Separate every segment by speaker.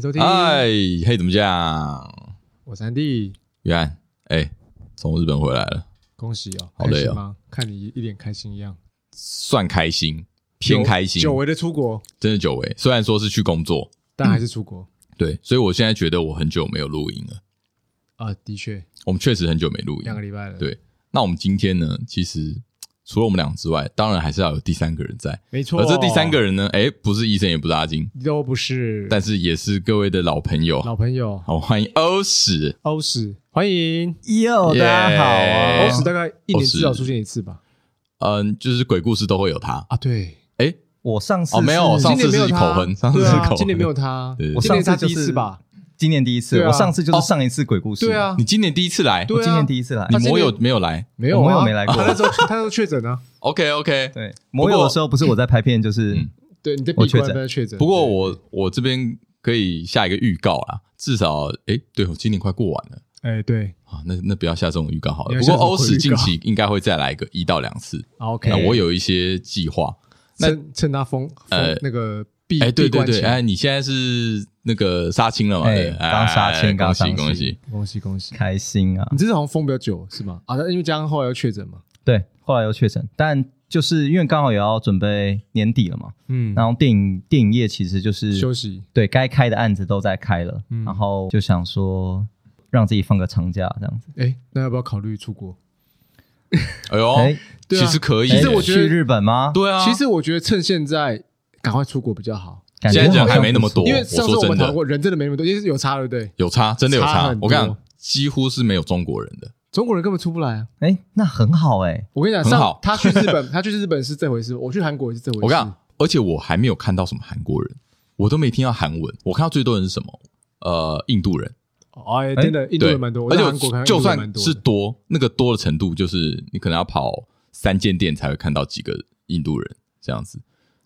Speaker 1: 收听，
Speaker 2: 嗨，嘿，怎么讲？
Speaker 1: 我三弟，
Speaker 2: 约翰，哎，从日本回来了，
Speaker 1: 恭喜哦，
Speaker 2: 好累哦
Speaker 1: 开心吗？看你一脸开心一样，
Speaker 2: 算开心，偏
Speaker 1: 久
Speaker 2: 开心，
Speaker 1: 久违的出国，
Speaker 2: 真的久违。虽然说是去工作，
Speaker 1: 但还是出国
Speaker 2: 对，所以我现在觉得我很久没有录音了。
Speaker 1: 啊、的确，
Speaker 2: 我们确实很久没录音
Speaker 1: 两个。礼拜了，
Speaker 2: 嗯对那我们今天呢？其实除了我们俩之外，当然还是要有第三个人在。
Speaker 1: 没错。
Speaker 2: 而这第三个人呢，哎，不是医生，也不是阿金，
Speaker 1: 都不是，
Speaker 2: 但是也是各位的老朋友。
Speaker 1: 老朋友
Speaker 2: 好，欢迎欧史，
Speaker 1: 欧史，欢迎
Speaker 3: 哟，大家好
Speaker 1: 欧
Speaker 2: 耶
Speaker 3: 啊！
Speaker 1: 史，大概一年
Speaker 2: 欧史
Speaker 1: 至少出现一次吧？
Speaker 2: 嗯，就是鬼故事都会有他。
Speaker 1: 啊，对，
Speaker 2: 哎，
Speaker 3: 我上次
Speaker 2: 哦，没有，
Speaker 3: 是
Speaker 2: 上
Speaker 1: 今
Speaker 2: 次
Speaker 1: 年没有
Speaker 2: 是
Speaker 1: 他
Speaker 2: 口痕，上次
Speaker 1: 对
Speaker 2: 是口
Speaker 1: 啊，
Speaker 2: 痕，
Speaker 1: 今年没有他，
Speaker 2: 对对对
Speaker 3: 我
Speaker 1: 今
Speaker 3: 上
Speaker 1: 年
Speaker 3: 次
Speaker 1: 他
Speaker 3: 就
Speaker 1: 第一
Speaker 3: 是
Speaker 1: 次吧？
Speaker 3: 今年第一次，
Speaker 1: 对啊
Speaker 3: 我上次
Speaker 2: 哦
Speaker 3: 就是上一次鬼故事。
Speaker 1: 对，啊
Speaker 2: 你，今年第一次来，
Speaker 1: 对啊，
Speaker 3: 我今年第一次来
Speaker 2: 你
Speaker 1: 他。今
Speaker 2: 摩
Speaker 1: 年
Speaker 2: 友没有来
Speaker 1: 没有
Speaker 3: 我
Speaker 1: 啊，
Speaker 3: 们有没来过
Speaker 1: 他那时候他那时候确诊啊，
Speaker 2: ？OK OK。
Speaker 3: 对，摩友的时候不是我在拍片，就是
Speaker 2: 嗯
Speaker 1: 对，你在闭
Speaker 3: 我确
Speaker 1: 关
Speaker 3: 诊
Speaker 1: 在确诊，
Speaker 2: 不过
Speaker 1: 对
Speaker 2: 我我这边可以下一个预告啦，至少哎，对我今年快过完了
Speaker 1: 哎对
Speaker 2: 啊，那那不要下这种预告好
Speaker 1: 你
Speaker 2: 了。
Speaker 1: 要
Speaker 2: 不
Speaker 1: 下
Speaker 2: 过
Speaker 1: 什么
Speaker 2: 欧史
Speaker 1: 鬼预
Speaker 2: 近
Speaker 1: 告
Speaker 2: 期应该会再来一个一到两次，
Speaker 1: 啊，OK，
Speaker 2: 那我有一些计划。那
Speaker 1: 趁趁他封
Speaker 2: 呃
Speaker 1: 封那个闭
Speaker 2: 哎，对
Speaker 1: 闭
Speaker 2: 对
Speaker 1: 关
Speaker 2: 对，
Speaker 1: 前
Speaker 2: 哎，你现在是那个杀青了嘛？
Speaker 3: 哎
Speaker 2: 对哎
Speaker 3: 刚杀青
Speaker 2: 哎
Speaker 3: 刚
Speaker 2: 恭
Speaker 3: 杀
Speaker 2: 喜
Speaker 3: 青
Speaker 2: 恭喜！
Speaker 1: 恭喜恭喜！
Speaker 3: 开心啊
Speaker 2: 嗯
Speaker 1: 你。这次好像封比较久是吗？啊，那因为加上后来又确诊嘛，
Speaker 3: 对，后来又确诊，但就是因为刚好也要准备年底了嘛，
Speaker 1: 嗯
Speaker 3: 然后电影电影业其实就是
Speaker 1: 休息
Speaker 3: 对该开的案子都在开了，
Speaker 1: 嗯
Speaker 3: 然后就想说让自己放个长假这样子。
Speaker 1: 哎，那要不要考虑出国？
Speaker 2: 哎呦
Speaker 3: 哎，
Speaker 1: 对
Speaker 2: 其
Speaker 1: 啊
Speaker 2: 实可以耶，
Speaker 1: 其实我觉得
Speaker 3: 去日本吗？
Speaker 2: 对啊，
Speaker 1: 其实我觉得趁现在赶快出国比较好，
Speaker 3: 感觉
Speaker 2: 现在
Speaker 3: 好像
Speaker 2: 还没那么多
Speaker 3: 不
Speaker 2: 我
Speaker 3: 错
Speaker 1: 因为上次我
Speaker 2: 我说真
Speaker 1: 们
Speaker 2: 的
Speaker 1: 谈过，人真的没那么多，因为有差对不对？
Speaker 2: 有差，真的有
Speaker 1: 差
Speaker 2: 差
Speaker 1: 很。多
Speaker 2: 我跟你讲，几乎是没有中国人的。
Speaker 1: 中国人根本出不来啊！
Speaker 3: 哎，那很好哎，
Speaker 1: 我跟你讲，
Speaker 2: 很
Speaker 1: 上
Speaker 2: 好
Speaker 1: 他去日本，他 去日本是这回事，我去韩国也是这回事。
Speaker 2: 我跟你讲，而且我还没有看到什么韩国人，我都没听到韩文。我看到最多人是什么？呃，印度人，
Speaker 1: 哎，真的印度
Speaker 2: 对，
Speaker 1: 人蛮多，我
Speaker 2: 而
Speaker 1: 在
Speaker 2: 且
Speaker 1: 韩国看到
Speaker 2: 就
Speaker 1: 印度人
Speaker 2: 算
Speaker 1: 蛮多
Speaker 2: 是
Speaker 1: 的
Speaker 2: 多，那个多的程度就是你可能要跑三间店才会看到几个印度人这样子，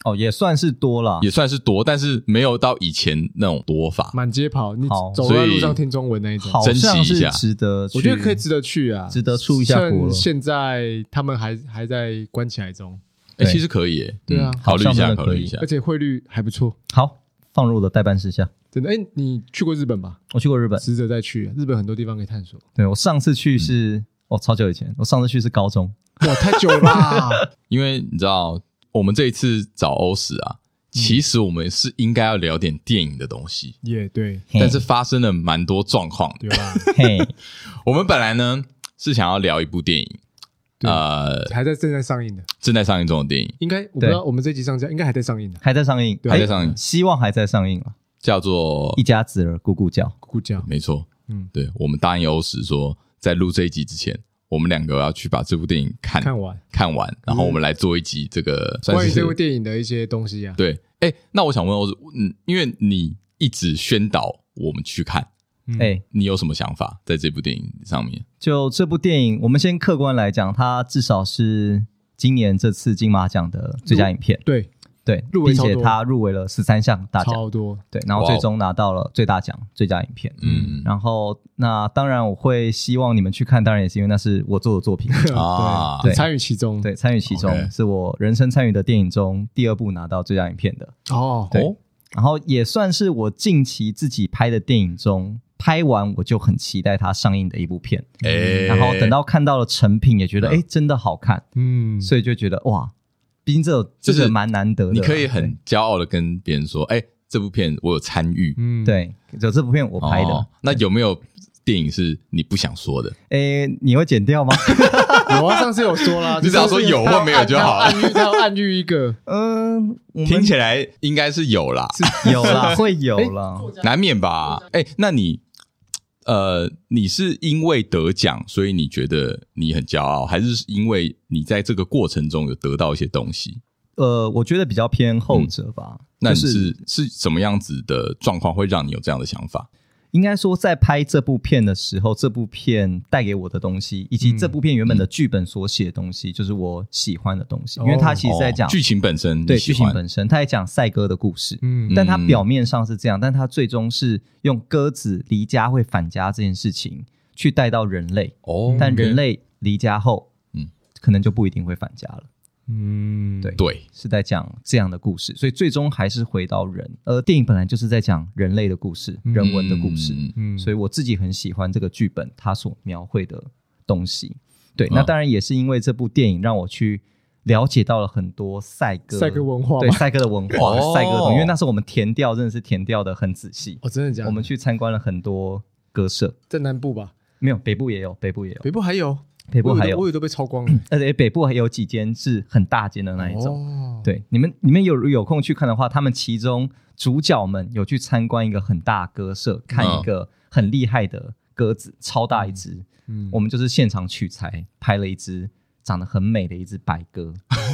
Speaker 3: 哦，也算是多了，
Speaker 2: 也算是多，但是没有到以前那种多法。
Speaker 1: 满街跑，你
Speaker 3: 好
Speaker 1: 走在
Speaker 2: 所以
Speaker 1: 路上听中文那一种，
Speaker 3: 好
Speaker 2: 珍惜
Speaker 3: 像
Speaker 2: 一
Speaker 3: 是
Speaker 2: 下
Speaker 3: 值得去，
Speaker 1: 我觉得可以值得去啊，
Speaker 3: 值得出一下国
Speaker 1: 趁
Speaker 3: 了
Speaker 1: 现在他们还还在关起来中，
Speaker 2: 哎，
Speaker 3: 对
Speaker 2: 其实可以耶，
Speaker 1: 对啊
Speaker 2: 嗯考虑一
Speaker 3: 好像
Speaker 2: 下，
Speaker 3: 真的
Speaker 2: 考
Speaker 3: 可以
Speaker 2: 虑一下
Speaker 1: 而。且汇率还不错，
Speaker 3: 好放入我的代办事项。
Speaker 1: 真的。哎，你去过日本吧？
Speaker 3: 我去过日本，
Speaker 1: 值得再去啊，日本很多地方可以探索。
Speaker 3: 对我上次去
Speaker 1: 嗯
Speaker 3: 是、哦超久以前，我上次去是高中，
Speaker 1: 哇，太久了吧！
Speaker 2: 因为你知道，我们这一次找欧史
Speaker 3: 嗯
Speaker 2: 啊，其实我们是应该要聊点电影的东西，
Speaker 1: 也对，啊
Speaker 3: 嘿
Speaker 2: 但是发生了蛮多状况的。
Speaker 1: 对吧？
Speaker 3: 嘿，
Speaker 2: 我们本来呢是想要聊一部电影，
Speaker 1: 对
Speaker 2: 呃，
Speaker 1: 还在正在上映的，
Speaker 2: 正在上映中的电影，
Speaker 1: 应该我不知道我们这集上架应该还在上映的。
Speaker 3: 还在上映，
Speaker 1: 对
Speaker 2: 还在上映
Speaker 3: 哎希望还在上映啊！
Speaker 2: 叫做
Speaker 3: 一家子儿咕咕叫，
Speaker 1: 咕咕叫，
Speaker 2: 没错，
Speaker 1: 嗯
Speaker 2: 嗯，对，我们答应欧石说，在录这一集之前，我们两个要去把这部电影看
Speaker 1: 看完
Speaker 2: 看完，然后我们来做一集这个算
Speaker 1: 关于
Speaker 2: 是
Speaker 1: 这部电影的一些东西啊，
Speaker 2: 对。哎，那我想问欧石，嗯，因为你一直宣导我们去看，
Speaker 1: 嗯
Speaker 3: 哎，
Speaker 2: 你有什么想法在这部电影上面？
Speaker 3: 就这部电影，我们先客观来讲，它至少是今年这次金马奖的最佳影片，
Speaker 1: 对，
Speaker 3: 对，
Speaker 1: 入围
Speaker 3: 并
Speaker 1: 超多
Speaker 3: 且它入围了十三项大奖，
Speaker 1: 超多，
Speaker 3: 对，然后
Speaker 2: 哇哦
Speaker 3: 最终拿到了最大奖最佳影片。
Speaker 2: 嗯
Speaker 3: 然后，那当然我会希望你们去看，当然也是因为那是我做的 作品，
Speaker 2: 啊，
Speaker 1: 嗯对，参与其中，
Speaker 3: 对，参与其中
Speaker 2: OK
Speaker 3: 是我人生参与的电影中第二部拿到最佳影片的。
Speaker 1: 哦，
Speaker 3: 对然后也算是我近期自己拍的电影中，拍完我就很期待它上映的一部片。
Speaker 2: 哎，
Speaker 3: 然后等到看到了成品，也觉得哎、诶真的好看，
Speaker 1: 嗯，
Speaker 3: 所以就觉得哇，毕竟这
Speaker 2: 就
Speaker 3: 这
Speaker 2: 是
Speaker 3: 个蛮难得的啦，
Speaker 2: 你可以
Speaker 3: 对
Speaker 2: 很骄傲的跟别人说，哎，这部片我有参与，
Speaker 1: 嗯，
Speaker 3: 对，有这部片我拍的，
Speaker 2: 哦那有没有电影是你不想说的？
Speaker 3: 哎、你会剪掉吗？
Speaker 1: 有啊，上次有说啦，
Speaker 2: 你只要说有或没有就好了
Speaker 1: 他有暗喻，他有暗喻一个，
Speaker 3: 嗯，我们
Speaker 2: 听起来应该是有啦，
Speaker 3: 有 啦，会有啦，
Speaker 2: 难免吧？
Speaker 3: 啊
Speaker 2: 哎、那你呃，你是因为得奖，所以你觉得你很骄傲，还是因为你在这个过程中有得到一些东西？
Speaker 3: 呃，我觉得比较偏后者吧，
Speaker 2: 嗯那
Speaker 3: 就
Speaker 2: 你
Speaker 3: 是
Speaker 2: 是、是什么样子的状况会让你有这样的想法？
Speaker 3: 应该说，在拍这部片的时候，这部片带给我的东西，以及
Speaker 1: 嗯
Speaker 3: 这部片原本的剧本所写的东西，就是我喜欢的东西。
Speaker 1: 哦
Speaker 3: 因为它其实在讲
Speaker 2: 哦剧情本身，
Speaker 3: 对
Speaker 2: 你喜
Speaker 3: 剧情
Speaker 2: 欢
Speaker 3: 本身，它在讲赛鸽的故事，
Speaker 1: 嗯
Speaker 3: 但它表面上是这样，但它最终是用鸽子离家会返家这件事情去带到人类，
Speaker 2: 哦
Speaker 3: 但
Speaker 2: OK
Speaker 3: 人类离家后，
Speaker 2: 嗯
Speaker 3: 嗯，可能就不一定会返家了。
Speaker 1: 嗯，
Speaker 3: 对
Speaker 2: 对，
Speaker 3: 是在讲这样的故事，所以最终还是回到人。而电影本来就是在讲人类的故事、
Speaker 1: 嗯
Speaker 3: 人文的故事，
Speaker 2: 嗯
Speaker 1: 嗯，
Speaker 3: 所以我自己很喜欢这个剧本它所描绘的东西。对，
Speaker 2: 嗯
Speaker 3: 那当然也是因为这部电影让我去了解到了很多赛鸽
Speaker 1: 赛鸽文化
Speaker 3: 对
Speaker 1: 嘛，
Speaker 3: 赛鸽的文化、
Speaker 2: 哦
Speaker 3: 赛鸽的东西，因为那时候我们填调真的是填调的很仔细，
Speaker 1: 哦，真的假的？
Speaker 3: 我们去参观了很多鸽舍，
Speaker 1: 在南部吧，
Speaker 3: 没有北部也有，北部也有，
Speaker 1: 北部还有，
Speaker 3: 北部
Speaker 1: 我以为
Speaker 3: 还
Speaker 1: 我以
Speaker 3: 有，
Speaker 1: 为都被抄光了，
Speaker 3: 而且北部还有几间是很大间的那一种。
Speaker 1: 哦，
Speaker 3: 对，你们你们有有空去看的话，他们其中主角们有去参观一个很大鸽舍，看一个很厉害的鸽子，超大一只。
Speaker 1: 嗯
Speaker 3: 我们就是现场取材拍了一只长得很美的一只白鸽，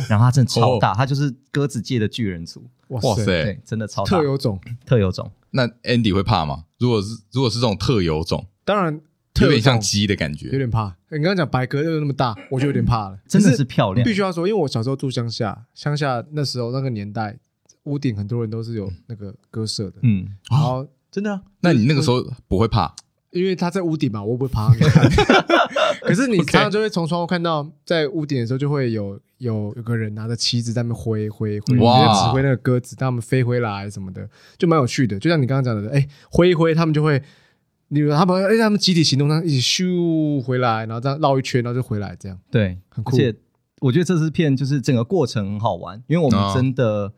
Speaker 3: 然后它真的超大，它就是鸽子界的巨人族，
Speaker 2: 哇
Speaker 1: 哇
Speaker 2: 塞，
Speaker 1: 塞，
Speaker 3: 对，真的超大，
Speaker 1: 特有种，
Speaker 3: 特有种。
Speaker 2: 那 Andy 会怕吗？如果是如果是这种特有种，
Speaker 1: 当然
Speaker 2: 有
Speaker 1: 特有
Speaker 2: 点像
Speaker 1: 种，
Speaker 2: 鸡的感
Speaker 1: 有
Speaker 2: 觉，
Speaker 1: 点怕。你刚刚讲白鸽又那么大，我就有点怕了，
Speaker 3: 真的
Speaker 1: 可
Speaker 3: 是漂亮
Speaker 1: 必须要说，因为我小时候住乡下，乡下那时候那个年代，屋顶很多人都是有那个鸽舍的，
Speaker 3: 嗯，
Speaker 1: 然后
Speaker 2: 真的、啊。那你那个时候不会怕？
Speaker 1: 因为他在屋顶嘛，我不会爬上去看。 可是你
Speaker 2: OK
Speaker 1: 常常就会从窗户看到，在屋顶的时候，就会有有有个人拿着旗子在那边挥挥挥，
Speaker 2: 哇
Speaker 1: 在指挥那个鸽子，让他们飞回来什么的，就蛮有趣的。就像你刚刚讲的，哎，挥一挥，他们就会，你他们哎，他们集体行动，他们一起咻回来，然后这样绕一圈，然后就回来，这样
Speaker 3: 对，
Speaker 1: 很
Speaker 3: 而
Speaker 1: 酷。
Speaker 3: 且我觉得这支片就是整个过程很好玩，因为我
Speaker 2: 哦
Speaker 3: 们真的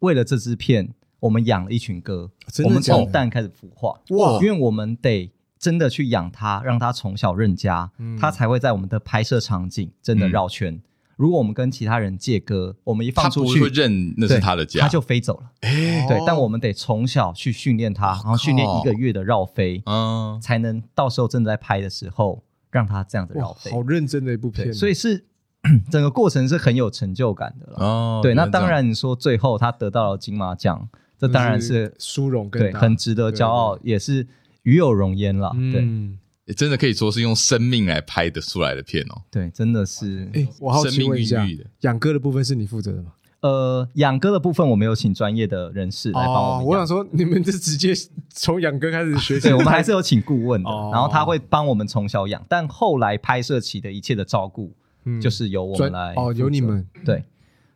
Speaker 3: 为了这支片，我们养了一群鸽，
Speaker 1: 真的
Speaker 3: 我们
Speaker 1: 假的
Speaker 3: 从蛋开始孵化，
Speaker 1: 哇
Speaker 2: 嗯
Speaker 3: 因为我们得真的去养它，让它从小认家，
Speaker 1: 嗯
Speaker 3: 它才会在我们的拍摄场景真
Speaker 2: 嗯
Speaker 3: 的绕圈。如果我们跟其他人借鸽，我们一
Speaker 2: 他
Speaker 3: 放
Speaker 2: 不
Speaker 3: 出去
Speaker 2: 会，认那是
Speaker 3: 对
Speaker 2: 他的家，
Speaker 3: 它就飞走了。
Speaker 2: 哎
Speaker 3: 对
Speaker 1: 哦，
Speaker 3: 但我们得从小去训练它，然后训练一个月的绕飞，
Speaker 2: 啊嗯，
Speaker 3: 才能到时候正在拍的时候让它这样子绕
Speaker 1: 哇，
Speaker 3: 飞。
Speaker 1: 好认真的一部片，
Speaker 3: 对，所以是 整个过程是很有成就感的了。
Speaker 2: 哦，
Speaker 3: 对，那
Speaker 2: 原来这样
Speaker 3: 当，然你说最后他得到了金马奖，这
Speaker 1: 真的
Speaker 3: 当然
Speaker 1: 是
Speaker 3: 是
Speaker 1: 殊荣更
Speaker 3: 对
Speaker 1: 大，
Speaker 3: 很值得骄傲，也是与有荣焉了。对
Speaker 1: 嗯，
Speaker 2: 诶真的可以说是用生命来拍的出来的片哦。
Speaker 3: 对，真的是
Speaker 1: 哎，我好
Speaker 2: 生
Speaker 1: 奇
Speaker 2: 命
Speaker 1: 问一下
Speaker 2: 孕育的，
Speaker 1: 养鸽的部分是你负责的吗？
Speaker 3: 呃，养鸽的部分我们有请专业的人士来帮
Speaker 1: 哦，
Speaker 3: 我们
Speaker 1: 想
Speaker 3: 养。
Speaker 1: 说，你们就直接从养鸽开始学习。
Speaker 3: 对，我们还是有请顾问的，
Speaker 1: 哦
Speaker 3: 然后他会帮我们从小养，但后来拍摄起的一切的照顾
Speaker 1: 嗯
Speaker 3: 就是由我
Speaker 1: 专
Speaker 3: 们来
Speaker 1: 哦，由你们，
Speaker 3: 对，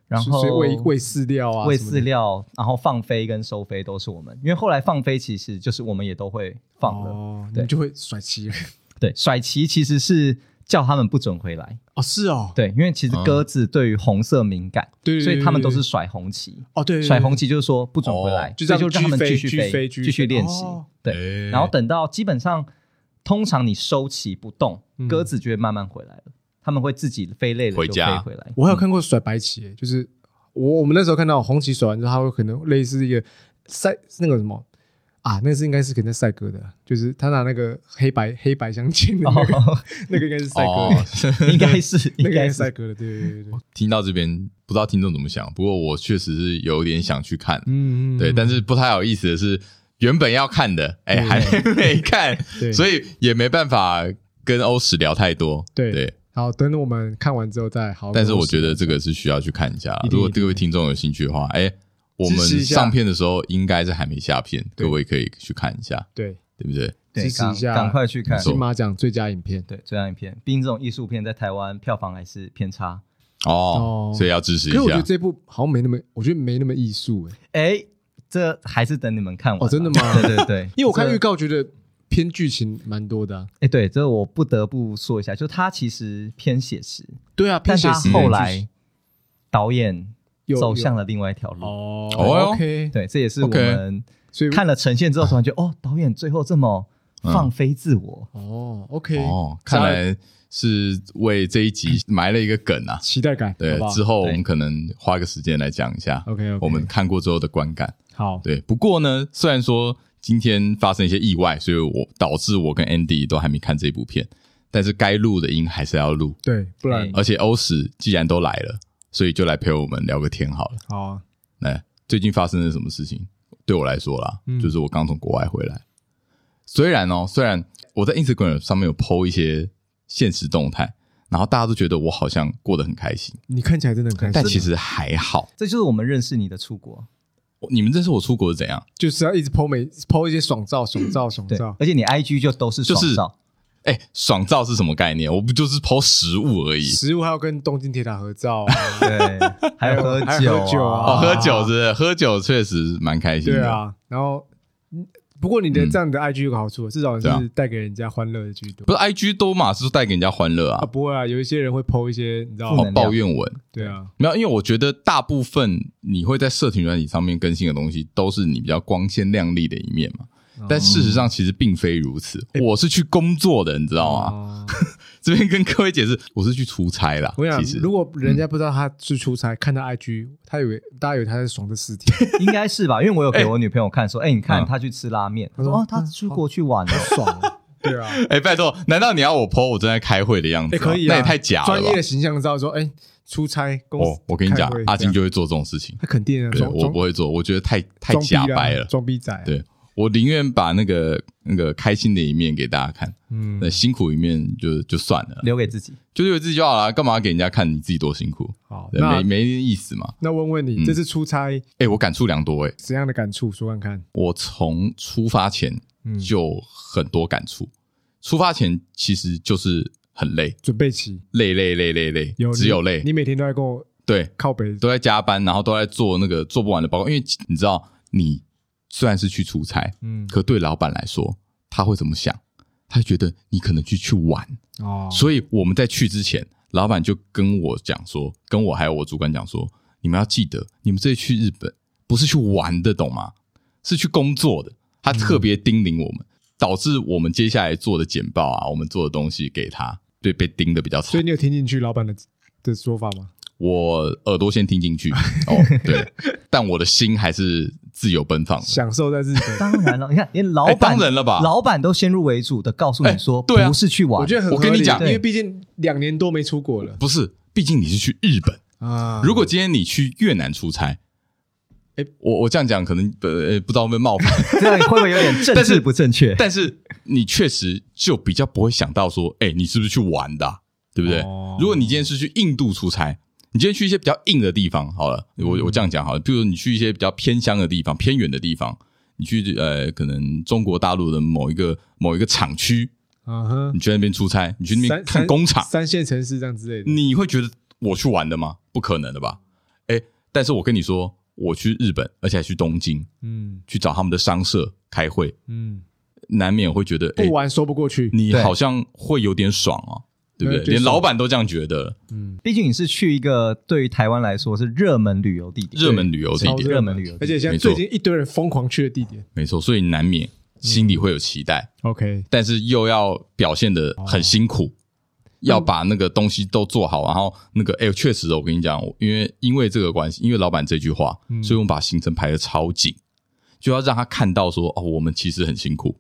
Speaker 3: 然后
Speaker 1: 所以喂喂饲料啊，
Speaker 3: 喂
Speaker 1: 什么的
Speaker 3: 饲，料，然后放飞跟收飞都是我们，因为后来放飞其实就是我们也都会放了。
Speaker 1: 哦，你
Speaker 3: 对
Speaker 1: 们就会甩旗
Speaker 3: 对，甩旗其实是叫他们不准回来。
Speaker 1: 哦，是哦，
Speaker 3: 对，因为其实鸽子对于红色敏感，
Speaker 1: 对对对
Speaker 3: 所以他们
Speaker 1: 对
Speaker 3: 都
Speaker 1: 对
Speaker 3: 是甩红旗。
Speaker 1: 哦对，对
Speaker 3: 甩红旗就是说不准回来，
Speaker 2: 哦
Speaker 1: 就这
Speaker 3: 所以
Speaker 1: 样
Speaker 3: 就让他们继
Speaker 1: 继
Speaker 3: 续
Speaker 1: 续
Speaker 3: 飞，
Speaker 1: 飞继续飞
Speaker 3: 继续练习。
Speaker 1: 哦
Speaker 3: 对，
Speaker 2: 诶
Speaker 3: 然后等到基本上，通常你收旗不动，
Speaker 1: 嗯
Speaker 3: 鸽子就会慢慢回来了，他们会自己飞累了
Speaker 2: 回
Speaker 3: 就
Speaker 2: 家
Speaker 3: 飞回来。
Speaker 1: 我还有看过甩白旗，就是我我们那时候看到红旗甩完之后，它会可能类似一个赛那个什么啊，那个是应该是可能在赛鸽的，就是他拿那个黑白黑白相间的那个，
Speaker 3: 哦，
Speaker 1: 那个应该是赛鸽
Speaker 2: 哦
Speaker 1: 的，，
Speaker 3: 应该是，
Speaker 1: 那个应
Speaker 3: 应
Speaker 1: 该
Speaker 3: 该
Speaker 1: 是赛
Speaker 3: 是，
Speaker 1: 鸽的，对对对对对，
Speaker 2: 听到这边不知道听众怎么想，不过我确实是有点想去看，
Speaker 1: 嗯，嗯
Speaker 2: 对，
Speaker 1: 嗯
Speaker 2: 但是不太好意思的是，原本要看的，哎、
Speaker 1: 对
Speaker 2: 还没看，
Speaker 1: 对
Speaker 2: 所以也没办法跟欧史聊太多，
Speaker 1: 对好，等我们看完之后再好好跟
Speaker 2: 但
Speaker 1: 我
Speaker 2: 是
Speaker 1: 说。
Speaker 2: 我觉得这个是需要去看一下
Speaker 1: 一，定
Speaker 2: 如果
Speaker 1: 一定
Speaker 2: 各位听众有兴趣的话，哎、我
Speaker 1: 支持
Speaker 2: 们
Speaker 1: 一下
Speaker 2: 上片的时候应该是还没下片，
Speaker 1: 对
Speaker 2: 各位可以去看一下，
Speaker 1: 对
Speaker 2: 对不对？
Speaker 3: 对
Speaker 1: 支持
Speaker 3: 赶
Speaker 1: 一下
Speaker 3: 赶快去看
Speaker 2: 没。错
Speaker 1: 金马奖最佳影片，
Speaker 3: 对，这样一片，毕竟这种艺术片在台湾票房还是偏差。
Speaker 2: 哦，
Speaker 1: 哦
Speaker 2: 所以要支持一
Speaker 1: 可是我觉
Speaker 2: 下。
Speaker 1: 得这部好像没那么，我觉得没那么艺术哎，
Speaker 3: 哎，这还是等你们看完吧。
Speaker 1: 哦真的吗
Speaker 3: 对对对，
Speaker 1: 因为我看
Speaker 3: 这
Speaker 1: 预告觉得偏剧情蛮多的啊。
Speaker 3: 哎，对，这我不得不说一下，就他其实偏写实，
Speaker 1: 对啊，
Speaker 3: 但
Speaker 1: 偏写
Speaker 3: 他
Speaker 1: 实
Speaker 3: 后
Speaker 1: 剧
Speaker 3: 来导演
Speaker 1: 有
Speaker 3: 走向了另外一条
Speaker 1: 情
Speaker 3: 路。
Speaker 1: 哦
Speaker 2: 哦
Speaker 1: ，OK，
Speaker 3: 对，这也是我
Speaker 2: OK 啊
Speaker 3: 们
Speaker 1: 所以
Speaker 3: 看了呈现之后，突然觉得哦，导演最后这么放飞自
Speaker 2: 嗯
Speaker 3: 我。
Speaker 1: 哦，OK，
Speaker 2: 哦，看来是为这一集埋了一个梗啊。
Speaker 1: 期待感
Speaker 2: 对
Speaker 1: 嗯好不，好
Speaker 2: 之后我们可能花个时间来讲一下
Speaker 1: OK，OK
Speaker 2: 我们看过之后的观感。
Speaker 1: 好，
Speaker 2: 对，不过呢，虽然说今天发生一些意外，所以我导致我跟 Andy 都还没看这部片，但是该录的音还是要录。
Speaker 1: 对，不然
Speaker 3: 哎
Speaker 2: 而且欧史既然都来了，所以就来陪我们聊个天好了。
Speaker 1: 好啊，
Speaker 2: 来，哎最近发生了什么事情？对我来说啦，
Speaker 1: 嗯
Speaker 2: 就是我刚从国外回来。虽然哦，虽然我在 Instagram 上面有 PO 一些现实动态，然后大家都觉得我好像过得很开心，
Speaker 1: 你看起来真的很开心，
Speaker 2: 但其实还好。
Speaker 3: 这就是我们认识你的出国，
Speaker 2: 你们认识我出国是怎样？
Speaker 1: 就是要一直 PO 每 PO 一些爽照、爽照、爽
Speaker 3: 对
Speaker 1: 照，，
Speaker 3: 而且你 IG 就都是
Speaker 2: 就是
Speaker 3: 爽照，
Speaker 2: 哎、爽照是什么概念？我不就是抛食物而已。
Speaker 1: 食物还要跟东京铁塔合照啊，
Speaker 3: 对，还有喝
Speaker 1: 还
Speaker 3: 酒
Speaker 1: 有
Speaker 3: 啊，
Speaker 1: 喝酒啊
Speaker 2: 哦，喝酒是不是喝酒确实蛮开心的。
Speaker 1: 对啊。然后，不过你的
Speaker 2: 嗯
Speaker 1: 这样的 IG 有个好处，至少
Speaker 2: 对啊
Speaker 1: 是带给人家欢乐的居多
Speaker 2: 不是 I G 都嘛是带给人家欢乐
Speaker 1: 啊。
Speaker 2: 啊，
Speaker 1: 不会啊，有一些人会 PO 一些，你知道
Speaker 3: 负
Speaker 1: 吗
Speaker 2: 哦
Speaker 3: 能，量
Speaker 2: 抱怨文
Speaker 1: 对啊，
Speaker 2: 没有，因为我觉得大部分你会在社群软体上面更新的东西，都是你比较光鲜亮丽的一面嘛。
Speaker 1: 哦
Speaker 2: 但事实上其实并非如此，我是去工作的，你知道吗？
Speaker 1: 嗯 哦
Speaker 2: 这边跟各位解释，我是去出差啦
Speaker 1: 我。想
Speaker 2: 其，实
Speaker 1: 如果人家不知道他是出差，看到 IG，他以为大家以为他在爽这四天，
Speaker 3: 应该是吧？因为我有给
Speaker 2: 哎
Speaker 3: 我女朋友看，说，哎、你看
Speaker 2: 嗯
Speaker 3: 她去吃拉面，她说，
Speaker 1: 说
Speaker 3: 哦，她出国去玩了，
Speaker 1: 爽啊，对 啊，
Speaker 2: 哎、拜托，难道你要我 PO 我正在开会的样子
Speaker 1: 也
Speaker 2: 吗？
Speaker 1: 可以啊，
Speaker 2: 那也太假了
Speaker 1: 专
Speaker 2: 吧
Speaker 1: 业！的形象照说，哎，出差公
Speaker 2: 哦
Speaker 1: 司，，
Speaker 2: 我跟你讲
Speaker 1: 开会，
Speaker 2: 阿金
Speaker 1: 这样
Speaker 2: 就会做这种事情。
Speaker 1: 他肯定啊，
Speaker 2: 对，
Speaker 1: 装
Speaker 2: 我
Speaker 1: 装
Speaker 2: 不会做，我觉得太太
Speaker 1: 装逼啊
Speaker 2: 假
Speaker 1: 啦
Speaker 2: 白了。
Speaker 1: 装逼仔，
Speaker 2: 对我宁愿把那个那个开心的一面给大家看，
Speaker 1: 嗯
Speaker 2: 那，辛苦一面就就算了，
Speaker 3: 留给自己。
Speaker 2: 就留给自己就好了，干嘛给人家看你自己多辛苦？
Speaker 1: 好，
Speaker 2: 对
Speaker 1: 那
Speaker 2: 没没意思嘛。
Speaker 1: 那问问你，
Speaker 2: 嗯
Speaker 1: 这次出差
Speaker 2: 哎、我感触良多哎、
Speaker 1: 怎样的感触？说看看，
Speaker 2: 我从出发前
Speaker 1: 嗯，
Speaker 2: 就很多感触，出发前其实就是很累，
Speaker 1: 准备起，
Speaker 2: 累累累累累，
Speaker 1: 有
Speaker 2: 只
Speaker 1: 你
Speaker 2: 有累
Speaker 1: 你，每天都在跟我
Speaker 2: 对，
Speaker 1: 靠北，
Speaker 2: 都在加班，然后都在做那个做不完的报告，因为你知道，你虽然是去出差，
Speaker 1: 嗯，
Speaker 2: 可对老板来说，他会怎么想？他觉得你可能去去玩，
Speaker 1: 哦，
Speaker 2: 所以我们在去之前，老板就跟我讲说，跟我还有我主管讲说，你们要记得，你们这次去日本不是去玩的，懂吗？是去工作的。他特别叮咛我们，导致我们接下来做的简报啊，我们做的东西给他，对，被叮的比较惨
Speaker 1: 所以。你有听进去老板的的说法吗？
Speaker 2: 我耳朵先听进 去哦，对，但我的心还是自由奔放的。
Speaker 1: 享受在日本，
Speaker 3: 当然了，你看连老
Speaker 2: 嗯哎
Speaker 3: 板、
Speaker 2: 当然了吧
Speaker 3: 老板都先入为主的告诉你说，
Speaker 2: 哎对啊
Speaker 3: 不是去玩，
Speaker 1: 我觉得很
Speaker 2: 我跟
Speaker 1: 合
Speaker 2: 你
Speaker 1: 理
Speaker 2: 讲
Speaker 1: 因
Speaker 3: 对
Speaker 1: 为毕竟两年多没出国了
Speaker 2: 不是，毕竟你是去日本。
Speaker 3: 嗯
Speaker 1: 啊。
Speaker 2: 如果今天你去越南出差，哎、我我这样讲可能呃呃不知道会不会冒犯，
Speaker 3: 这样会不会有点政
Speaker 2: 但是
Speaker 3: 治不正确？
Speaker 2: 但是你确实就比较不会想到说，哎、你是不是去玩的啊、对不对？
Speaker 1: 哦
Speaker 2: 如果你今天是去印度出差，你今天去一些比较硬的地方，好了，
Speaker 1: 嗯
Speaker 2: 我我这样讲好了，比如你去一些比较偏乡的地方、偏远的地方，你去呃可能中国大陆的某一个某一个厂区，
Speaker 1: 啊哈
Speaker 2: 你，去那边出差，你去那边
Speaker 1: 三
Speaker 2: 看
Speaker 1: 三
Speaker 2: 工厂，嗯
Speaker 1: 三线城市这样之类的，
Speaker 2: 你会觉得我去玩的吗？不可能的吧？哎，但是我跟你说，我去日本，而且还去东京，
Speaker 1: 嗯
Speaker 2: 去找他们的商社开会，
Speaker 1: 嗯，
Speaker 2: 难免会觉得，哎
Speaker 1: 不，玩说不过去，
Speaker 2: 你
Speaker 3: 对
Speaker 2: 好像会有点爽哦，对不
Speaker 1: 对
Speaker 2: 对？
Speaker 1: 就是
Speaker 2: 连老板都这样觉得，
Speaker 1: 嗯，
Speaker 3: 毕竟你是去一个对于台湾来说是热门旅游地点，
Speaker 2: 热门旅游地
Speaker 1: 超
Speaker 2: 点，
Speaker 3: 热门旅游
Speaker 1: 而且现在
Speaker 2: 没错
Speaker 1: 最近一堆人疯狂去的地点
Speaker 2: 没错，所以难免心里会有期待，
Speaker 1: ，OK，
Speaker 2: 但是又要表现的很辛苦，
Speaker 1: 嗯
Speaker 2: 要把那个东西都做好。然后那个，哎、确实，我跟你讲，因为因为这个关系，因为老板这句话，
Speaker 1: 嗯
Speaker 2: 所以我们把行程排的超紧，就要让他看到说，哦，我们其实很辛苦，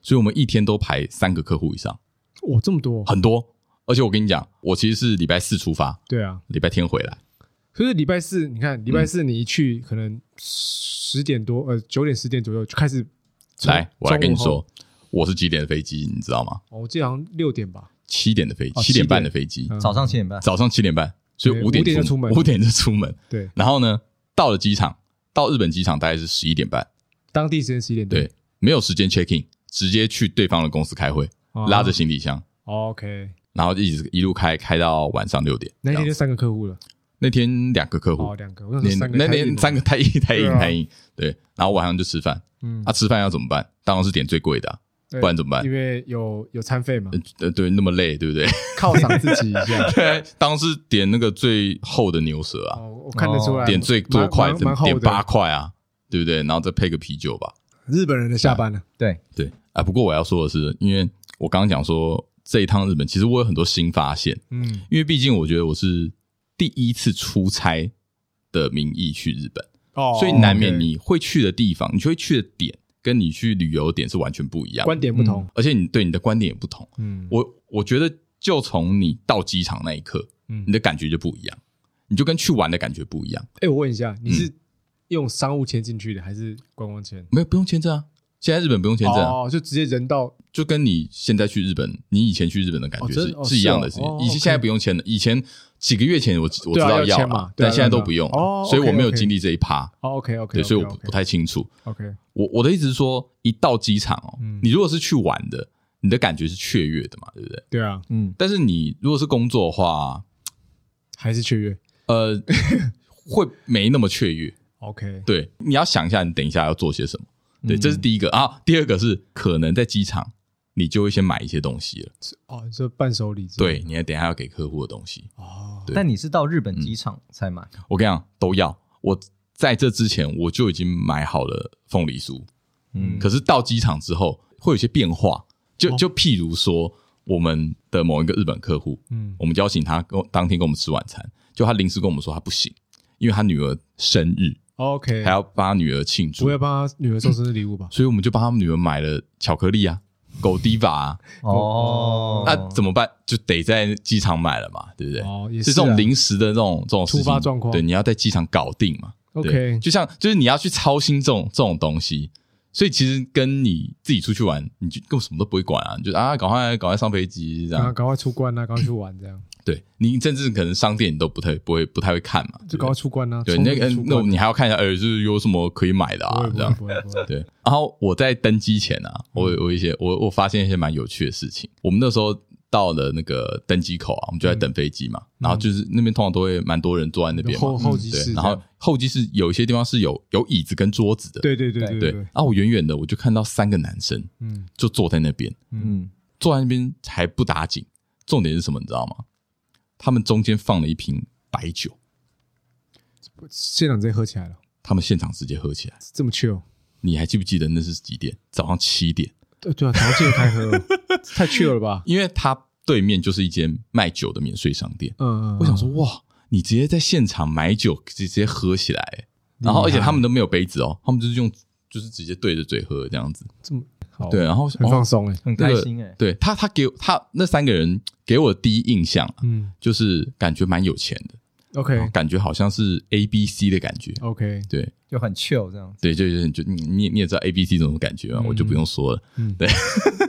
Speaker 2: 所以我们一天都排三个客户以上，
Speaker 1: 哇，哦这么多，
Speaker 2: 很多。而且我跟你讲，我其实是礼拜四出发，
Speaker 1: 对啊，
Speaker 2: 礼拜天回来，
Speaker 1: 可是礼拜四，你看礼拜四你一去，可能十点多，呃，九点十点左右就开始从。
Speaker 2: 来，我来跟你
Speaker 1: 中午后
Speaker 2: 说，，我是几点的飞机，你知道吗？
Speaker 1: 哦我记得好像六点吧，
Speaker 2: 七点的飞，
Speaker 1: 哦
Speaker 2: 七点半
Speaker 1: 7
Speaker 2: 的
Speaker 1: 点
Speaker 2: 飞机，
Speaker 1: 嗯
Speaker 3: 早上七点半，
Speaker 2: 早上七点半，所以
Speaker 1: 对
Speaker 2: 五点
Speaker 1: 5点就出门
Speaker 2: 五点就出门。
Speaker 1: 对，
Speaker 2: 然后呢，到了机场，到日本机场大概是十一点半，
Speaker 1: 当地时间十一点多
Speaker 2: 对，没有时间 check in，直接去对方的公司开会，
Speaker 1: 啊
Speaker 2: 拉着行李箱，
Speaker 1: 哦 OK，
Speaker 2: 然后一直一路开开到晚上六点。
Speaker 1: 那
Speaker 2: 这
Speaker 1: 天
Speaker 2: 样
Speaker 1: 就
Speaker 2: 子
Speaker 1: 三个客户了，
Speaker 2: 那天两个客户
Speaker 1: 哦，，两个，我想
Speaker 2: 那
Speaker 1: 说三个，
Speaker 2: 那天三个，太硬太硬
Speaker 1: 对啊
Speaker 2: 太硬，对。然后晚上就吃饭，
Speaker 1: 嗯
Speaker 2: 啊，，吃饭要怎么办？当然是点最贵的啊，
Speaker 1: 对
Speaker 2: 不然怎么办
Speaker 1: 因为有有餐费嘛，
Speaker 2: 呃，对，那么累，对不对？。
Speaker 1: 犒赏自己一 下
Speaker 2: 对，当时点那个最厚的牛舌啊，
Speaker 1: 哦，我看得出来，
Speaker 2: 点最多块，
Speaker 1: 蛮蛮蛮厚
Speaker 2: 点
Speaker 1: 的。
Speaker 2: 八块啊，对不对？然后再配个啤酒吧。
Speaker 1: 日本人的下班了，
Speaker 3: 对，
Speaker 2: 对啊，不过我要说的是，因为我刚刚讲说这一趟日本，其实我有很多新发现，
Speaker 1: 嗯
Speaker 2: 因为毕竟我觉得我是第一次出差的名义去日本，
Speaker 1: 哦，
Speaker 2: 所以难免
Speaker 1: OK
Speaker 2: 你会去的地方，你就会去的点跟你去旅游的点是完全不一样的，
Speaker 1: 观点不同，
Speaker 2: 而且你对你的观点也不同。
Speaker 1: 嗯，
Speaker 2: 啊我我觉得就从你到机场那一刻，
Speaker 1: 嗯
Speaker 2: 你的感觉就不一样，你就跟去玩的感觉不一样。
Speaker 1: 哎，我问一下，你是
Speaker 2: 嗯
Speaker 1: 用商务签进去的还是观光签？
Speaker 2: 没有不用签证啊，现在日本不用签证啊，
Speaker 1: 哦，就直接人到
Speaker 2: 就跟你现在去日本，你以前去日本的感觉
Speaker 1: 哦
Speaker 2: 是、
Speaker 1: 真哦
Speaker 2: 是一样的事
Speaker 1: 是
Speaker 2: 情
Speaker 1: 哦哦。
Speaker 2: 以前
Speaker 1: OK
Speaker 2: 现在不用签了，以前几个月前我我知
Speaker 1: 对啊
Speaker 2: 道
Speaker 1: 要签
Speaker 2: 了，
Speaker 1: 嘛对啊
Speaker 2: 但现在都
Speaker 1: 要签
Speaker 2: 不用了，
Speaker 1: 哦
Speaker 2: 所以我没有
Speaker 1: OK，OK
Speaker 2: 经历这一趴，
Speaker 1: 哦，OK，OK，
Speaker 2: 对，所以我不不太清楚。
Speaker 1: OK，
Speaker 2: 我我的意思是说，一到机场哦，
Speaker 1: 嗯
Speaker 2: 你如果是去玩的，你的感觉是雀跃的嘛，对不对？
Speaker 1: 对啊，
Speaker 3: 嗯，
Speaker 2: 但是你如果是工作的话，
Speaker 1: 还是雀跃。
Speaker 2: 呃，会没那么雀跃。
Speaker 1: OK，
Speaker 2: 对，你要想一下，你等一下要做些什么。对，这是第一个啊。第二个是可能在机场，你就会先买一些东西了。
Speaker 1: 哦，这伴手礼，
Speaker 2: 对，，你还等一下要给客户的东西。
Speaker 1: 哦，
Speaker 2: 对嗯
Speaker 3: 但你是到日本机场才买，
Speaker 2: 我跟你讲，都要。我在这之前我就已经买好了凤梨酥，
Speaker 3: 嗯，
Speaker 2: 可是到机场之后会有一些变化，就就譬如说，我们的某一个日本客户，
Speaker 1: 嗯，
Speaker 2: 我们邀请他跟我当天跟我们吃晚餐，就他临时跟我们说他不行，因为他女儿生日，
Speaker 1: OK，
Speaker 2: 还要嗯帮他女儿庆祝
Speaker 1: 我，要帮他女儿送生日礼物吧？
Speaker 2: 所以我们就帮他女儿买了巧克力 啊。狗迪吧、啊，
Speaker 3: 哦，
Speaker 2: 那、怎么办？就得在机场买了嘛，对不对？
Speaker 1: 哦，也
Speaker 2: 是这
Speaker 1: 啊
Speaker 2: 种临时的这种这种事情
Speaker 1: 突发状况
Speaker 2: 对，你要在机场搞定嘛。对
Speaker 1: OK，
Speaker 2: 就像就是你要去操心这种这种东西，所以其实跟你自己出去玩，你就根本什么都不会管啊，你就啊赶快赶快上飞机这
Speaker 1: 然后
Speaker 2: 样。
Speaker 1: 赶快出关啊，赶快去玩，这样
Speaker 2: 对你甚至可能商店你都不太不会不太会看嘛，对不
Speaker 1: 就赶快出关啊。
Speaker 2: 对对
Speaker 1: 冲
Speaker 2: 那
Speaker 1: 动
Speaker 2: 个
Speaker 1: 出
Speaker 2: 那
Speaker 1: 关
Speaker 2: 你还要看一下，呃，就是有什么可以买的
Speaker 1: 不
Speaker 2: 啊
Speaker 1: 会，
Speaker 2: 这样。
Speaker 1: 不会不会不会
Speaker 2: 对，然后我在登机前啊，我我有一些我我发现一些蛮有趣的事情。我们那时候到了那个登机口啊，我们就在
Speaker 1: 嗯
Speaker 2: 等飞机嘛，然后就是那边通常都会蛮多人坐在那边嘛，
Speaker 1: 后候
Speaker 2: 嗯
Speaker 1: 机
Speaker 2: 对
Speaker 1: 室
Speaker 2: 然
Speaker 1: 这
Speaker 2: 后
Speaker 1: 样
Speaker 2: 候机室有一些地方是有有椅子跟桌子的，
Speaker 1: 对对对
Speaker 3: 对
Speaker 1: 对
Speaker 2: 对。
Speaker 1: 对
Speaker 2: 然，后我远远的我就看到三个男生
Speaker 1: 嗯，
Speaker 2: 就坐在那边，
Speaker 3: 嗯，
Speaker 2: 坐在那边还不打紧，重点是什么你知道吗？他们中间放了一瓶白酒，
Speaker 1: 现场直接喝起来了，
Speaker 2: 他们现场直接喝起来。
Speaker 1: 这么 chill。
Speaker 2: 你还记不记得那是几点？早上七点。
Speaker 1: 对对啊，条件开喝了，太 chill 了吧？
Speaker 2: 因为它对面就是一间卖酒的免税商店。
Speaker 1: 嗯，嗯
Speaker 2: 我想说，，哇，你直接在现场买酒，直接喝起来，欸然后而且他们都没有杯子哦，他们就是用就是直接对着嘴喝这样子。
Speaker 1: 这么好
Speaker 2: 对，然后我想
Speaker 1: 很放
Speaker 2: 哦
Speaker 1: 松哎，
Speaker 3: 很
Speaker 2: 那
Speaker 3: 开
Speaker 2: 个
Speaker 3: 心哎，
Speaker 2: 对他，他给他那三个人给我的第一印象啊、
Speaker 1: 嗯
Speaker 2: 就是感觉蛮有钱的，然后
Speaker 1: ，OK
Speaker 2: 感觉好像是 A B C 的感觉。
Speaker 1: OK，
Speaker 2: 对
Speaker 3: 就很 chill 这样子，
Speaker 2: 对，就是就你你也你也知道 A B C 这种感觉嘛，我就不用说了。
Speaker 1: 嗯，
Speaker 2: 对，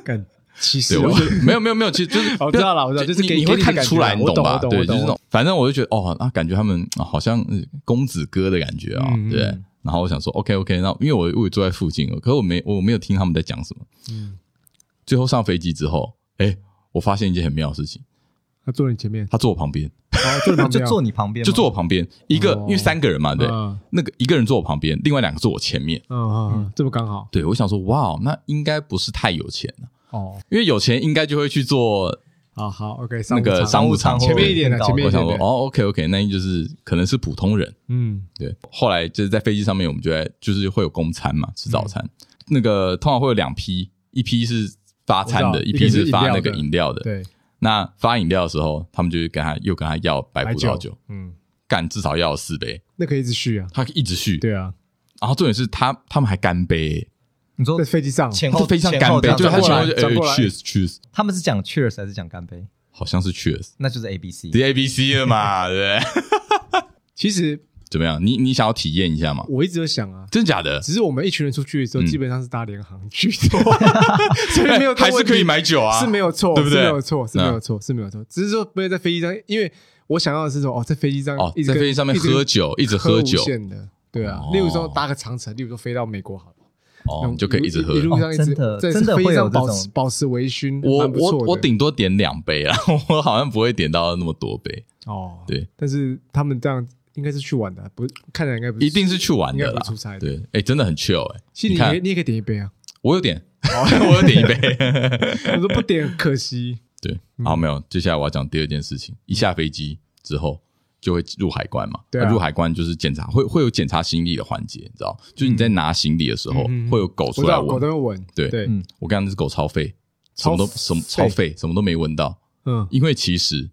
Speaker 1: 干歧视
Speaker 2: 对，我
Speaker 1: 我
Speaker 2: 就。觉得没有没有没有，其实就是
Speaker 1: 哦知道了我知道就是
Speaker 2: 你
Speaker 1: 给
Speaker 2: 你
Speaker 1: 给
Speaker 2: 会
Speaker 1: 你的
Speaker 2: 看
Speaker 1: 感觉
Speaker 2: 出来，
Speaker 1: 啊
Speaker 2: 你
Speaker 1: 我懂
Speaker 2: 吧？
Speaker 1: 我懂
Speaker 2: 对，
Speaker 1: 我
Speaker 2: 就是那
Speaker 1: 懂
Speaker 2: 种，反正我就觉得哦，啊，感觉他们啊好像呃公子哥的感觉啊，
Speaker 1: 嗯
Speaker 2: 对。然后我想说，OK OK，那因为我我也坐在附近，可是我没我没有听他们在讲什么。
Speaker 1: 嗯，
Speaker 2: 最后上飞机之后，哎，我发现一件很妙的事情，
Speaker 1: 他坐你前面，
Speaker 2: 他坐我旁边，
Speaker 1: 哦，坐你旁边
Speaker 3: 就
Speaker 1: 啊，
Speaker 3: 坐你旁边吗，
Speaker 2: 就坐我旁边，一个
Speaker 1: 哦
Speaker 2: 因为三个人嘛，对，
Speaker 1: 嗯
Speaker 2: 那个一个人坐我旁边，另外两个坐我前面。
Speaker 1: 嗯嗯嗯，这么刚好
Speaker 2: 对，我想说，哇，那应该不是太有钱了，
Speaker 1: 哦，
Speaker 2: 因为有钱应该就会去做
Speaker 1: 好好 OK，
Speaker 2: 那个
Speaker 1: 商
Speaker 2: 商
Speaker 1: 务舱
Speaker 2: 务舱。
Speaker 3: 舱
Speaker 1: 前面一点的，
Speaker 3: 我
Speaker 1: 前面
Speaker 2: 我
Speaker 1: 一
Speaker 2: 想说，
Speaker 1: 点的，
Speaker 2: 哦，OK OK，那就是可能是普通人。
Speaker 1: 嗯
Speaker 2: 对，后来就是在飞机上面，我们就在就是会有公餐嘛，吃
Speaker 1: 嗯
Speaker 2: 早餐。那个通常会有两批，一批是发餐
Speaker 1: 我知
Speaker 2: 的，
Speaker 1: 道
Speaker 2: 一批是发那
Speaker 1: 一个
Speaker 2: 个
Speaker 1: 是
Speaker 2: 饮料的。
Speaker 1: 对，
Speaker 2: 那发饮料的时候，他们就跟他又跟他要白葡萄酒，，
Speaker 1: 嗯，
Speaker 2: 干至少要四杯，
Speaker 1: 那可以一直续啊，
Speaker 2: 他一直续。
Speaker 1: 对啊，
Speaker 2: 然后重点是他他们还干杯，
Speaker 3: 你说
Speaker 1: 在飞机上，
Speaker 3: 前
Speaker 2: 他
Speaker 3: 后
Speaker 2: 是非常
Speaker 3: 前
Speaker 2: 干
Speaker 3: 后
Speaker 2: 杯，
Speaker 3: 这样
Speaker 2: 就是他前
Speaker 1: 转过
Speaker 2: 后
Speaker 1: 来
Speaker 2: 就
Speaker 1: 转过来
Speaker 2: cheers cheers，
Speaker 3: 他们是讲 cheers 还是讲干杯？
Speaker 2: 好像是 cheers，
Speaker 3: 那就是 A B C
Speaker 2: 直。接 A B C 了嘛，对 不对？
Speaker 1: 其实
Speaker 2: 怎么样？你你想要体验一下吗？
Speaker 1: 我一直有想啊，
Speaker 2: 真假的？
Speaker 1: 只是我们一群人出去的时候，
Speaker 2: 嗯
Speaker 1: 基本上是搭联航居 多，所以没有这个
Speaker 2: 还是
Speaker 1: 问题
Speaker 2: 可以买酒啊，
Speaker 1: 是没有错，
Speaker 2: 对不对嗯
Speaker 1: 是没有错，是没有错，是没有错，只是说没有在飞机上，因为我想要的是说，哦，在飞机上
Speaker 2: 哦
Speaker 1: 一，直
Speaker 2: 在
Speaker 1: 跟
Speaker 2: 飞机上面
Speaker 1: 一直
Speaker 2: 喝酒，一直喝酒
Speaker 1: 无，限的，对啊
Speaker 2: 哦，
Speaker 1: 例如说搭个长程，例如说飞到美国好了，那
Speaker 2: 哦
Speaker 1: 种，
Speaker 2: 就可以一直喝
Speaker 1: 一。路上一直
Speaker 3: 哦真的
Speaker 1: 在
Speaker 3: 真的
Speaker 1: 飞机
Speaker 3: 会
Speaker 1: 上
Speaker 3: 有这种
Speaker 1: 保持保持微醺，
Speaker 2: 我
Speaker 1: 蛮不
Speaker 2: 我
Speaker 1: 错的
Speaker 2: 我顶多点两杯啊， 我好像不会点到那么多杯，
Speaker 1: 哦，
Speaker 2: 对，
Speaker 1: 但是他们这样应该是去玩的，不看起来应该不是
Speaker 2: 一定是去玩
Speaker 1: 应该
Speaker 2: 的
Speaker 1: 不
Speaker 2: 啦
Speaker 1: 是。出差的，
Speaker 2: 对，哎，真的很 chill 哎、
Speaker 1: 其
Speaker 2: 你
Speaker 1: 实你也
Speaker 2: 看，
Speaker 1: 你也可以点一杯啊，
Speaker 2: 我有点， 我有点一 杯。
Speaker 1: 我说不点很可惜，
Speaker 2: 对，
Speaker 1: 嗯
Speaker 2: 好，没有。接下来我要讲第二件事情，一下飞机之后就会入海关嘛，
Speaker 1: 对啊
Speaker 2: 入海关就是检查，会会有检查行李的环节，你知道？就是你在拿行李的时候，
Speaker 1: 嗯嗯嗯嗯
Speaker 2: 会有狗
Speaker 1: 我
Speaker 2: 出
Speaker 1: 知
Speaker 2: 来
Speaker 1: 道狗
Speaker 2: 闻
Speaker 1: 都。会闻，
Speaker 2: 对
Speaker 1: 对，
Speaker 3: 嗯
Speaker 2: 我刚刚那只狗超废，什么都什么超
Speaker 1: 超废
Speaker 2: 废，什么都没闻到，
Speaker 1: 嗯，
Speaker 2: 因为其实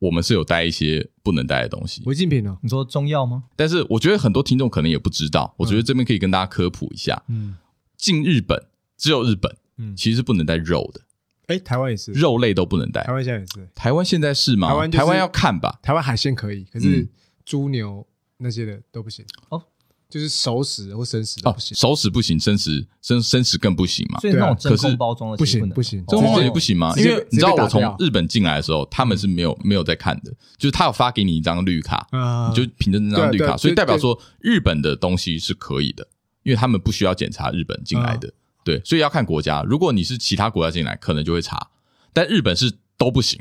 Speaker 2: 我们是有带一些不能带的东西。
Speaker 1: 违禁品哦，
Speaker 3: 你说中药吗？
Speaker 2: 但是我觉得很多听众可能也不知道，我觉得这边可以跟大家科普一下：
Speaker 1: 嗯
Speaker 2: 进日本只有日本
Speaker 1: 嗯，
Speaker 2: 其实是不能带肉的，
Speaker 1: 哎，台湾也是，
Speaker 2: 肉类都不能
Speaker 1: 台
Speaker 2: 带。
Speaker 1: 湾现在也是，
Speaker 2: 台湾现在是吗？
Speaker 1: 台湾就是
Speaker 2: 要看吧。
Speaker 1: 台湾海鲜可以，可是
Speaker 2: 嗯
Speaker 1: 猪牛那些的都不行
Speaker 3: 哦。
Speaker 1: 就是熟食或生食都
Speaker 2: 哦
Speaker 1: 不，行，
Speaker 2: 熟食不行，生食生生食更不行嘛。哦
Speaker 3: 所以那种
Speaker 2: 啊可
Speaker 3: 真
Speaker 2: 是
Speaker 3: 空包装的
Speaker 1: 不
Speaker 3: 其实
Speaker 1: 行
Speaker 3: 能
Speaker 1: 不行
Speaker 2: 这种
Speaker 1: 真空
Speaker 2: 东
Speaker 1: 包
Speaker 2: 西
Speaker 1: 装
Speaker 2: 不行吗？
Speaker 1: 直
Speaker 2: 因
Speaker 1: 接
Speaker 2: 为你知道
Speaker 1: 直接被
Speaker 2: 我
Speaker 1: 打
Speaker 2: 从
Speaker 1: 掉嗯
Speaker 2: 日本进来的时候，他们是没有没有在看的，就是他有发给你一张绿卡，
Speaker 1: 啊
Speaker 2: 你就凭着那张绿
Speaker 1: 对啊对
Speaker 2: 卡，
Speaker 1: 啊
Speaker 2: 所以
Speaker 1: 对
Speaker 2: 代表说日本的东西是可以的，因为他们不需要检查日本进来的。
Speaker 1: 啊
Speaker 2: 对，所以要看国家。如果你是其他国家进来，可能就会查，但日本是都不行。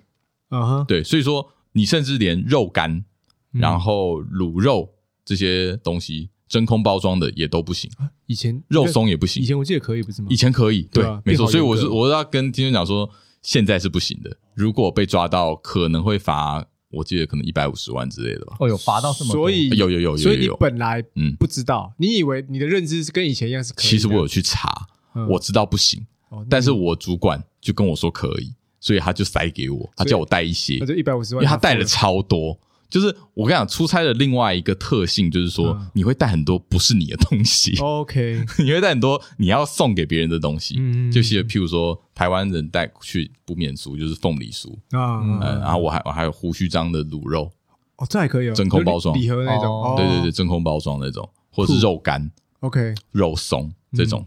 Speaker 1: 啊哈，
Speaker 2: 对，所以说你甚至连肉干、
Speaker 1: 嗯
Speaker 2: 然后卤肉这些东西真空包装的也都不行，
Speaker 1: 以前
Speaker 2: 肉，松也不
Speaker 1: 以
Speaker 2: 行。
Speaker 1: 前我记得可以不是吗
Speaker 2: 以？前可以，
Speaker 1: 对
Speaker 2: 对
Speaker 1: 啊，
Speaker 2: 没错。所以
Speaker 1: 变好
Speaker 2: 我
Speaker 1: 严格
Speaker 2: 是我是要跟听众讲说，现在是不行的。如果被抓到，可能会罚，我记得可能一百五十万之类的吧。
Speaker 3: 哦，有罚到这么多，
Speaker 1: 所以
Speaker 2: 哎有有有有
Speaker 1: 所以
Speaker 2: 有
Speaker 1: 你
Speaker 2: 有。
Speaker 1: 本来
Speaker 2: 嗯
Speaker 1: 不知道，你以为你的认知是跟以前一样是可以的。
Speaker 2: 其实我有去查，
Speaker 1: 嗯
Speaker 2: 我知道不行，
Speaker 1: 哦，
Speaker 2: 但是我主管就跟我说可以，所以他就塞给我，他叫我带一些，
Speaker 1: 那就一百五
Speaker 2: 因
Speaker 1: 十万，
Speaker 2: 为他带了超多。就是我跟你讲，出差的另外一个特性就是说，
Speaker 1: 嗯哦
Speaker 2: 你会带很多不是你的东西，
Speaker 1: OK，
Speaker 2: 你会带很多你要送给别人的东西。
Speaker 1: 嗯
Speaker 2: 就是譬如说，台湾人带去不免酥就是凤梨酥，
Speaker 1: 啊，
Speaker 2: 呃，然后我还我还有胡须章的卤肉，
Speaker 1: 哦，这还可以哦，
Speaker 2: 真空包装
Speaker 1: 礼礼盒那种，哦
Speaker 3: 哦
Speaker 2: 对对对，真空包装那种，或是肉干、
Speaker 1: ，OK，
Speaker 2: 肉松这种，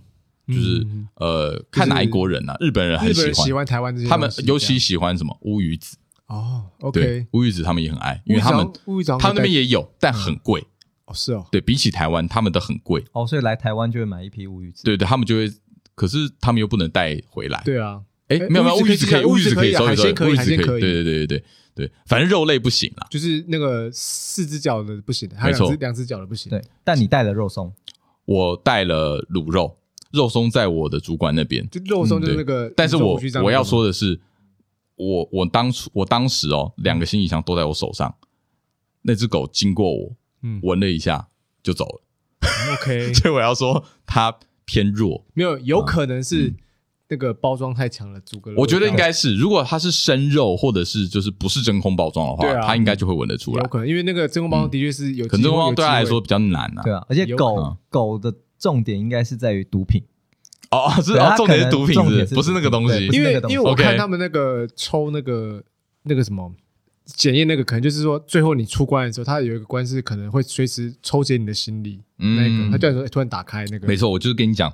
Speaker 2: 就是
Speaker 1: 嗯
Speaker 2: 呃，看哪一国人啊，日本人很
Speaker 1: 日本
Speaker 2: 喜
Speaker 1: 人喜
Speaker 2: 欢，
Speaker 1: 欢台湾这些
Speaker 2: 他们
Speaker 1: 东西，
Speaker 2: 尤
Speaker 1: 这
Speaker 2: 其
Speaker 1: 样
Speaker 2: 喜欢什么乌鱼子，
Speaker 1: 哦
Speaker 2: 对
Speaker 1: ，OK，，
Speaker 2: 乌鱼子他们也很爱，因为他们
Speaker 1: 乌鱼子好像
Speaker 2: 他们那边
Speaker 1: 也
Speaker 2: 也有，但很贵，
Speaker 1: 哦是哦，
Speaker 2: 对比起台湾，他们的很贵，
Speaker 3: 哦，所以来台湾就会买一批乌鱼子。
Speaker 2: 对对，他们就会，可是他们又不能带回来，
Speaker 1: 对啊，
Speaker 2: 哎，没有没有，
Speaker 1: 乌
Speaker 2: 乌
Speaker 1: 鱼
Speaker 2: 鱼子
Speaker 1: 子可
Speaker 2: 可
Speaker 1: 以
Speaker 2: 以，乌鱼子可以，
Speaker 1: 乌鱼子可以
Speaker 2: sorry，
Speaker 1: 海鲜
Speaker 2: sorry，
Speaker 1: 可以
Speaker 2: 乌鱼子
Speaker 1: 海鲜可
Speaker 2: 可
Speaker 1: 以
Speaker 2: 以，对对对对对对，反正肉类不行啦，
Speaker 1: 就是那个四只脚的不行，还有
Speaker 2: 没错
Speaker 1: 两只两只脚的不行，
Speaker 3: 对，但你带了肉松，
Speaker 2: 我带了卤肉，肉松在我的主管那边，
Speaker 1: 就肉松就是
Speaker 2: 嗯
Speaker 1: 那个，
Speaker 2: 但是
Speaker 1: 你说
Speaker 2: 我
Speaker 1: 胡须章
Speaker 2: 我
Speaker 1: 那
Speaker 2: 要
Speaker 1: 种
Speaker 2: 说的是，我我当初我当时哦，两个行李箱都在我手上，那只狗经过我，
Speaker 1: 嗯
Speaker 2: 闻了一下就走了，
Speaker 1: OK，
Speaker 2: 所以我要说它偏弱，
Speaker 1: 没有，有可能是那个包装太强了，阻隔了味
Speaker 2: 嗯
Speaker 1: 道。
Speaker 2: 我觉得应该是，如果它是生肉或者是就是不是真空包装的
Speaker 1: 对
Speaker 2: 话，
Speaker 1: 啊
Speaker 2: 它应该就会闻得出
Speaker 1: 有
Speaker 2: 来。
Speaker 1: 可能，因为那个真空包装的确是有机
Speaker 2: 可能
Speaker 1: 会，
Speaker 2: 真空包装对它来
Speaker 1: 有机会
Speaker 2: 说比较难啊
Speaker 3: 对。啊，而且
Speaker 1: 有可
Speaker 3: 狗
Speaker 2: 能
Speaker 3: 狗的重点应该是在于毒品，
Speaker 2: 哦，哦是
Speaker 3: 对
Speaker 2: 哦，
Speaker 3: 它
Speaker 2: 重点是
Speaker 3: 可能
Speaker 2: 毒品
Speaker 3: 重
Speaker 2: 是不
Speaker 3: 点
Speaker 2: 是
Speaker 3: 是
Speaker 2: 不是那个东
Speaker 3: 对
Speaker 2: 西
Speaker 3: 不是
Speaker 1: 因
Speaker 3: 那
Speaker 1: 为
Speaker 3: 个东西
Speaker 1: 因为我
Speaker 2: OK
Speaker 1: 看他们那个抽那个那个什么检验那个，可能就是说最后你出关的时候，它有一个关是可能会随时抽检你的行李，
Speaker 2: 嗯
Speaker 1: 那个他叫你说哎突然打开那个，
Speaker 2: 没错，我就是跟你讲，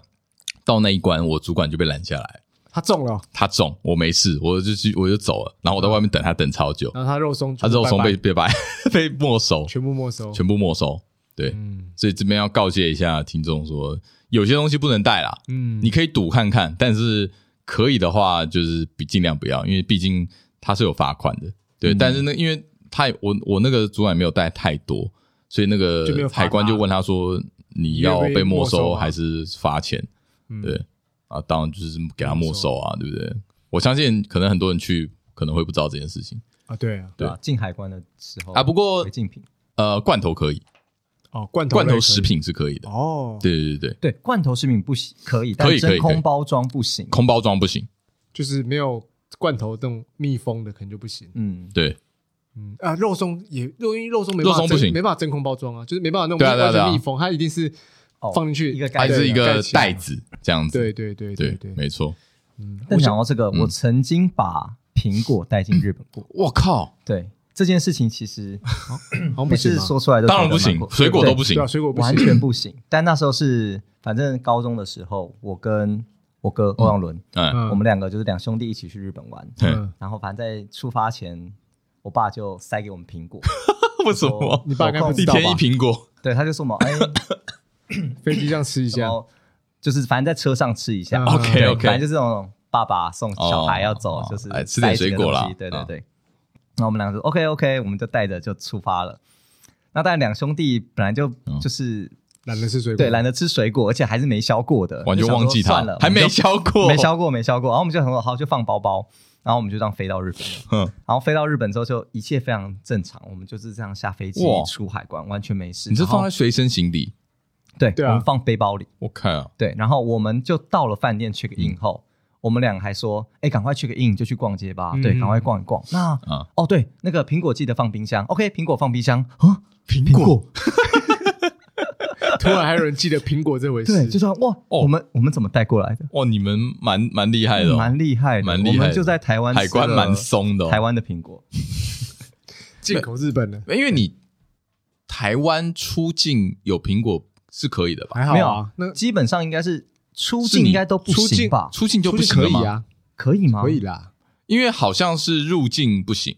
Speaker 2: 到那一关我主管就被拦下来，
Speaker 1: 他中了，
Speaker 2: 他中我没事，我就去我就走了，然后我在外面等他等超久，
Speaker 1: 然后他肉松
Speaker 2: 他
Speaker 1: 全部
Speaker 2: 肉松
Speaker 1: 嗯拜拜
Speaker 2: 被被白 被没收，
Speaker 1: 全部没收，
Speaker 2: 全部没收。对，
Speaker 1: 嗯
Speaker 2: 所以这边要告诫一下听众说，有些东西不能带啦，
Speaker 1: 嗯，
Speaker 2: 你可以赌看看，但是可以的话就是比尽量不要，因为毕竟它是有罚款的。
Speaker 1: 嗯
Speaker 2: 对，但是那因为太我我那个主管没有带太多，所以那
Speaker 1: 就没
Speaker 2: 个
Speaker 1: 有罚他
Speaker 2: 海关就问他说你要
Speaker 1: 你要被
Speaker 2: 被没
Speaker 1: 没收
Speaker 2: 收啊
Speaker 1: 吗
Speaker 2: 还是罚钱？
Speaker 1: 嗯
Speaker 2: 对啊，当然就是给他
Speaker 1: 没
Speaker 2: 没
Speaker 1: 收
Speaker 2: 收啊，对不对？我相信可能很多人去可能会不知道这件事情
Speaker 1: 啊对啊
Speaker 3: 对吧？进海关的时候
Speaker 2: 啊。不过
Speaker 3: 违禁品，
Speaker 2: 呃，罐头可以，
Speaker 1: 哦罐头
Speaker 2: 罐
Speaker 1: 类可
Speaker 2: 头
Speaker 1: 以
Speaker 2: 食品是可以的。
Speaker 1: 哦，
Speaker 2: 对对对对，
Speaker 3: 对，罐头食品不行，可以，但
Speaker 2: 可以可
Speaker 3: 真
Speaker 2: 以可
Speaker 3: 空
Speaker 2: 以
Speaker 3: 包装不行。
Speaker 2: 空包装不行。
Speaker 1: 就是没有罐头这种密封的可能就不行，
Speaker 3: 嗯，
Speaker 2: 对
Speaker 1: 嗯啊，肉松也肉，因为肉松没
Speaker 2: 肉
Speaker 1: 办法
Speaker 2: 松不
Speaker 1: 真
Speaker 2: 行
Speaker 1: 没办法真空包装啊，就是没办法弄
Speaker 2: 对啊对啊
Speaker 1: 完全
Speaker 2: 对啊
Speaker 1: 密封，它一定是
Speaker 3: 哦
Speaker 1: 放进去
Speaker 3: 一个盖
Speaker 2: 还
Speaker 3: 子
Speaker 2: 是一
Speaker 1: 哎盖
Speaker 2: 个
Speaker 1: 起来
Speaker 2: 袋子这样子。
Speaker 1: 对对对
Speaker 2: 对
Speaker 1: 对，
Speaker 2: 没错。
Speaker 3: 但讲到这个，
Speaker 2: 嗯
Speaker 3: 我曾经把苹果带进日本过。
Speaker 2: 我靠，
Speaker 3: 对 这件事情，其实
Speaker 1: 好像不
Speaker 3: 每
Speaker 1: 行
Speaker 3: 次
Speaker 1: 吗？
Speaker 3: 说出来都
Speaker 2: 当然
Speaker 3: 觉得
Speaker 2: 不行
Speaker 3: 蛮过，
Speaker 2: 水果都不行
Speaker 1: 对啊，。水果不
Speaker 3: 完
Speaker 1: 行，
Speaker 3: 全不行。但那时候是，反正高中的时候，我跟我哥欧阳伦，
Speaker 2: 嗯，
Speaker 1: 嗯
Speaker 3: 我们两个就是两兄弟一起去日本玩。
Speaker 2: 嘿
Speaker 1: 嗯，
Speaker 3: 然后反正在出发前，我爸就塞给我们苹果，
Speaker 2: 为什么？
Speaker 1: 你爸应该不
Speaker 2: 一
Speaker 1: 知道吧
Speaker 2: 天一苹果，
Speaker 3: 对，他就说嘛，哎，
Speaker 1: 飞机上吃一
Speaker 3: 然
Speaker 1: 下，
Speaker 3: 后就是反正在车上吃一下
Speaker 1: 嗯。
Speaker 2: OK
Speaker 3: 对
Speaker 2: OK，
Speaker 3: 反正就是那种爸爸送小孩要走，
Speaker 2: 哦
Speaker 3: 就是
Speaker 2: 哎吃点水果啦嗯
Speaker 3: 塞几个东西对对对。那、我们两个说 OK OK，我们就带着就出发了。那当然，两兄弟本来就、
Speaker 2: 嗯
Speaker 3: 就是
Speaker 1: 懒得吃水果，
Speaker 3: 对懒得吃水果，而且还是没削过的，
Speaker 2: 完全忘记
Speaker 3: 就想
Speaker 2: 它
Speaker 3: 说算了，
Speaker 2: 还
Speaker 3: 我
Speaker 2: 没
Speaker 3: 们就
Speaker 2: 削过，
Speaker 3: 没削过没削过。然后我们就很好，好就放包包，然后我们就这样飞到日本了。
Speaker 2: 嗯。
Speaker 3: 然后飞到日本之后，就一切非常正常，我们就是这样下飞机
Speaker 2: 哇
Speaker 3: 出海关，完全没事。
Speaker 2: 你是
Speaker 3: 然后
Speaker 2: 放在随身行李？
Speaker 3: 对，
Speaker 1: 对啊
Speaker 3: 我们放背包里。
Speaker 2: 我看啊，
Speaker 3: 对，然后我们就到了饭店 check
Speaker 2: 嗯
Speaker 3: in 后，我们俩还说，哎，赶快 check in 就去逛街吧，
Speaker 1: 嗯
Speaker 3: 对，赶快逛一逛。那、
Speaker 2: 啊
Speaker 3: 哦，对，那个苹果记得放冰箱，OK，苹果放冰箱啊，苹果，
Speaker 1: 突然还有人记得苹果这回
Speaker 3: 对，
Speaker 1: 事，
Speaker 3: 就说哇，我们我们怎么带过来的？
Speaker 2: 哇，你们蛮蛮厉害哦的哦，
Speaker 3: 嗯蛮厉害的，
Speaker 2: 蛮厉害的
Speaker 3: 我们就在台湾
Speaker 2: 海关
Speaker 3: 吃了
Speaker 2: 蛮松的哦
Speaker 3: 台湾的苹果，
Speaker 1: 进口日本的，
Speaker 2: 哎因为你台湾出境有苹果是可以的吧？
Speaker 1: 还好
Speaker 3: 没有
Speaker 1: 啊，那
Speaker 3: 基本上应该是出
Speaker 2: 是
Speaker 3: 境
Speaker 2: 你
Speaker 3: 应该都不
Speaker 1: 出
Speaker 3: 行
Speaker 1: 境
Speaker 3: 吧？嗯
Speaker 2: 出境就
Speaker 1: 出
Speaker 2: 不
Speaker 1: 去
Speaker 2: 行
Speaker 1: 可
Speaker 2: 了
Speaker 1: 以
Speaker 2: 吗？
Speaker 1: 啊，
Speaker 3: 可以吗？
Speaker 1: 可以啦，
Speaker 2: 因为好像是入境不行，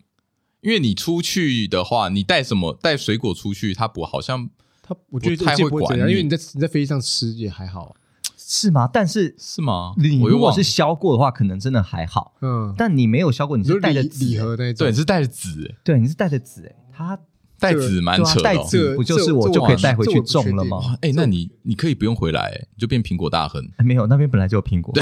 Speaker 2: 因为你出去的话，你带什么带水果出去，它不好像
Speaker 1: 他我觉得
Speaker 2: 不太
Speaker 1: 这
Speaker 2: 会
Speaker 1: 不会
Speaker 2: 管
Speaker 1: 怎样，
Speaker 2: 你
Speaker 1: 因为你在你在飞机上吃也还好啊，
Speaker 3: 是吗？但是
Speaker 2: 是吗？
Speaker 3: 你
Speaker 2: 我又
Speaker 3: 如果
Speaker 2: 忘
Speaker 3: 是
Speaker 2: 了，
Speaker 3: 削过的话，可能真的还好。
Speaker 1: 嗯，
Speaker 3: 但你没有削过，你
Speaker 1: 你说
Speaker 3: 是带
Speaker 1: 礼
Speaker 3: 着
Speaker 1: 礼
Speaker 3: 籽，
Speaker 1: 盒那一种，
Speaker 2: 对，是带着籽，欸
Speaker 3: 对，你是带着籽，哎，它
Speaker 2: 带
Speaker 1: 这个
Speaker 2: 籽蛮
Speaker 3: 对啊
Speaker 2: 扯的
Speaker 3: 带
Speaker 2: 哦。
Speaker 1: 这个
Speaker 3: 不就是
Speaker 1: 这
Speaker 3: 我
Speaker 1: 这
Speaker 3: 就可以
Speaker 1: 不
Speaker 3: 带回
Speaker 1: 这
Speaker 3: 去
Speaker 1: 我不
Speaker 3: 种
Speaker 1: 确定
Speaker 3: 了
Speaker 1: 哦
Speaker 3: 吗
Speaker 2: 哇哎，那你你可以不用回来，欸你就变苹果大亨，
Speaker 3: 哎没有，那边本来就有苹 果。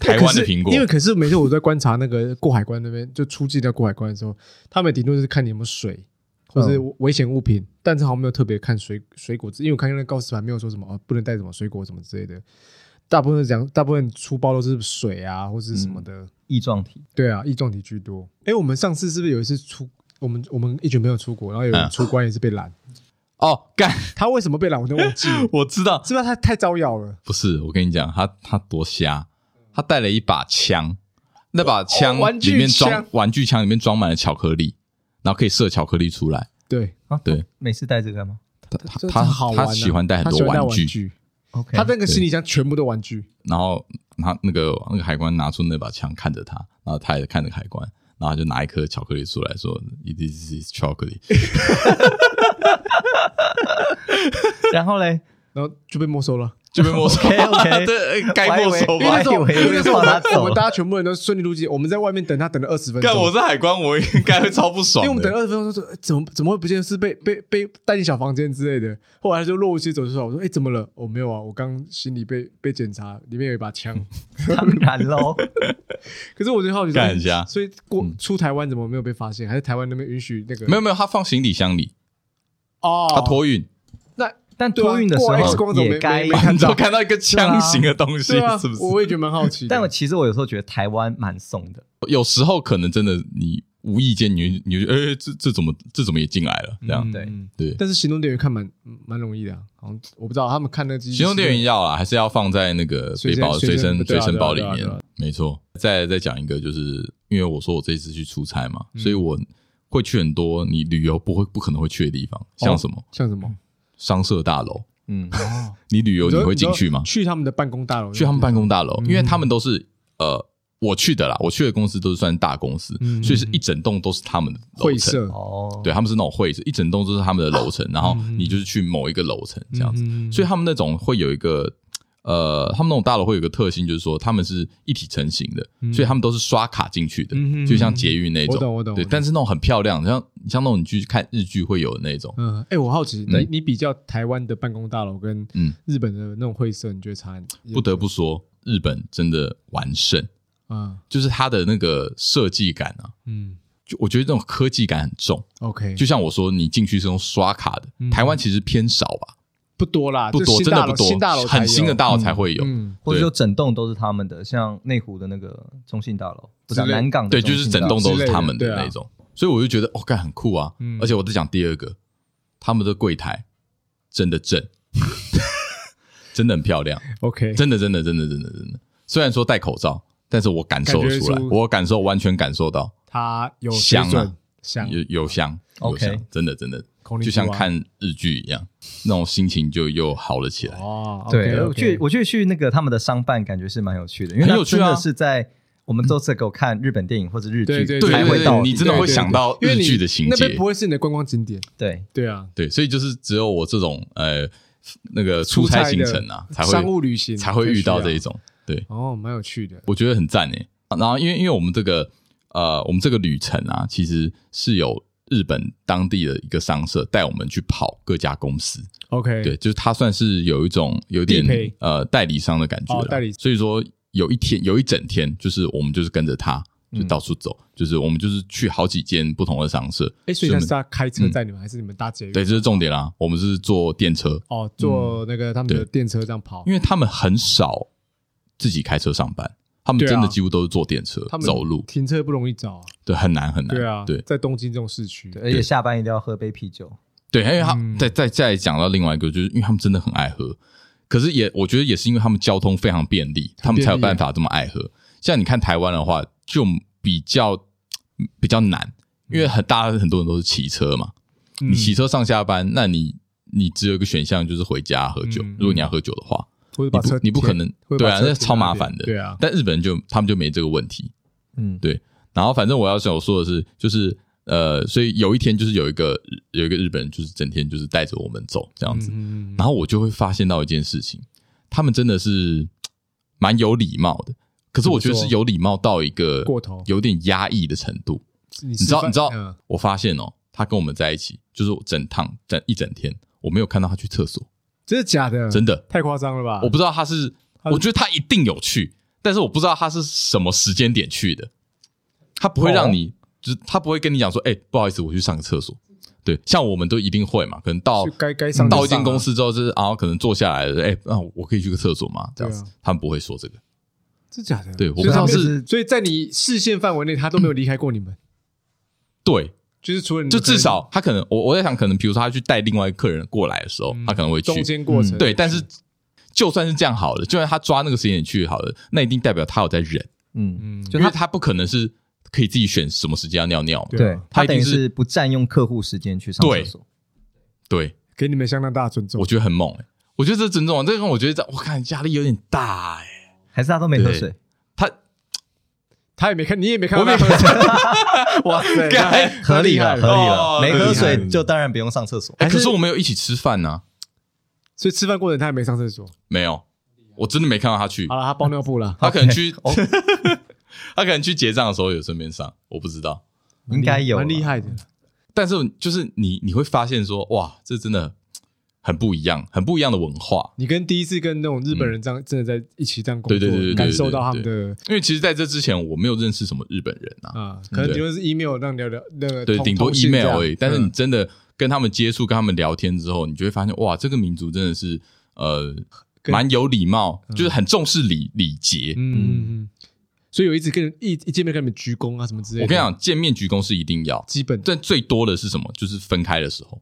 Speaker 2: 台湾的苹果
Speaker 1: 因。为可是每次我在观察那个过海关那边，就出境在过海关的时候，他们顶多是看你有没有水或者是
Speaker 3: 嗯
Speaker 1: 危险物品，但是好像没有特别看水水果之，因为我看那个告示牌没有说什么哦不能带什么水果什么之类的，大部分是讲大部分出包都是水啊或是什么的，
Speaker 3: 异状体，
Speaker 1: 对啊，异状体居多。哎，我们上次是不是有一次出我们我们一群朋友出国，然后有人
Speaker 2: 嗯
Speaker 1: 出关也是被拦，
Speaker 2: 哦，干，
Speaker 1: 他为什么被拦我都忘 记了，
Speaker 2: 我知道，
Speaker 1: 是不是他太招摇了？
Speaker 2: 不是，我跟你讲，他他多瞎，他带了一把枪，那把枪
Speaker 1: 哦玩具
Speaker 2: 里面装、
Speaker 1: 枪
Speaker 2: 玩具枪里面装满了巧克力，然后可以射巧克力出来。
Speaker 1: 对，
Speaker 3: 啊，
Speaker 2: 对，
Speaker 3: 每次带这个吗
Speaker 2: 他
Speaker 1: 这
Speaker 2: 他
Speaker 1: 这
Speaker 2: 他
Speaker 1: 好玩啊
Speaker 2: 他喜欢带很多
Speaker 1: 他喜欢带
Speaker 2: 玩具，
Speaker 1: 玩具，
Speaker 3: ？OK，
Speaker 1: 他那个行李箱全部都玩具。
Speaker 2: 然后他那个那个海关拿出那把枪看着他，然后他也看着海关，然后他就拿一颗巧克力出来说：“It is is chocolate。
Speaker 3: 然后 嘞
Speaker 1: 然后就被没收了。”
Speaker 2: 就被没收
Speaker 3: OK，OK
Speaker 2: 对，该没收
Speaker 1: 因
Speaker 3: 我
Speaker 1: 为
Speaker 2: 吧
Speaker 1: 那时候，
Speaker 3: 我
Speaker 1: 因
Speaker 3: 还以为
Speaker 1: 为那时候我
Speaker 3: 放他
Speaker 1: 们
Speaker 3: 走了
Speaker 1: 我们大家全部人都顺利入境，我们在外面等他等了二十分钟
Speaker 2: 干，。我是海关，我应该会超不
Speaker 1: 因
Speaker 2: 爽
Speaker 1: 为
Speaker 2: 的。
Speaker 1: 我们等了二十分钟，说哎怎么怎么会不见？是被被被带进小房间之类的。后来他就若无其事走出来，我说：“哎，怎么了？”我没有啊，我刚行李被被检查，里面有一把枪。
Speaker 3: 当然喽，
Speaker 1: 啊可是我就好奇，
Speaker 2: 干一下嗯
Speaker 1: 所以过出台湾怎么没有被发现？还是台湾那边允许那个
Speaker 2: 没有没有，他放行李箱里，
Speaker 1: 哦？
Speaker 2: 他托运，
Speaker 3: 但
Speaker 1: 对啊
Speaker 3: 托运的时
Speaker 1: 过 X 光
Speaker 3: 候
Speaker 1: 怎么没
Speaker 3: 也该
Speaker 1: 没没看
Speaker 2: 你
Speaker 1: 到
Speaker 2: 就看到一个枪型的东西
Speaker 1: 对啊，，
Speaker 2: 是不是？
Speaker 1: 我也觉得蛮好奇的。
Speaker 3: 但我其实我有时候觉得台湾蛮松的，
Speaker 2: 有时候可能真的你无意间你就你就哎、这这怎么这怎么也进来了这样、
Speaker 3: 嗯对
Speaker 2: 对。啊
Speaker 1: 但是行动电源看蛮蛮容易的啊，好像我不知道他们看那机
Speaker 2: 行动电源要啦，还是要放在那个背包
Speaker 1: 随
Speaker 2: 随
Speaker 1: 身
Speaker 2: 身随
Speaker 1: 对啊
Speaker 2: 身包里
Speaker 1: 对啊对啊
Speaker 2: 面
Speaker 1: 对啊，
Speaker 2: 没错。再再讲一个，就是因为我说我这一次去出差嘛，
Speaker 1: 嗯
Speaker 2: 所以我会去很多你旅游不会不可能会去的地
Speaker 1: 哦
Speaker 2: 方，像什么
Speaker 1: 像什么？
Speaker 2: 商社大楼，
Speaker 3: 嗯，
Speaker 2: 你旅游你
Speaker 1: 说
Speaker 2: 会进
Speaker 1: 说
Speaker 2: 去吗？
Speaker 1: 去他们的办公大楼，
Speaker 2: 去他们办公大楼，
Speaker 1: 嗯
Speaker 2: 因为他们都是呃我去的啦，我去的公司都是算大公司，
Speaker 1: 嗯
Speaker 2: 所以是一整栋都是他们的楼
Speaker 1: 会
Speaker 2: 层。
Speaker 1: 社
Speaker 3: 哦，
Speaker 2: 对，他们是那种会，是一整栋都是他们的楼层，然后你就是去某一个楼层这样子，
Speaker 1: 嗯
Speaker 2: 所以他们那种会有一个。呃，他们那种大楼会有一个特性，就是说他们是一体成型的，所以他们都是刷卡进去的，
Speaker 1: 嗯
Speaker 2: 就像捷运那种。
Speaker 1: 我懂我懂
Speaker 2: 对，
Speaker 1: 我懂
Speaker 2: 但是那种很漂亮，像像那种你去看日剧会有的那种，
Speaker 1: 嗯，哎、我好奇，
Speaker 2: 对
Speaker 1: 你你比较台湾的办公大楼跟
Speaker 2: 嗯
Speaker 1: 日本的那种会社，你觉得差很？
Speaker 2: 不得不说，日本真的完胜，
Speaker 1: 啊，
Speaker 2: 就是它的那个设计感啊，
Speaker 1: 嗯
Speaker 2: 就我觉得这种科技感很重。
Speaker 1: ，OK，
Speaker 2: 就像我说，你进去是用刷卡的，
Speaker 1: 嗯
Speaker 2: 台湾其实偏少吧，
Speaker 1: 不多啦，
Speaker 2: 不
Speaker 1: 就
Speaker 2: 多，
Speaker 1: 新
Speaker 2: 真
Speaker 1: 大
Speaker 2: 的
Speaker 1: 楼
Speaker 2: 不多，
Speaker 1: 新大楼才有
Speaker 2: 很新的大楼才会有。
Speaker 1: 嗯，
Speaker 3: 或
Speaker 2: 对
Speaker 3: 者就整栋都是他们的，像内湖的那个中信大楼，不是啊
Speaker 1: 之类
Speaker 3: 南港的
Speaker 2: 对，
Speaker 3: 中
Speaker 2: 就
Speaker 3: 信
Speaker 2: 是
Speaker 3: 大
Speaker 2: 整
Speaker 3: 楼
Speaker 2: 栋都
Speaker 1: 之
Speaker 2: 是
Speaker 1: 类的
Speaker 2: 他们
Speaker 1: 对
Speaker 2: 的
Speaker 1: 啊
Speaker 2: 那种，所以我就觉得哦，干很酷啊！
Speaker 1: 嗯
Speaker 2: 而且我在讲第二个，他们的柜台真的正， 真的很漂亮，
Speaker 1: ，OK，
Speaker 2: 真的真的真的真的真的。虽然说戴口罩，但是我感受得出来
Speaker 1: 感觉，出
Speaker 2: 我感受完全感受到
Speaker 1: 它有
Speaker 2: 香啊
Speaker 1: 水准，香，
Speaker 2: 有有香有
Speaker 3: OK
Speaker 2: 香，真的真的
Speaker 1: 孔，令
Speaker 2: 就像
Speaker 1: 珠啊
Speaker 2: 看日剧一样，那种心情就又好了起来。
Speaker 1: 哦，
Speaker 3: 对，我去
Speaker 1: OK，OK
Speaker 3: 我去去那个他们的商办，感觉是蛮有趣的，因为
Speaker 2: 很
Speaker 3: 它
Speaker 2: 有趣
Speaker 3: 真
Speaker 2: 啊
Speaker 3: 的是在我们都是给我看日本电影或者日
Speaker 1: 对
Speaker 3: 剧
Speaker 1: 对
Speaker 2: 对
Speaker 3: 才
Speaker 2: 对
Speaker 3: 会到
Speaker 2: 对，
Speaker 3: 的
Speaker 2: 你
Speaker 3: 地
Speaker 2: 真的
Speaker 3: 方
Speaker 2: 会想到
Speaker 1: 因为
Speaker 2: 日
Speaker 1: 你
Speaker 2: 剧的情
Speaker 1: 那
Speaker 2: 节
Speaker 1: 边不，会是你的观光景点，
Speaker 3: 对
Speaker 1: 对啊，
Speaker 2: 对，所以就是只有我这种呃那个出差
Speaker 1: 差
Speaker 2: 行
Speaker 1: 的
Speaker 2: 程啊，才
Speaker 1: 商务
Speaker 2: 会
Speaker 1: 旅行
Speaker 2: 才会遇到这一
Speaker 1: 种，
Speaker 2: 种，对
Speaker 1: 哦，蛮有趣的，
Speaker 2: 我觉得很赞诶。然后因为因为我们这个呃我们这个旅程啊，其实是有日本当地的一个商社带我们去跑各家公司，
Speaker 1: OK，
Speaker 2: 对，就是他算是有一种有点
Speaker 1: 地陪
Speaker 2: 呃代理商的感觉啦、
Speaker 1: 哦代理
Speaker 2: 所以说有一天有一整天，就是我们就是跟着他就
Speaker 1: 嗯
Speaker 2: 到处走，就是我们就是去好几间不同的商社，
Speaker 1: 哎，所
Speaker 2: 是
Speaker 1: 以他
Speaker 2: 我
Speaker 1: 是
Speaker 2: 们
Speaker 1: 他开车载你们，还是你们搭捷运？
Speaker 2: 对，这是重点啦、我们是坐电车，
Speaker 1: 哦，坐那个他们
Speaker 2: 对
Speaker 1: 的电车这样跑
Speaker 2: 因，为他们很少自己开车上班，他们
Speaker 1: 对啊
Speaker 2: 真的几乎都是坐电车、
Speaker 1: 他们
Speaker 2: 走路，
Speaker 1: 停车不容易找啊，
Speaker 2: 对，很难很难。
Speaker 1: 对啊，
Speaker 2: 对
Speaker 1: 在东京这种市区，
Speaker 3: 对，而且下班一定要喝杯啤酒，
Speaker 2: 对，因为他、
Speaker 1: 嗯
Speaker 2: 再再再讲到另外一个，就是因为他们真的很爱喝，可是也我觉得也是因为他们交通非常便利，他们才有办法这么爱喝。像你看台湾的话，就比较比较难，因为很大很多人都是骑车嘛，
Speaker 1: 嗯
Speaker 2: 你骑车上下班，那你你只有一个选项就是回家喝酒，
Speaker 1: 嗯
Speaker 2: 如果你要喝酒的话。
Speaker 1: 或
Speaker 2: 你
Speaker 1: 者把车
Speaker 2: 不你不可能
Speaker 1: 或者
Speaker 2: 对
Speaker 1: 把
Speaker 2: 啊，
Speaker 1: 车
Speaker 2: 那
Speaker 1: 停
Speaker 2: 超
Speaker 1: 那
Speaker 2: 麻
Speaker 1: 边
Speaker 2: 烦的。
Speaker 1: 对啊，
Speaker 2: 但日本人就他们就没这个问题。
Speaker 3: 嗯，
Speaker 2: 对然后反正我要想说的是，就是呃，所以有一天就是有一个有一个日本人，就是整天就是带着我们走这样子。
Speaker 1: 嗯，
Speaker 2: 然后我就会发现到一件事情，他们真的是蛮有礼貌的。可是我觉得是有礼貌到一个
Speaker 1: 过头嗯
Speaker 2: 有点压抑的程度。
Speaker 1: 你
Speaker 2: 你
Speaker 1: 知
Speaker 2: 知道，你知道，我发现哦，他跟我们在一起，就是我整趟整一整天，我没有看到他去厕所，
Speaker 1: 真的假的？
Speaker 2: 真的，
Speaker 1: 太夸张了吧？
Speaker 2: 我不知道他是，
Speaker 1: 他是
Speaker 2: 我觉得他一定有去，但是我不知道他是什么时间点去的，他不会
Speaker 1: 哦
Speaker 2: 让你，就是他不会跟你讲说，哎、不好意思，我去上个厕所。对，像我们都一定会嘛，可能到
Speaker 1: 就该该上就上啊
Speaker 2: 到一间公司之后，就是啊，可能坐下来了，哎、那、我可以去个厕所吗？这样子，
Speaker 1: 对啊
Speaker 2: 他们不会说这个。
Speaker 1: 真假的？
Speaker 2: 对我不
Speaker 1: 所以
Speaker 2: 知道
Speaker 1: 他没有
Speaker 2: 是
Speaker 1: 所以在你视线范围内，他都没有离开过你们，
Speaker 2: 对，
Speaker 1: 就是除了你们
Speaker 2: 就至少他可能，我我在想，可能比如说他去带另外一个客人过来的时候，
Speaker 1: 嗯
Speaker 2: 他可能会去
Speaker 1: 中。间过程
Speaker 2: 对，但是就算是这样好了，就算他抓那个时间点去好了，那一定代表他有在忍，
Speaker 3: 嗯，
Speaker 1: 嗯，
Speaker 3: 就
Speaker 2: 因为
Speaker 3: 他
Speaker 2: 他不可能是可以自己选什么时间要尿尿嘛。
Speaker 1: 对啊
Speaker 3: 对他等
Speaker 2: 他
Speaker 3: 于
Speaker 2: 一定是
Speaker 3: 是不占用客户时间去上厕所，
Speaker 2: 对，
Speaker 1: 给你们相当大的尊重
Speaker 2: 我。觉得很猛、欸，我觉得这尊重，这个我觉得这我看压力有点大哎、
Speaker 3: 还是他都没喝水？
Speaker 2: 他
Speaker 1: 他也没看，你也没看到
Speaker 2: 我没
Speaker 1: 他， 啊哇 塞，
Speaker 2: 干
Speaker 3: 合理了，
Speaker 1: 了，
Speaker 3: 合
Speaker 1: 了。
Speaker 3: 理
Speaker 2: 哦
Speaker 3: 了，没喝
Speaker 1: 厉害
Speaker 3: 水
Speaker 1: 了
Speaker 3: 就当然不用上厕所。
Speaker 2: 哎、
Speaker 1: 还是
Speaker 2: 可是我们有一起吃饭呢、
Speaker 1: 所以吃饭过程他也没上厕所。
Speaker 2: 没有，我真的没看到他去
Speaker 1: 好。了，他包尿布了，
Speaker 2: 他可能去，
Speaker 3: 哦
Speaker 2: 他可能去结账的时候有顺便上，我不知道。
Speaker 3: 应该有啊
Speaker 1: 蛮厉
Speaker 3: 啦
Speaker 1: 害的。
Speaker 2: 但是就是你你会发现说，哇，这真的很不一样，很不一样的文化。
Speaker 1: 你跟第一次跟那种日本人这样真的在一起这样工作，
Speaker 2: 对对对对对
Speaker 1: 感受到他们的
Speaker 2: 因为其实在这之前我没有认识什么日本人啊，
Speaker 1: 啊，可能
Speaker 2: 对
Speaker 1: 顶多是 email 让聊聊那个
Speaker 2: 对，
Speaker 1: 通
Speaker 2: 顶多
Speaker 1: 通信这
Speaker 2: email
Speaker 1: 样
Speaker 2: 而已。但是你
Speaker 1: 嗯
Speaker 2: 真的跟他们接触、跟他们聊天之后，你就会发现，哇，这个民族真的是呃
Speaker 1: 跟
Speaker 2: 蛮有礼貌，就是很重视礼礼节。
Speaker 1: 嗯嗯嗯，所以有一次跟人一一见面跟你们鞠躬啊什么之类的，
Speaker 2: 我跟你，讲，见面鞠躬是一定要，
Speaker 1: 基本
Speaker 2: 但最多的是什么？就是分开的时候。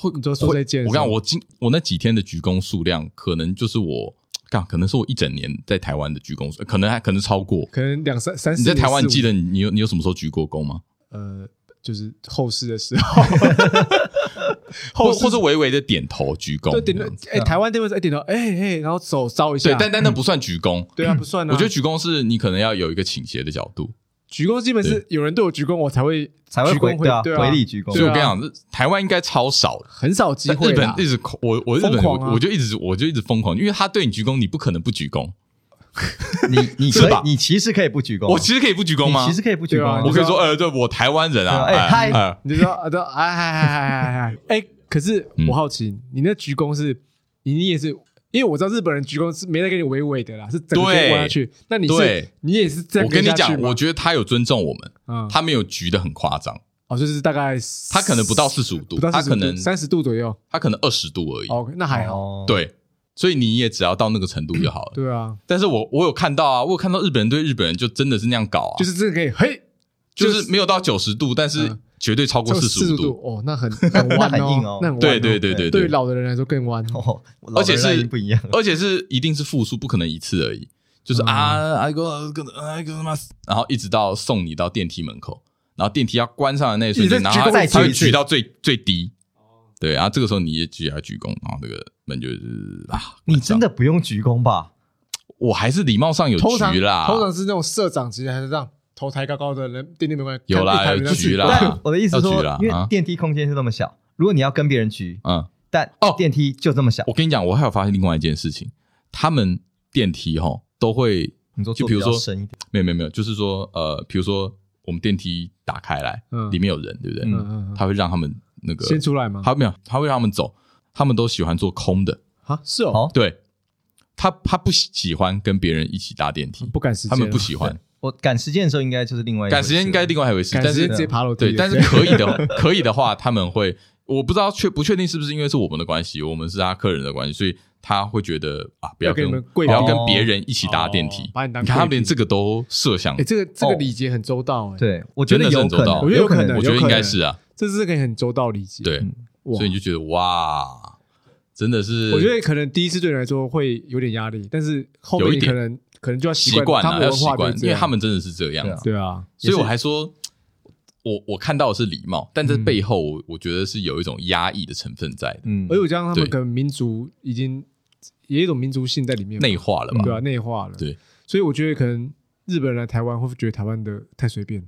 Speaker 1: 会你都说再见的
Speaker 2: 我
Speaker 1: 时候。
Speaker 2: 看我今我那几天的鞠躬数量，可能就是我干，可能是我一整年在台湾的鞠躬数，可能还可能超过。
Speaker 1: 可能两三三四
Speaker 2: 你在台湾
Speaker 1: 年
Speaker 2: 你记
Speaker 1: 四五
Speaker 2: 得你你有你有什么时候鞠过躬吗？
Speaker 1: 呃，就是后世的时候，
Speaker 2: 或
Speaker 1: 后世
Speaker 2: 或者微微的点头鞠躬
Speaker 1: 对
Speaker 2: 这
Speaker 1: 点头
Speaker 2: 样子？，
Speaker 1: 哎，台湾这边是哎点头，哎哎，然后手招一下，嗯
Speaker 2: 对，但但那不算鞠躬。
Speaker 1: 对啊不算啊，
Speaker 2: 我觉得鞠躬是你可能要有一个倾斜的角度，
Speaker 1: 鞠躬基本是有人对我鞠躬，我才会
Speaker 3: 才会
Speaker 1: 鞠
Speaker 3: 回
Speaker 1: 躬
Speaker 3: 对啊，
Speaker 1: 对
Speaker 3: 回礼鞠
Speaker 2: 所以
Speaker 3: 躬
Speaker 1: 对啊。
Speaker 2: 我跟你讲，这台湾应该超少的。
Speaker 1: 很少机
Speaker 2: 但
Speaker 1: 会啊
Speaker 2: 日
Speaker 1: 啦
Speaker 2: 本一直恐我我日本
Speaker 1: 疯狂啊
Speaker 2: 我就一直我就一直疯狂，因为他对你鞠躬，你不可能不鞠躬。
Speaker 3: 你你
Speaker 2: 是
Speaker 3: 可以
Speaker 2: 吧，
Speaker 3: 你其实可以不鞠躬，啊
Speaker 2: 我其实可以不鞠躬
Speaker 3: 你
Speaker 2: 吗？
Speaker 3: 其实可以不鞠躬啊，
Speaker 2: 我
Speaker 1: 对啊
Speaker 2: 可以说，呃，对我台湾人啊，
Speaker 3: 对啊哎嗨
Speaker 2: 呃
Speaker 1: 你知道啊，都哎哎哎哎哎哎！可是
Speaker 2: 嗯
Speaker 1: 我好奇，你那鞠躬是，你你也是，因为我知道日本人鞠躬是没在给你娓娓的啦，是整个
Speaker 2: 对
Speaker 1: 弯下去。那你是
Speaker 2: 对
Speaker 1: 你也是这样
Speaker 2: 我跟你
Speaker 1: 下去
Speaker 2: 讲，
Speaker 1: 吗
Speaker 2: 我觉得他有尊重我们，
Speaker 1: 嗯，
Speaker 2: 他没有局的很夸张，
Speaker 1: 哦，就是大概
Speaker 2: 他可能不到45度
Speaker 1: 不到
Speaker 2: 他
Speaker 1: 40
Speaker 2: 可能
Speaker 1: 三十度左右。
Speaker 2: 他可能二十度而已。
Speaker 1: 哦，那还好。
Speaker 3: 哦，
Speaker 2: 对，所以你也只要到那个程度就好了。
Speaker 1: 对啊，
Speaker 2: 但是我我有看到啊，我有看到日本人对日本人就真的是那样搞啊，
Speaker 1: 就是这个可以，嘿，
Speaker 2: 就是没有到九十度，但是
Speaker 1: 嗯
Speaker 2: 绝对超过四
Speaker 1: 四
Speaker 2: 十
Speaker 1: 十
Speaker 2: 五
Speaker 1: 度。哦，那很很
Speaker 3: 那
Speaker 1: 弯
Speaker 3: 很硬
Speaker 1: 哦
Speaker 3: 哦，
Speaker 1: 那很弯。
Speaker 2: 对对，对对
Speaker 1: 对于，老的人来说更弯。
Speaker 3: 哦，老
Speaker 2: 而且
Speaker 3: 人那已
Speaker 2: 是
Speaker 3: 经不一样 了，
Speaker 2: 而且是一定是复数，不可能一次而已。就是
Speaker 1: 嗯
Speaker 2: 啊，啊个个啊个什么，然后一直到送你到电梯门口，然后电梯要关上的那一瞬间，
Speaker 1: 你
Speaker 2: 然
Speaker 1: 再
Speaker 2: 后
Speaker 1: 鞠
Speaker 2: 他
Speaker 1: 躬
Speaker 3: 再
Speaker 2: 他会
Speaker 3: 鞠一次
Speaker 2: 举到最最低。对，然后这个时候你也举要鞠躬，然后这个门就是啊，
Speaker 3: 你真的不用鞠躬吧？
Speaker 2: 我还是礼貌上有
Speaker 1: 通常
Speaker 2: 局啦，
Speaker 1: 通常是那种社长级的，还是让头抬高高的人，电梯没关系。
Speaker 2: 有啦
Speaker 1: 看一排
Speaker 2: 有
Speaker 1: 人
Speaker 2: 局啦
Speaker 1: 在鞠躬
Speaker 3: 但我的意思
Speaker 2: 要举
Speaker 3: 说
Speaker 2: 啦，
Speaker 3: 因
Speaker 2: 啊
Speaker 3: 为电梯空间是那么小，如果你要跟别人鞠，
Speaker 2: 嗯，
Speaker 3: 但
Speaker 2: 哦
Speaker 3: 电梯就这么小
Speaker 2: 我，跟你讲，我还有发现另外一件事情，他们电梯哈都会
Speaker 3: 你说
Speaker 2: 就
Speaker 3: 坐
Speaker 2: 比如说
Speaker 3: 比较深一点，
Speaker 2: 没有没有没有，就是说呃，比如说我们电梯打开来，
Speaker 1: 嗯
Speaker 2: 里面有人，对不对？
Speaker 1: 嗯嗯嗯
Speaker 2: 他会让他们那个
Speaker 1: 先出来吗？
Speaker 2: 他没有，他会让他们走，他们都喜欢坐空的。
Speaker 1: 啊，是哦，
Speaker 3: 好，
Speaker 2: 对他，他不喜喜欢跟别人一起搭电梯，
Speaker 1: 不赶时间
Speaker 2: 他
Speaker 1: 啊，
Speaker 2: 们不喜欢。
Speaker 3: 我赶时间的时候应该就是另外一
Speaker 2: 赶
Speaker 3: 回
Speaker 2: 时间
Speaker 3: 事
Speaker 2: 应该
Speaker 3: 了
Speaker 2: 另外一回事，
Speaker 1: 赶
Speaker 2: 但
Speaker 1: 时间
Speaker 2: 是
Speaker 1: 直接爬楼梯
Speaker 2: 对，
Speaker 1: 了。
Speaker 2: 但是可以的，可以的话，他们会，我不知道确不确定是不是因为是我们的关系，我们是他客人的关系，所以他会觉得啊，不
Speaker 1: 要跟
Speaker 2: 跟
Speaker 1: 你们贵
Speaker 2: 不要
Speaker 1: 宾
Speaker 2: 跟别人一起搭电
Speaker 1: 哦
Speaker 2: 梯，
Speaker 1: 把你当
Speaker 2: 看他们
Speaker 1: 贵宾
Speaker 2: 连这个都设想
Speaker 1: 哎，，这个这个
Speaker 3: 哦
Speaker 1: 礼节很周到哎，，
Speaker 3: 对，我觉得
Speaker 2: 真的是
Speaker 3: 有
Speaker 2: 很
Speaker 3: 可
Speaker 2: 周到
Speaker 3: 能，
Speaker 1: 我觉得有可能嗯
Speaker 2: 我觉得应该是啊，
Speaker 1: 这是个很周到礼节。
Speaker 2: 对，
Speaker 1: 哇，
Speaker 2: 所以你就觉得哇，真的是，
Speaker 1: 我觉得可能第一次对你来说会有点压力，但是后面
Speaker 2: 有一
Speaker 1: 你
Speaker 2: 点
Speaker 1: 可能可能就要
Speaker 2: 习
Speaker 1: 惯
Speaker 2: 惯
Speaker 1: 他
Speaker 2: 了，
Speaker 1: 们
Speaker 2: 要
Speaker 1: 文
Speaker 2: 习
Speaker 1: 化
Speaker 2: 惯
Speaker 1: 就，是这
Speaker 2: 因为
Speaker 1: 样
Speaker 2: 他们真的是这样
Speaker 3: 对啊
Speaker 2: 子。
Speaker 1: 对啊，
Speaker 2: 所以我
Speaker 1: 也是嗯
Speaker 2: 还说，我我看到的是礼貌，但这背后我我觉得是有一种压抑的成分在的，
Speaker 3: 嗯
Speaker 1: 而，且我加上他们
Speaker 2: 对
Speaker 1: 可能民族已经也有一种民族性在里面吧，
Speaker 2: 内化了吧？
Speaker 1: 对啊内化了，
Speaker 2: 对，
Speaker 1: 所以我觉得可能日本人来台湾会不会觉得台湾的太随便了，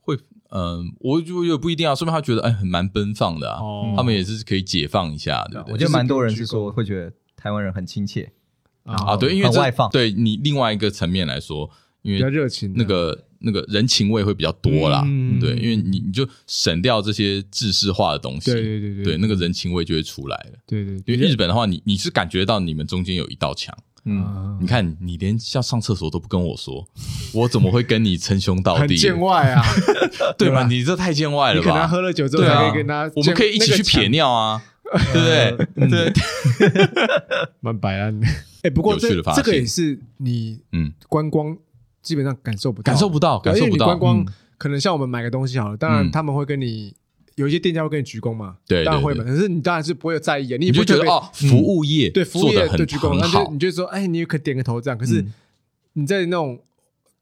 Speaker 2: 会，嗯，我就也不一定啊，说明他觉得哎，很蛮奔放的啊，
Speaker 1: 哦啊
Speaker 2: 他们也是可以解放一下，对不
Speaker 3: 我
Speaker 2: 对？
Speaker 3: 觉得蛮多人
Speaker 1: 就是是不用鞠躬
Speaker 3: 说会觉得台湾人很亲切，
Speaker 1: 啊
Speaker 3: 然后
Speaker 2: 啊，对，因为
Speaker 3: 很
Speaker 2: 这
Speaker 3: 外放，
Speaker 2: 对你另外一个层面来说，因
Speaker 1: 比较
Speaker 2: 为
Speaker 1: 热情的，
Speaker 2: 那个那个人情味会比较多啦，
Speaker 1: 嗯
Speaker 2: 对，因为你你就省掉这些制式化的东西，
Speaker 1: 对对对
Speaker 2: 对那个人情味就会出来了。
Speaker 1: 对对对，
Speaker 2: 因为日本的话，你你是感觉到你们中间有一道墙，
Speaker 3: 嗯，
Speaker 1: 啊
Speaker 2: 你看你连要上厕所都不跟我说，我怎么会跟你称兄道
Speaker 1: 很
Speaker 2: 弟？
Speaker 1: 见外啊，
Speaker 2: 对吧？
Speaker 1: 对吧
Speaker 2: 你这 太见外
Speaker 1: 你
Speaker 2: 了
Speaker 1: 可能
Speaker 2: 吧
Speaker 1: 喝？了酒之后
Speaker 2: 对
Speaker 1: 才可
Speaker 2: 啊
Speaker 1: 以跟他，，
Speaker 2: 我们可以一起去撇
Speaker 1: 那个墙，嗯
Speaker 2: 尿 啊，对不对？对，
Speaker 1: 蛮白烂的。哎，不过
Speaker 2: 有趣
Speaker 1: 这
Speaker 2: 的发
Speaker 1: 这个也
Speaker 2: 现
Speaker 1: 是你
Speaker 2: 嗯，
Speaker 1: 观光基本上感受不到，
Speaker 2: 感受不到，
Speaker 1: 对
Speaker 2: 感受
Speaker 1: 因为
Speaker 2: 不
Speaker 1: 你
Speaker 2: 到
Speaker 1: 观，光
Speaker 3: 嗯
Speaker 1: 可能像我们买个东西好了，当然
Speaker 2: 嗯
Speaker 1: 他们会跟你有一些店家会跟你鞠躬嘛，
Speaker 2: 对对
Speaker 1: 当然会
Speaker 2: 对
Speaker 1: 嘛，可是你当然是不会有在意啊，
Speaker 2: 你
Speaker 1: 你也不
Speaker 2: 就
Speaker 1: 会
Speaker 2: 觉得
Speaker 1: 被
Speaker 2: 哦，服务业
Speaker 1: 对服务
Speaker 2: 做
Speaker 1: 业
Speaker 2: 的很
Speaker 1: 的鞠躬，
Speaker 2: 很
Speaker 1: 那
Speaker 2: 好
Speaker 1: 就，你就说，哎，你可点个头这样。可是
Speaker 3: 嗯
Speaker 1: 你在那种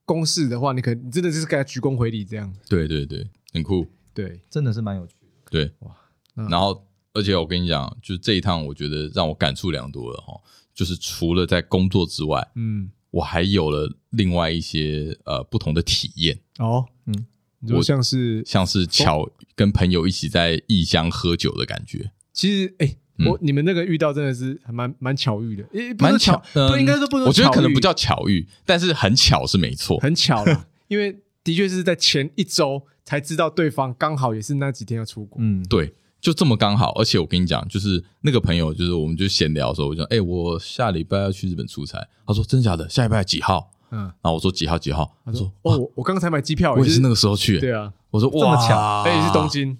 Speaker 1: 公事的话，你可你真的就是给他鞠躬回礼这样。
Speaker 2: 对对对，很酷，
Speaker 1: 对，
Speaker 3: 真的是蛮有趣的。
Speaker 2: 对，
Speaker 1: 哇那
Speaker 2: 然后而且我跟你讲，就是这一趟，我觉得让我感触良多了哈，就是除了在工作之外，
Speaker 1: 嗯，
Speaker 2: 我还有了另外一些呃不同的体验，
Speaker 1: 哦，嗯
Speaker 3: 嗯，
Speaker 1: 你说
Speaker 2: 我
Speaker 1: 像是
Speaker 2: 像是巧跟朋友一起在异乡喝酒的感觉，
Speaker 1: 其实哎，
Speaker 2: 嗯
Speaker 1: 我你们那个遇到真的是还蛮蛮巧遇的，诶不是
Speaker 2: 蛮
Speaker 1: 巧
Speaker 2: 巧，，
Speaker 1: 不
Speaker 2: 嗯
Speaker 1: 应该说不能，
Speaker 2: 我觉得可能不叫巧遇，但是很巧是没错，
Speaker 1: 很巧 了，因为的确是在前一周才知道对方刚好也是那几天要出国。
Speaker 3: 嗯，
Speaker 2: 对，就这么刚好。而且我跟你讲，就是那个朋友，就是我们就闲聊的时候，我就说，哎、我下礼拜要去日本出差。他说真假的，下礼拜几号？
Speaker 1: 嗯，
Speaker 2: 然后我说几号几号？他
Speaker 1: 他说
Speaker 2: 说，
Speaker 1: 哦，我我刚才买机票，
Speaker 2: 我也是那个
Speaker 1: 个，
Speaker 2: 时候去、
Speaker 1: 对啊，
Speaker 2: 我说
Speaker 3: 么
Speaker 2: 哇，
Speaker 3: 巧
Speaker 1: 哎，也是东，京。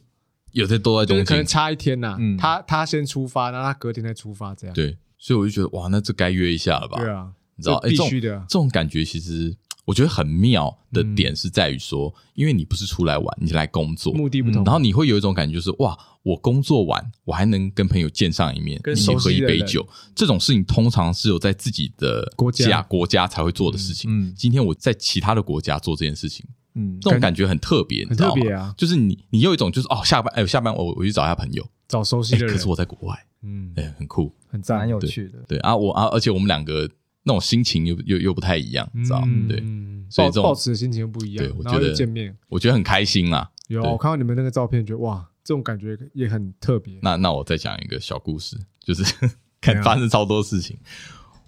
Speaker 2: 有在都在
Speaker 1: 就是
Speaker 2: 东
Speaker 1: 可能
Speaker 2: 京，
Speaker 1: 差一天呐、
Speaker 3: 嗯
Speaker 1: 他他先出发，然后他隔天再出发，这样。
Speaker 2: 对，所以我就觉得哇，那这该约一下了吧？
Speaker 1: 对啊，
Speaker 2: 你知道，
Speaker 1: 这
Speaker 2: 哎、
Speaker 1: 必
Speaker 2: 这种
Speaker 1: 须的啊
Speaker 2: 这种感觉其实。我觉得很妙的
Speaker 1: 嗯
Speaker 2: 点是在于说，因为你不是出来玩，你是来工作，
Speaker 1: 目的不同。
Speaker 2: 嗯然后你会有一种感觉，就是哇，我工作完，我还能跟朋友见上一面，
Speaker 1: 跟
Speaker 2: 一起
Speaker 1: 熟
Speaker 2: 喝
Speaker 1: 悉
Speaker 2: 一
Speaker 1: 的
Speaker 2: 杯
Speaker 1: 人
Speaker 2: 酒。这种事情通常是有在自己的
Speaker 1: 国家
Speaker 2: 国家才会做的事情。
Speaker 3: 嗯
Speaker 2: 今天我在其他的国家做这件事情，
Speaker 3: 嗯，
Speaker 2: 这种感觉很特别，你
Speaker 1: 很
Speaker 2: 知道
Speaker 1: 特
Speaker 2: 吗？
Speaker 1: 别啊，
Speaker 2: 就是你，你有一种就是哦，下班哎，下班我我去找一下朋友，
Speaker 1: 找熟悉
Speaker 2: 哎，
Speaker 1: 的人，
Speaker 2: 可是我在国外，
Speaker 1: 嗯，
Speaker 2: 哎，很酷，
Speaker 1: 很赞
Speaker 3: 蛮，有趣的。
Speaker 2: 对啊，我啊，而且我们两个那种心情又又又不太一样，你知道吗？
Speaker 1: 嗯
Speaker 2: 对，
Speaker 1: 嗯
Speaker 2: 所以
Speaker 1: 抱
Speaker 2: 这种
Speaker 1: 抱持的心情又不一样
Speaker 2: 对，我
Speaker 1: 然后
Speaker 2: 觉
Speaker 1: 又
Speaker 2: 得
Speaker 1: 见面。
Speaker 2: 我觉得很开心啦。
Speaker 1: 有啊，
Speaker 2: 对
Speaker 1: 我看到你们那个照片，觉得哇，这种感觉也很特别。
Speaker 2: 那那我再讲一个小故事，就是
Speaker 1: 怎样
Speaker 2: 看发生超多事情。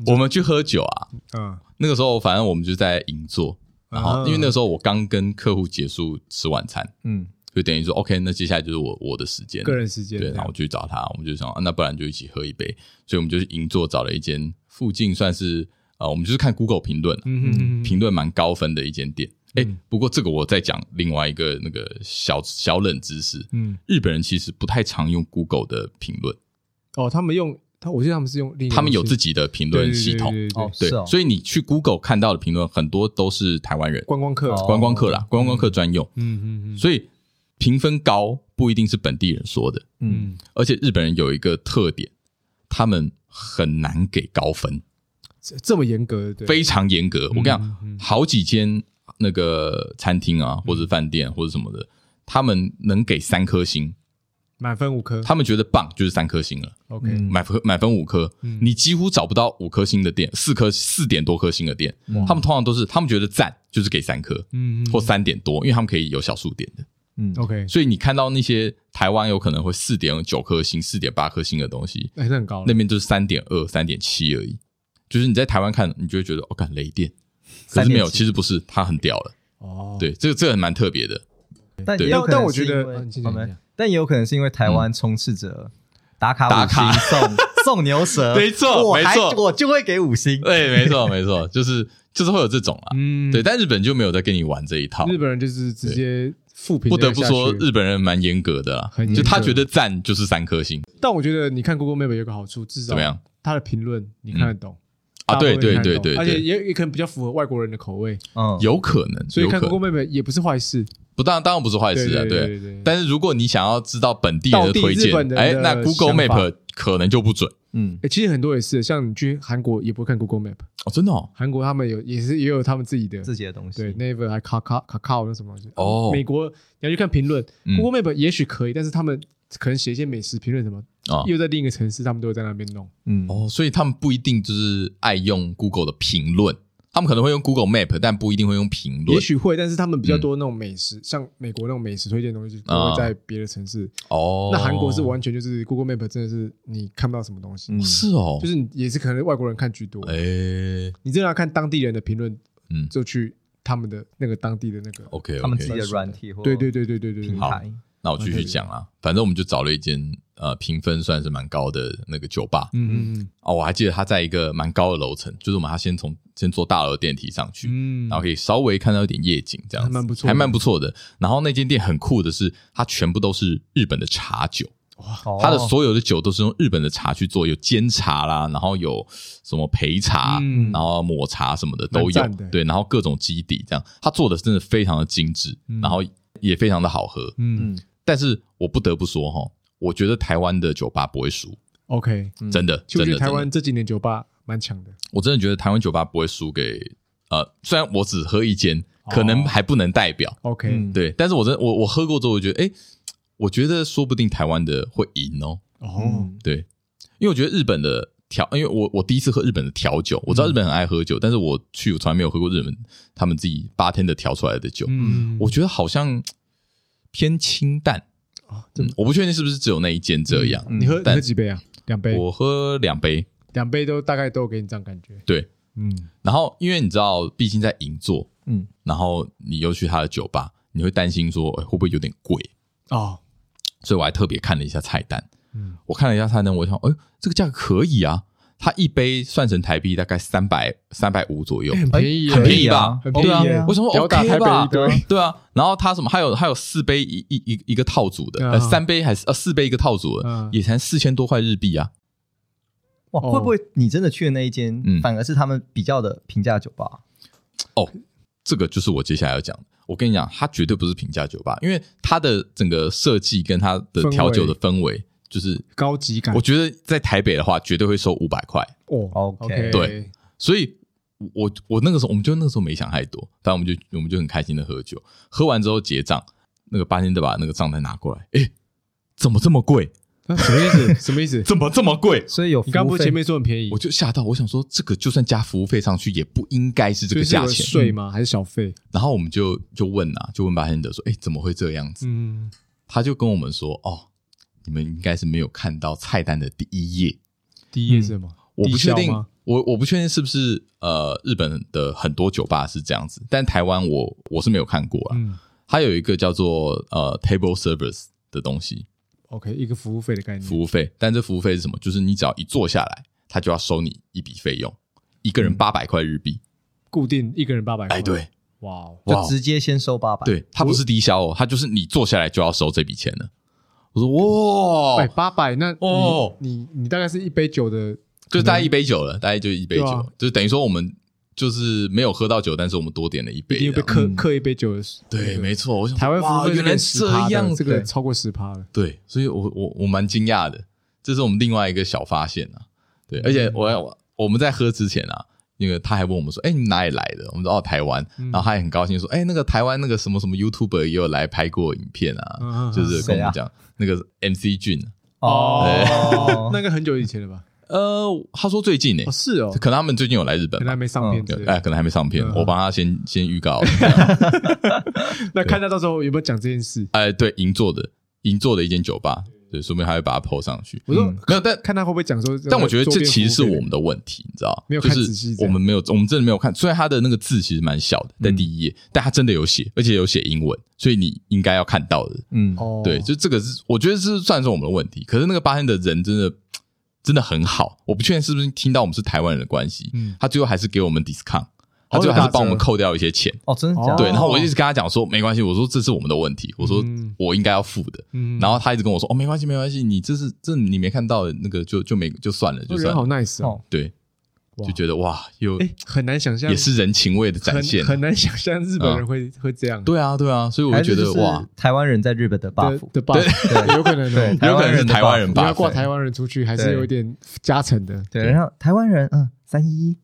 Speaker 2: 我们去喝酒啊，
Speaker 1: 嗯，
Speaker 2: 那个时候反正我们就在银座，然后
Speaker 1: 啊
Speaker 2: 因为那个时候我刚跟客户结束吃晚餐，
Speaker 3: 嗯，
Speaker 2: 就等于说 OK，那接下来就是我我的时间，
Speaker 1: 个人时间，
Speaker 2: 对，然后我就去找他，我们就想、啊那不然就一起喝一杯，所以我们就去银座找了一间附近算是呃，我们就是看 Google 评论啊、
Speaker 1: 嗯哼嗯哼，
Speaker 2: 评论蛮高分的一间店。哎、
Speaker 1: 嗯
Speaker 2: 不过这个我再讲另外一个那个小小冷知识，
Speaker 1: 嗯，
Speaker 2: 日本人其实不太常用 Google 的评论。
Speaker 1: 哦，他们用他，我记得他们是用另一个
Speaker 2: 他们有
Speaker 1: 东西
Speaker 2: 自己的评
Speaker 1: 对对
Speaker 2: 论
Speaker 1: 对
Speaker 2: 系统，
Speaker 1: 对对
Speaker 3: 哦
Speaker 1: 对，
Speaker 2: 对
Speaker 3: 是，
Speaker 2: 所以你去 Google 看到的评论很多都是台湾人、
Speaker 1: 观光客，
Speaker 3: 哦
Speaker 2: 观光客啦，观光客专用，
Speaker 1: 嗯嗯嗯，
Speaker 2: 所以评分高不一定是本地人说的，
Speaker 3: 嗯，
Speaker 2: 而且日本人有一个特点，他们很难给高分，
Speaker 1: 这这么严格，对，
Speaker 2: 非常严格。我跟你
Speaker 1: 嗯
Speaker 2: 讲，
Speaker 1: 嗯
Speaker 2: 好几间那个餐厅啊，或者饭店或者什么的，他们能给三颗星，
Speaker 1: 满分五颗
Speaker 2: 他们觉得棒就是三颗星了。
Speaker 1: ，OK，
Speaker 3: 嗯
Speaker 2: 满分满分五颗，
Speaker 1: 嗯
Speaker 2: 你几乎找不到五颗星的店，四颗四点多颗星的店，
Speaker 3: 嗯
Speaker 2: 嗯他们通常都是他们觉得赞就是给三颗
Speaker 1: 嗯嗯嗯
Speaker 2: 或三点多，因为他们可以有小数点的，
Speaker 3: 嗯，
Speaker 1: ，OK，
Speaker 2: 所以你看到那些台湾有可能会四点九颗星、四点八颗星的东西，
Speaker 1: 还是哎很高了，
Speaker 2: 那边就是三点二、三点七而已。就是你在台湾看，你就会觉得哦，干雷电，可是没有，
Speaker 3: 3.7
Speaker 2: 其实不是，它很屌了。
Speaker 1: 哦，
Speaker 2: 对，这个这个蛮特别的，
Speaker 3: 但
Speaker 2: 对嗯
Speaker 3: 也有可能
Speaker 1: 但但我觉
Speaker 3: 是因
Speaker 1: 得
Speaker 3: 为
Speaker 1: 啊你先
Speaker 3: 我
Speaker 1: 讲
Speaker 3: 们
Speaker 1: 你先讲
Speaker 3: 但也有可能是因为台湾充斥着打卡
Speaker 2: 打卡
Speaker 3: 五星送送牛 舌，
Speaker 2: 没错
Speaker 3: 我还
Speaker 2: 没错呃
Speaker 3: 我就会给五星。
Speaker 2: 对，没错没错，就是就是会有这种啦。
Speaker 1: 嗯，
Speaker 2: 对，但日本就没有在跟你玩这一套，
Speaker 1: 日本人就是直接复评，
Speaker 2: 不得不说，日本人蛮严格的啦
Speaker 1: 很严，格
Speaker 2: 就他觉得赞就是三颗星
Speaker 1: 但我觉得你看 Google Map 有个好处，至少
Speaker 2: 怎么样？
Speaker 1: 他的评论你看得懂
Speaker 2: 啊，对对
Speaker 1: 大部分
Speaker 2: 对
Speaker 1: 看得懂
Speaker 2: 对
Speaker 1: 而且
Speaker 2: 对，
Speaker 1: 也也可能比较符合外国人的口味，
Speaker 3: 嗯，
Speaker 2: 有可能，
Speaker 1: 所以
Speaker 2: 有
Speaker 1: 看
Speaker 2: 可能
Speaker 1: Google Map 也不是坏事。
Speaker 2: 不当当然不是坏事啊，
Speaker 1: 对对对对
Speaker 2: 对。但是如果你想要知道本地人的推
Speaker 1: 到地日
Speaker 2: 荐，
Speaker 1: 本人的
Speaker 2: 哎，那 Google
Speaker 1: 想法
Speaker 2: Map 可能就不准
Speaker 3: 嗯
Speaker 1: 诶哎其实很多也是，像你去韩国也不会看 Google Map，
Speaker 2: 哦，真的哦，
Speaker 1: 韩国他们有也是也有他们自己的，
Speaker 3: 自己的东西。
Speaker 1: 对 Naver 还 Kakao Kakao 那什么东西
Speaker 2: 哦
Speaker 1: 美国你要去看评论
Speaker 2: 嗯
Speaker 1: ，Google Map 也许可以，但是他们可能写一些美食评论什么，
Speaker 2: 啊
Speaker 1: 又在另一个城市，他们都会在那边弄。
Speaker 2: 哦
Speaker 3: 嗯，
Speaker 2: 哦，所以他们不一定就是爱用 Google 的评论他们可能会用 Google Map，但不一定会用评论
Speaker 1: 也。许会，但是他们比较多那种美食，像美国那种美食推荐的东西，就是
Speaker 2: 嗯啊
Speaker 1: 会在别的城市。
Speaker 2: 哦，
Speaker 1: 那韩国是完全就是 Google Map，真的是你看不到什么东西，
Speaker 3: 嗯
Speaker 2: 是哦，
Speaker 1: 就是你也是可能外国人看居多。
Speaker 2: 哎
Speaker 1: 你真的要看当地人的评论，
Speaker 2: 嗯哦
Speaker 1: 就去他们的那个当地的那个。
Speaker 2: ，OK，
Speaker 3: 他们自己
Speaker 2: OK，
Speaker 3: 的软体或
Speaker 1: 对对对对对对
Speaker 3: 平
Speaker 1: 对，
Speaker 3: 台。
Speaker 2: 那我继续讲啊，反正我们就找了一间呃评分算是蛮高的那个酒吧
Speaker 1: 嗯嗯
Speaker 2: 哦，我还记得它在一个蛮高的楼层，就是我们它先从先坐大楼的电梯上去，
Speaker 1: 嗯，
Speaker 2: 然后可以稍微看到一点夜景，这样子
Speaker 1: 还蛮不错的
Speaker 2: 还蛮不错的。然后那间店很酷的是，它全部都是日本的茶酒，
Speaker 3: 哦
Speaker 2: 它的所有的酒都是用日本的茶去做，有煎茶啦，然后有什么焙茶，
Speaker 1: 嗯
Speaker 2: 然后抹茶什么的都
Speaker 1: 蛮
Speaker 2: 有
Speaker 1: 赞的，
Speaker 2: 对，然后各种基底这样，它做的真的非常的精致，然后也非常的好喝。
Speaker 1: 嗯
Speaker 3: 嗯，
Speaker 2: 但是我不得不说哈，我觉得台湾的酒吧不会输，
Speaker 1: ，OK，
Speaker 2: 真的，
Speaker 1: 其实
Speaker 2: 真
Speaker 1: 我觉
Speaker 2: 的，
Speaker 1: 嗯得台
Speaker 2: 真的
Speaker 1: 湾这几年酒吧蛮强的，
Speaker 2: 我真的觉得台湾酒吧不会输给呃，虽然我只喝一间，可能
Speaker 1: 哦
Speaker 2: 还不能代表。
Speaker 1: OK，、
Speaker 3: 嗯
Speaker 2: 对，但是我真我我喝过之后，我觉得，哎，我觉得说不定台湾的会赢哦。
Speaker 1: 哦，
Speaker 2: 对，因为我觉得日本的调，因为我我第一次喝日本的调酒，我知道日本很爱
Speaker 3: 嗯
Speaker 2: 喝酒，但是我去我从来没有喝过日本他们自己八天的调出来的酒，
Speaker 3: 嗯，
Speaker 2: 我觉得好像偏清淡。
Speaker 1: 哦这
Speaker 2: 嗯，我不确定是不是只有那一间这样。
Speaker 3: 嗯
Speaker 1: 你喝你
Speaker 2: 但
Speaker 1: 喝几杯啊？两杯，
Speaker 2: 我喝两杯，
Speaker 1: 两杯都大概都有给你这样感觉，
Speaker 2: 对，
Speaker 1: 嗯，
Speaker 2: 然后因为你知道，毕竟在银座，
Speaker 3: 嗯，
Speaker 2: 然后你又去他的酒吧，你会担心说、哎会不会有点贵，
Speaker 1: 哦，
Speaker 2: 所以我还特别看了一下菜单。
Speaker 1: 嗯
Speaker 2: 我看了一下菜单，我想，哎，这个价格可以啊。它一杯算成台币大概三百三百五左右，
Speaker 1: 哎很
Speaker 3: 哎
Speaker 1: 便宜耶，
Speaker 2: 很
Speaker 3: 可以
Speaker 2: 便宜吧
Speaker 3: 啊？
Speaker 1: 很便宜
Speaker 2: 对啊
Speaker 1: 耶
Speaker 2: 我想说
Speaker 1: 屌打
Speaker 2: OK
Speaker 1: 台北
Speaker 2: 吧
Speaker 1: 一堆，
Speaker 2: 对啊。然后它什么还有还有四杯一一一一个套组的，呃，
Speaker 1: 嗯
Speaker 2: 三杯还是呃四杯一个套组的
Speaker 1: 嗯，
Speaker 2: 也才四千多块日币啊。
Speaker 3: 哇，
Speaker 1: 哦
Speaker 3: 会不会你真的去的那一间
Speaker 2: 嗯，
Speaker 3: 反而是他们比较的平价酒吧？
Speaker 2: 哦这个就是我接下来要讲的。我跟你讲，它绝对不是平价酒吧，因为它的整个设计跟它的
Speaker 1: 氛围
Speaker 2: 调酒的氛围，就是
Speaker 1: 高级感
Speaker 2: 我，觉得在台北的话，绝对会收五百块。
Speaker 1: 哦
Speaker 3: OK
Speaker 2: 对，所以我我我那个时候，我们就那个时候没想太多，反正我们就我们就很开心的喝酒，喝完之后结账，那个八天的把那个账单拿过来，诶，怎么这么贵？
Speaker 1: 啊什么意 思？什么意思？
Speaker 2: 怎么这么贵？
Speaker 3: 所以有
Speaker 1: 你刚
Speaker 3: 服务
Speaker 1: 不是
Speaker 3: 费
Speaker 1: 前面说很便宜
Speaker 2: 我，就吓到，我想说，这个就算加服务费上去，也不应该是这
Speaker 1: 所以
Speaker 2: 个
Speaker 1: 是有
Speaker 2: 价
Speaker 1: 人
Speaker 2: 钱。嗯
Speaker 1: 税吗？还是小费？
Speaker 2: 然后我们就就问啊，就问八天的说，诶，怎么会这样子？
Speaker 1: 嗯，
Speaker 2: 他就跟我们说：“哦，你们应该是没有看到菜单的第一页，
Speaker 1: 第一页是什么？
Speaker 2: 我不确
Speaker 1: 低
Speaker 2: 定
Speaker 1: 消吗，
Speaker 2: 我我不确定是不是呃日本的很多酒吧是这样子，但台湾我我是没有看过啊。
Speaker 1: 嗯
Speaker 2: 它有一个叫做呃 table service 的东西，
Speaker 1: ，OK，一个服务费的概念，
Speaker 2: 服务费，但这服务费是什么？就是你只要一坐下来，他就要收你一笔费用，一个
Speaker 1: 嗯
Speaker 2: 人八百块日币。
Speaker 1: 固定一个人八百，
Speaker 2: 哎，，对
Speaker 1: 哇哦，
Speaker 2: 哇
Speaker 3: 就直接先收八百，，
Speaker 2: 对，它不是低消哦，它就是你坐下来就要收这笔钱了。我说哇
Speaker 1: 哎，，八百，那
Speaker 2: 哦
Speaker 1: 你你你大概是一杯酒的，
Speaker 2: 就是大概一杯酒了，大概就一杯酒，
Speaker 1: 对啊
Speaker 2: 就是等于说我们就是没有喝到酒，但是我们多点了一杯
Speaker 1: 一定
Speaker 2: 这
Speaker 1: 被
Speaker 2: 样。
Speaker 1: 克
Speaker 3: 嗯
Speaker 1: 克一杯酒的，
Speaker 2: 对，没错，我想
Speaker 1: 台湾服
Speaker 2: 哇
Speaker 1: 务费
Speaker 2: 原来
Speaker 1: 十
Speaker 2: 这
Speaker 1: 趴
Speaker 2: 样
Speaker 1: 的，
Speaker 2: 子
Speaker 1: 这个超过十趴了。
Speaker 2: 对，所以我我我蛮惊讶的，这是我们另外一个小发现啊。对，而且我我我们在喝之前啊，那个他还问我们说，哎，你哪里来的？我们说哦台湾，然后他也很高兴说，哎，那个台湾那个什么什么 YouTuber 也有来拍过影片啊，
Speaker 1: 嗯
Speaker 2: 就是跟
Speaker 3: 谁
Speaker 2: 我
Speaker 3: 啊
Speaker 2: 们讲那个 MC 俊，
Speaker 3: 哦，
Speaker 1: 那个很久以前了吧？
Speaker 2: 呃，他说最近呢
Speaker 1: 哦，，是哦，
Speaker 2: 可能他们最近有来日本
Speaker 1: 可
Speaker 2: 吧
Speaker 1: 能还没上片之类的。
Speaker 2: 哎，可能还没上片，
Speaker 1: 嗯
Speaker 2: 我帮他先先预告。
Speaker 1: 那看他到时候有没有讲这件事？
Speaker 2: 哎，对，银座的银座的一间酒吧，对，说明他会把它 PO 上去。
Speaker 1: 我说
Speaker 2: 没有，但
Speaker 1: 看他会不会讲说，
Speaker 2: 嗯但我觉得这其实是我们的问题，你知道？
Speaker 1: 没有
Speaker 2: 就
Speaker 1: 看
Speaker 2: 是
Speaker 1: 仔细这
Speaker 2: 我
Speaker 1: 样嗯
Speaker 2: 们没有，我们真的没有看。虽然他的那个字其实蛮小的，在第一页，但他真的有写，而且有写英文，所以你应该要看到的。
Speaker 3: 嗯，
Speaker 1: 哦，
Speaker 2: 对，就这个是我觉得是算是我们的问题。可是那个八天的人真的真的很好，我不确定是不是听到我们是台湾人的关系，
Speaker 1: 嗯
Speaker 2: 他最后还是给我们 discount，他最后还是帮我们扣掉一些钱。
Speaker 3: 哦，真的假的？
Speaker 2: 对，
Speaker 1: 哦
Speaker 2: 然后我一直跟他讲说没关系，我说这是我们的问题，我说
Speaker 1: 嗯
Speaker 2: 我应该要付的。
Speaker 1: 嗯
Speaker 2: 然后他一直跟我说哦没关系没关系，你这是这你没看到的那个就就没就算了就
Speaker 1: 我
Speaker 2: 算
Speaker 1: 人好
Speaker 2: 了，
Speaker 1: nice 哦，
Speaker 3: 哦，
Speaker 2: 对，
Speaker 1: 哇
Speaker 2: 就觉得哇又
Speaker 1: 哎，很难想象，
Speaker 2: 也是人情味的展
Speaker 1: 很
Speaker 2: 现。啊嗯
Speaker 1: 很难想象日本人会会这样。
Speaker 2: 对啊对啊，所以我
Speaker 3: 还
Speaker 2: 觉
Speaker 3: 是
Speaker 2: 得
Speaker 3: 就是
Speaker 2: 哇，
Speaker 3: 台湾人在日本的 buff，
Speaker 1: 的 buff，有可能
Speaker 3: 对，
Speaker 1: 的。
Speaker 2: 有可
Speaker 3: 台湾
Speaker 2: 能是
Speaker 3: 人的
Speaker 2: 台湾人
Speaker 1: 你
Speaker 2: 吧
Speaker 1: 要，挂台湾人出去，还是有一点加成的。
Speaker 3: 对，然后台湾人，嗯，三一一，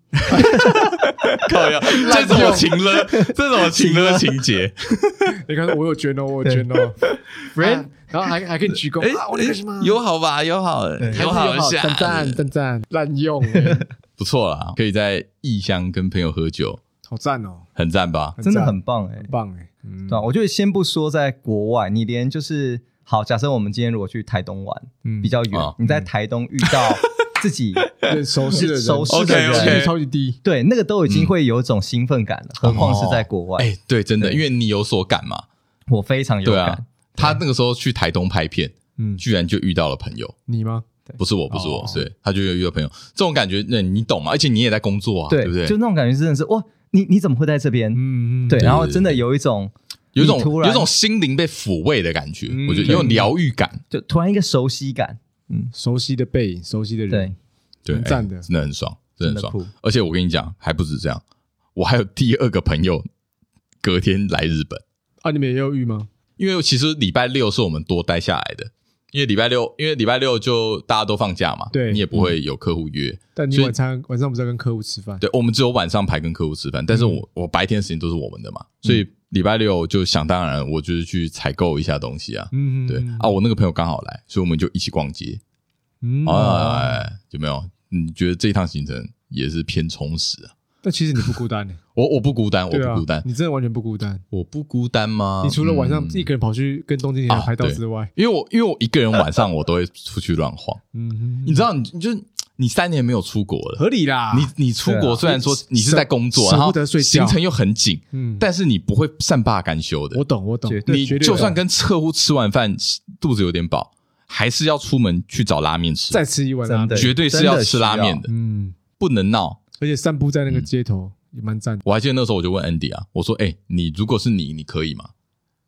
Speaker 2: 靠呀，这是我情了，这是我情了情节。
Speaker 1: 你看，我有捐哦，我有捐 哦，friend，然后还还可以鞠躬
Speaker 2: 啊哎
Speaker 1: 啊，我的什么？
Speaker 2: 友好吧，友好，
Speaker 1: 还是
Speaker 2: 好
Speaker 1: 有
Speaker 2: 一下，
Speaker 1: 赞赞赞赞，滥用，哎
Speaker 2: 不错啦，可以在异乡跟朋友喝酒，
Speaker 1: 好赞哦，
Speaker 2: 很赞吧？
Speaker 3: 真的
Speaker 1: 赞
Speaker 3: 很棒哎、
Speaker 1: 很棒哎，嗯
Speaker 3: 对啊，我觉得先不说在国外，你连就是好，假设我们今天如果去台东玩，
Speaker 1: 嗯
Speaker 3: 比较远，
Speaker 2: 啊
Speaker 3: 你在台东遇
Speaker 2: 嗯
Speaker 3: 到 自己，
Speaker 1: 对熟悉的人，
Speaker 3: 熟悉
Speaker 2: 的人 OK，OK
Speaker 1: 几率超级低，
Speaker 3: 对，那个都已经会有一种兴奋感了，何况是在国
Speaker 2: 嗯
Speaker 3: 外。
Speaker 2: 哦哎、对，真的，
Speaker 3: 对
Speaker 2: 因为你有所感嘛。
Speaker 3: 我非常有
Speaker 2: 对
Speaker 3: 感
Speaker 2: 啊，，他那个时候去台东拍片，
Speaker 1: 嗯，
Speaker 2: 居然就遇到了朋友，
Speaker 1: 你吗？
Speaker 2: 不是我，不是我，
Speaker 1: 哦
Speaker 2: 对，他就遇到朋友，这种感觉，那你懂吗？而且你也在工作啊，对不对？
Speaker 3: 就那种感觉真的是哇，你你怎么会在这边？
Speaker 1: 嗯嗯，
Speaker 3: 对，
Speaker 2: 对
Speaker 3: 然后真的有一种
Speaker 2: 有一种
Speaker 3: 你突
Speaker 2: 有
Speaker 3: 然
Speaker 2: 一种心灵被抚慰的感觉，
Speaker 1: 嗯
Speaker 2: 我觉得有
Speaker 1: 对
Speaker 2: 疗愈感，
Speaker 3: 就突然一个熟悉感，
Speaker 1: 熟悉的背影，熟悉的人
Speaker 3: 对，，
Speaker 2: 对，
Speaker 1: 很赞
Speaker 2: 哎
Speaker 1: 的
Speaker 2: 真的很爽，真
Speaker 3: 真
Speaker 2: 的
Speaker 3: 的
Speaker 2: 很
Speaker 3: 酷
Speaker 2: 爽。而且我跟你讲，还不止这样，我还有第二个朋友隔天来日本，
Speaker 1: 啊，你们也有遇吗？
Speaker 2: 因为其实礼拜六是我们多待下来的，因为礼拜六，因为礼拜六就大家都放假嘛，
Speaker 1: 对
Speaker 2: 你也不会有客户约，
Speaker 1: 但你
Speaker 2: 所以
Speaker 1: 晚餐晚上不是要跟客户吃饭？
Speaker 2: 对，我们只有晚上排跟客户吃饭，但是我、我白天的时间都是我们的嘛，所以礼拜六就想当然，我就是去采购一下东西啊。
Speaker 1: 嗯，嗯
Speaker 2: 对
Speaker 1: 嗯
Speaker 2: 啊，我那个朋友刚好来，所以我们就一起逛街。
Speaker 1: 嗯
Speaker 3: 哦
Speaker 2: 哎、有没有？你觉得这一趟行程也是偏充实啊？
Speaker 1: 但其实你不孤单呢，欸
Speaker 2: 我我不孤单，我
Speaker 1: 对啊
Speaker 2: 不孤单，，
Speaker 1: 你真的完全不孤单。
Speaker 2: 我不孤单
Speaker 3: 啊
Speaker 2: 吗？
Speaker 1: 你除了晚上
Speaker 2: 嗯
Speaker 1: 一个人跑去跟东京铁塔拍照之外，
Speaker 2: 因为我因为我一个人晚上我都会出去乱 晃，
Speaker 1: 嗯，
Speaker 2: 你知道，你你就是你三年没有出国了。
Speaker 1: 合理啦。
Speaker 2: 你你出
Speaker 3: 对
Speaker 2: 国
Speaker 3: 啊
Speaker 2: 虽然说你
Speaker 1: 你
Speaker 2: 是在工作，
Speaker 1: 舍
Speaker 2: 然
Speaker 1: 舍
Speaker 2: 后
Speaker 1: 不得睡觉
Speaker 2: 行程又很紧，
Speaker 1: 嗯，
Speaker 2: 但是你不会善罢甘休的
Speaker 1: 我。懂，我懂
Speaker 3: 绝，对
Speaker 2: 你
Speaker 1: 绝对啊
Speaker 2: 就
Speaker 1: 有
Speaker 2: 算跟客户吃完饭肚子有点饱，还是要出门去找拉面吃，
Speaker 1: 再吃一碗拉啊面
Speaker 3: 真的，
Speaker 2: 绝对是要吃拉面的，
Speaker 1: 嗯，
Speaker 2: 不能闹。
Speaker 1: 而且散步在
Speaker 2: 嗯
Speaker 1: 那个街头也蛮赞的。
Speaker 2: 我还记得那时候我就问 Andy 啊，我说：“哎、你如果是你，你可以吗？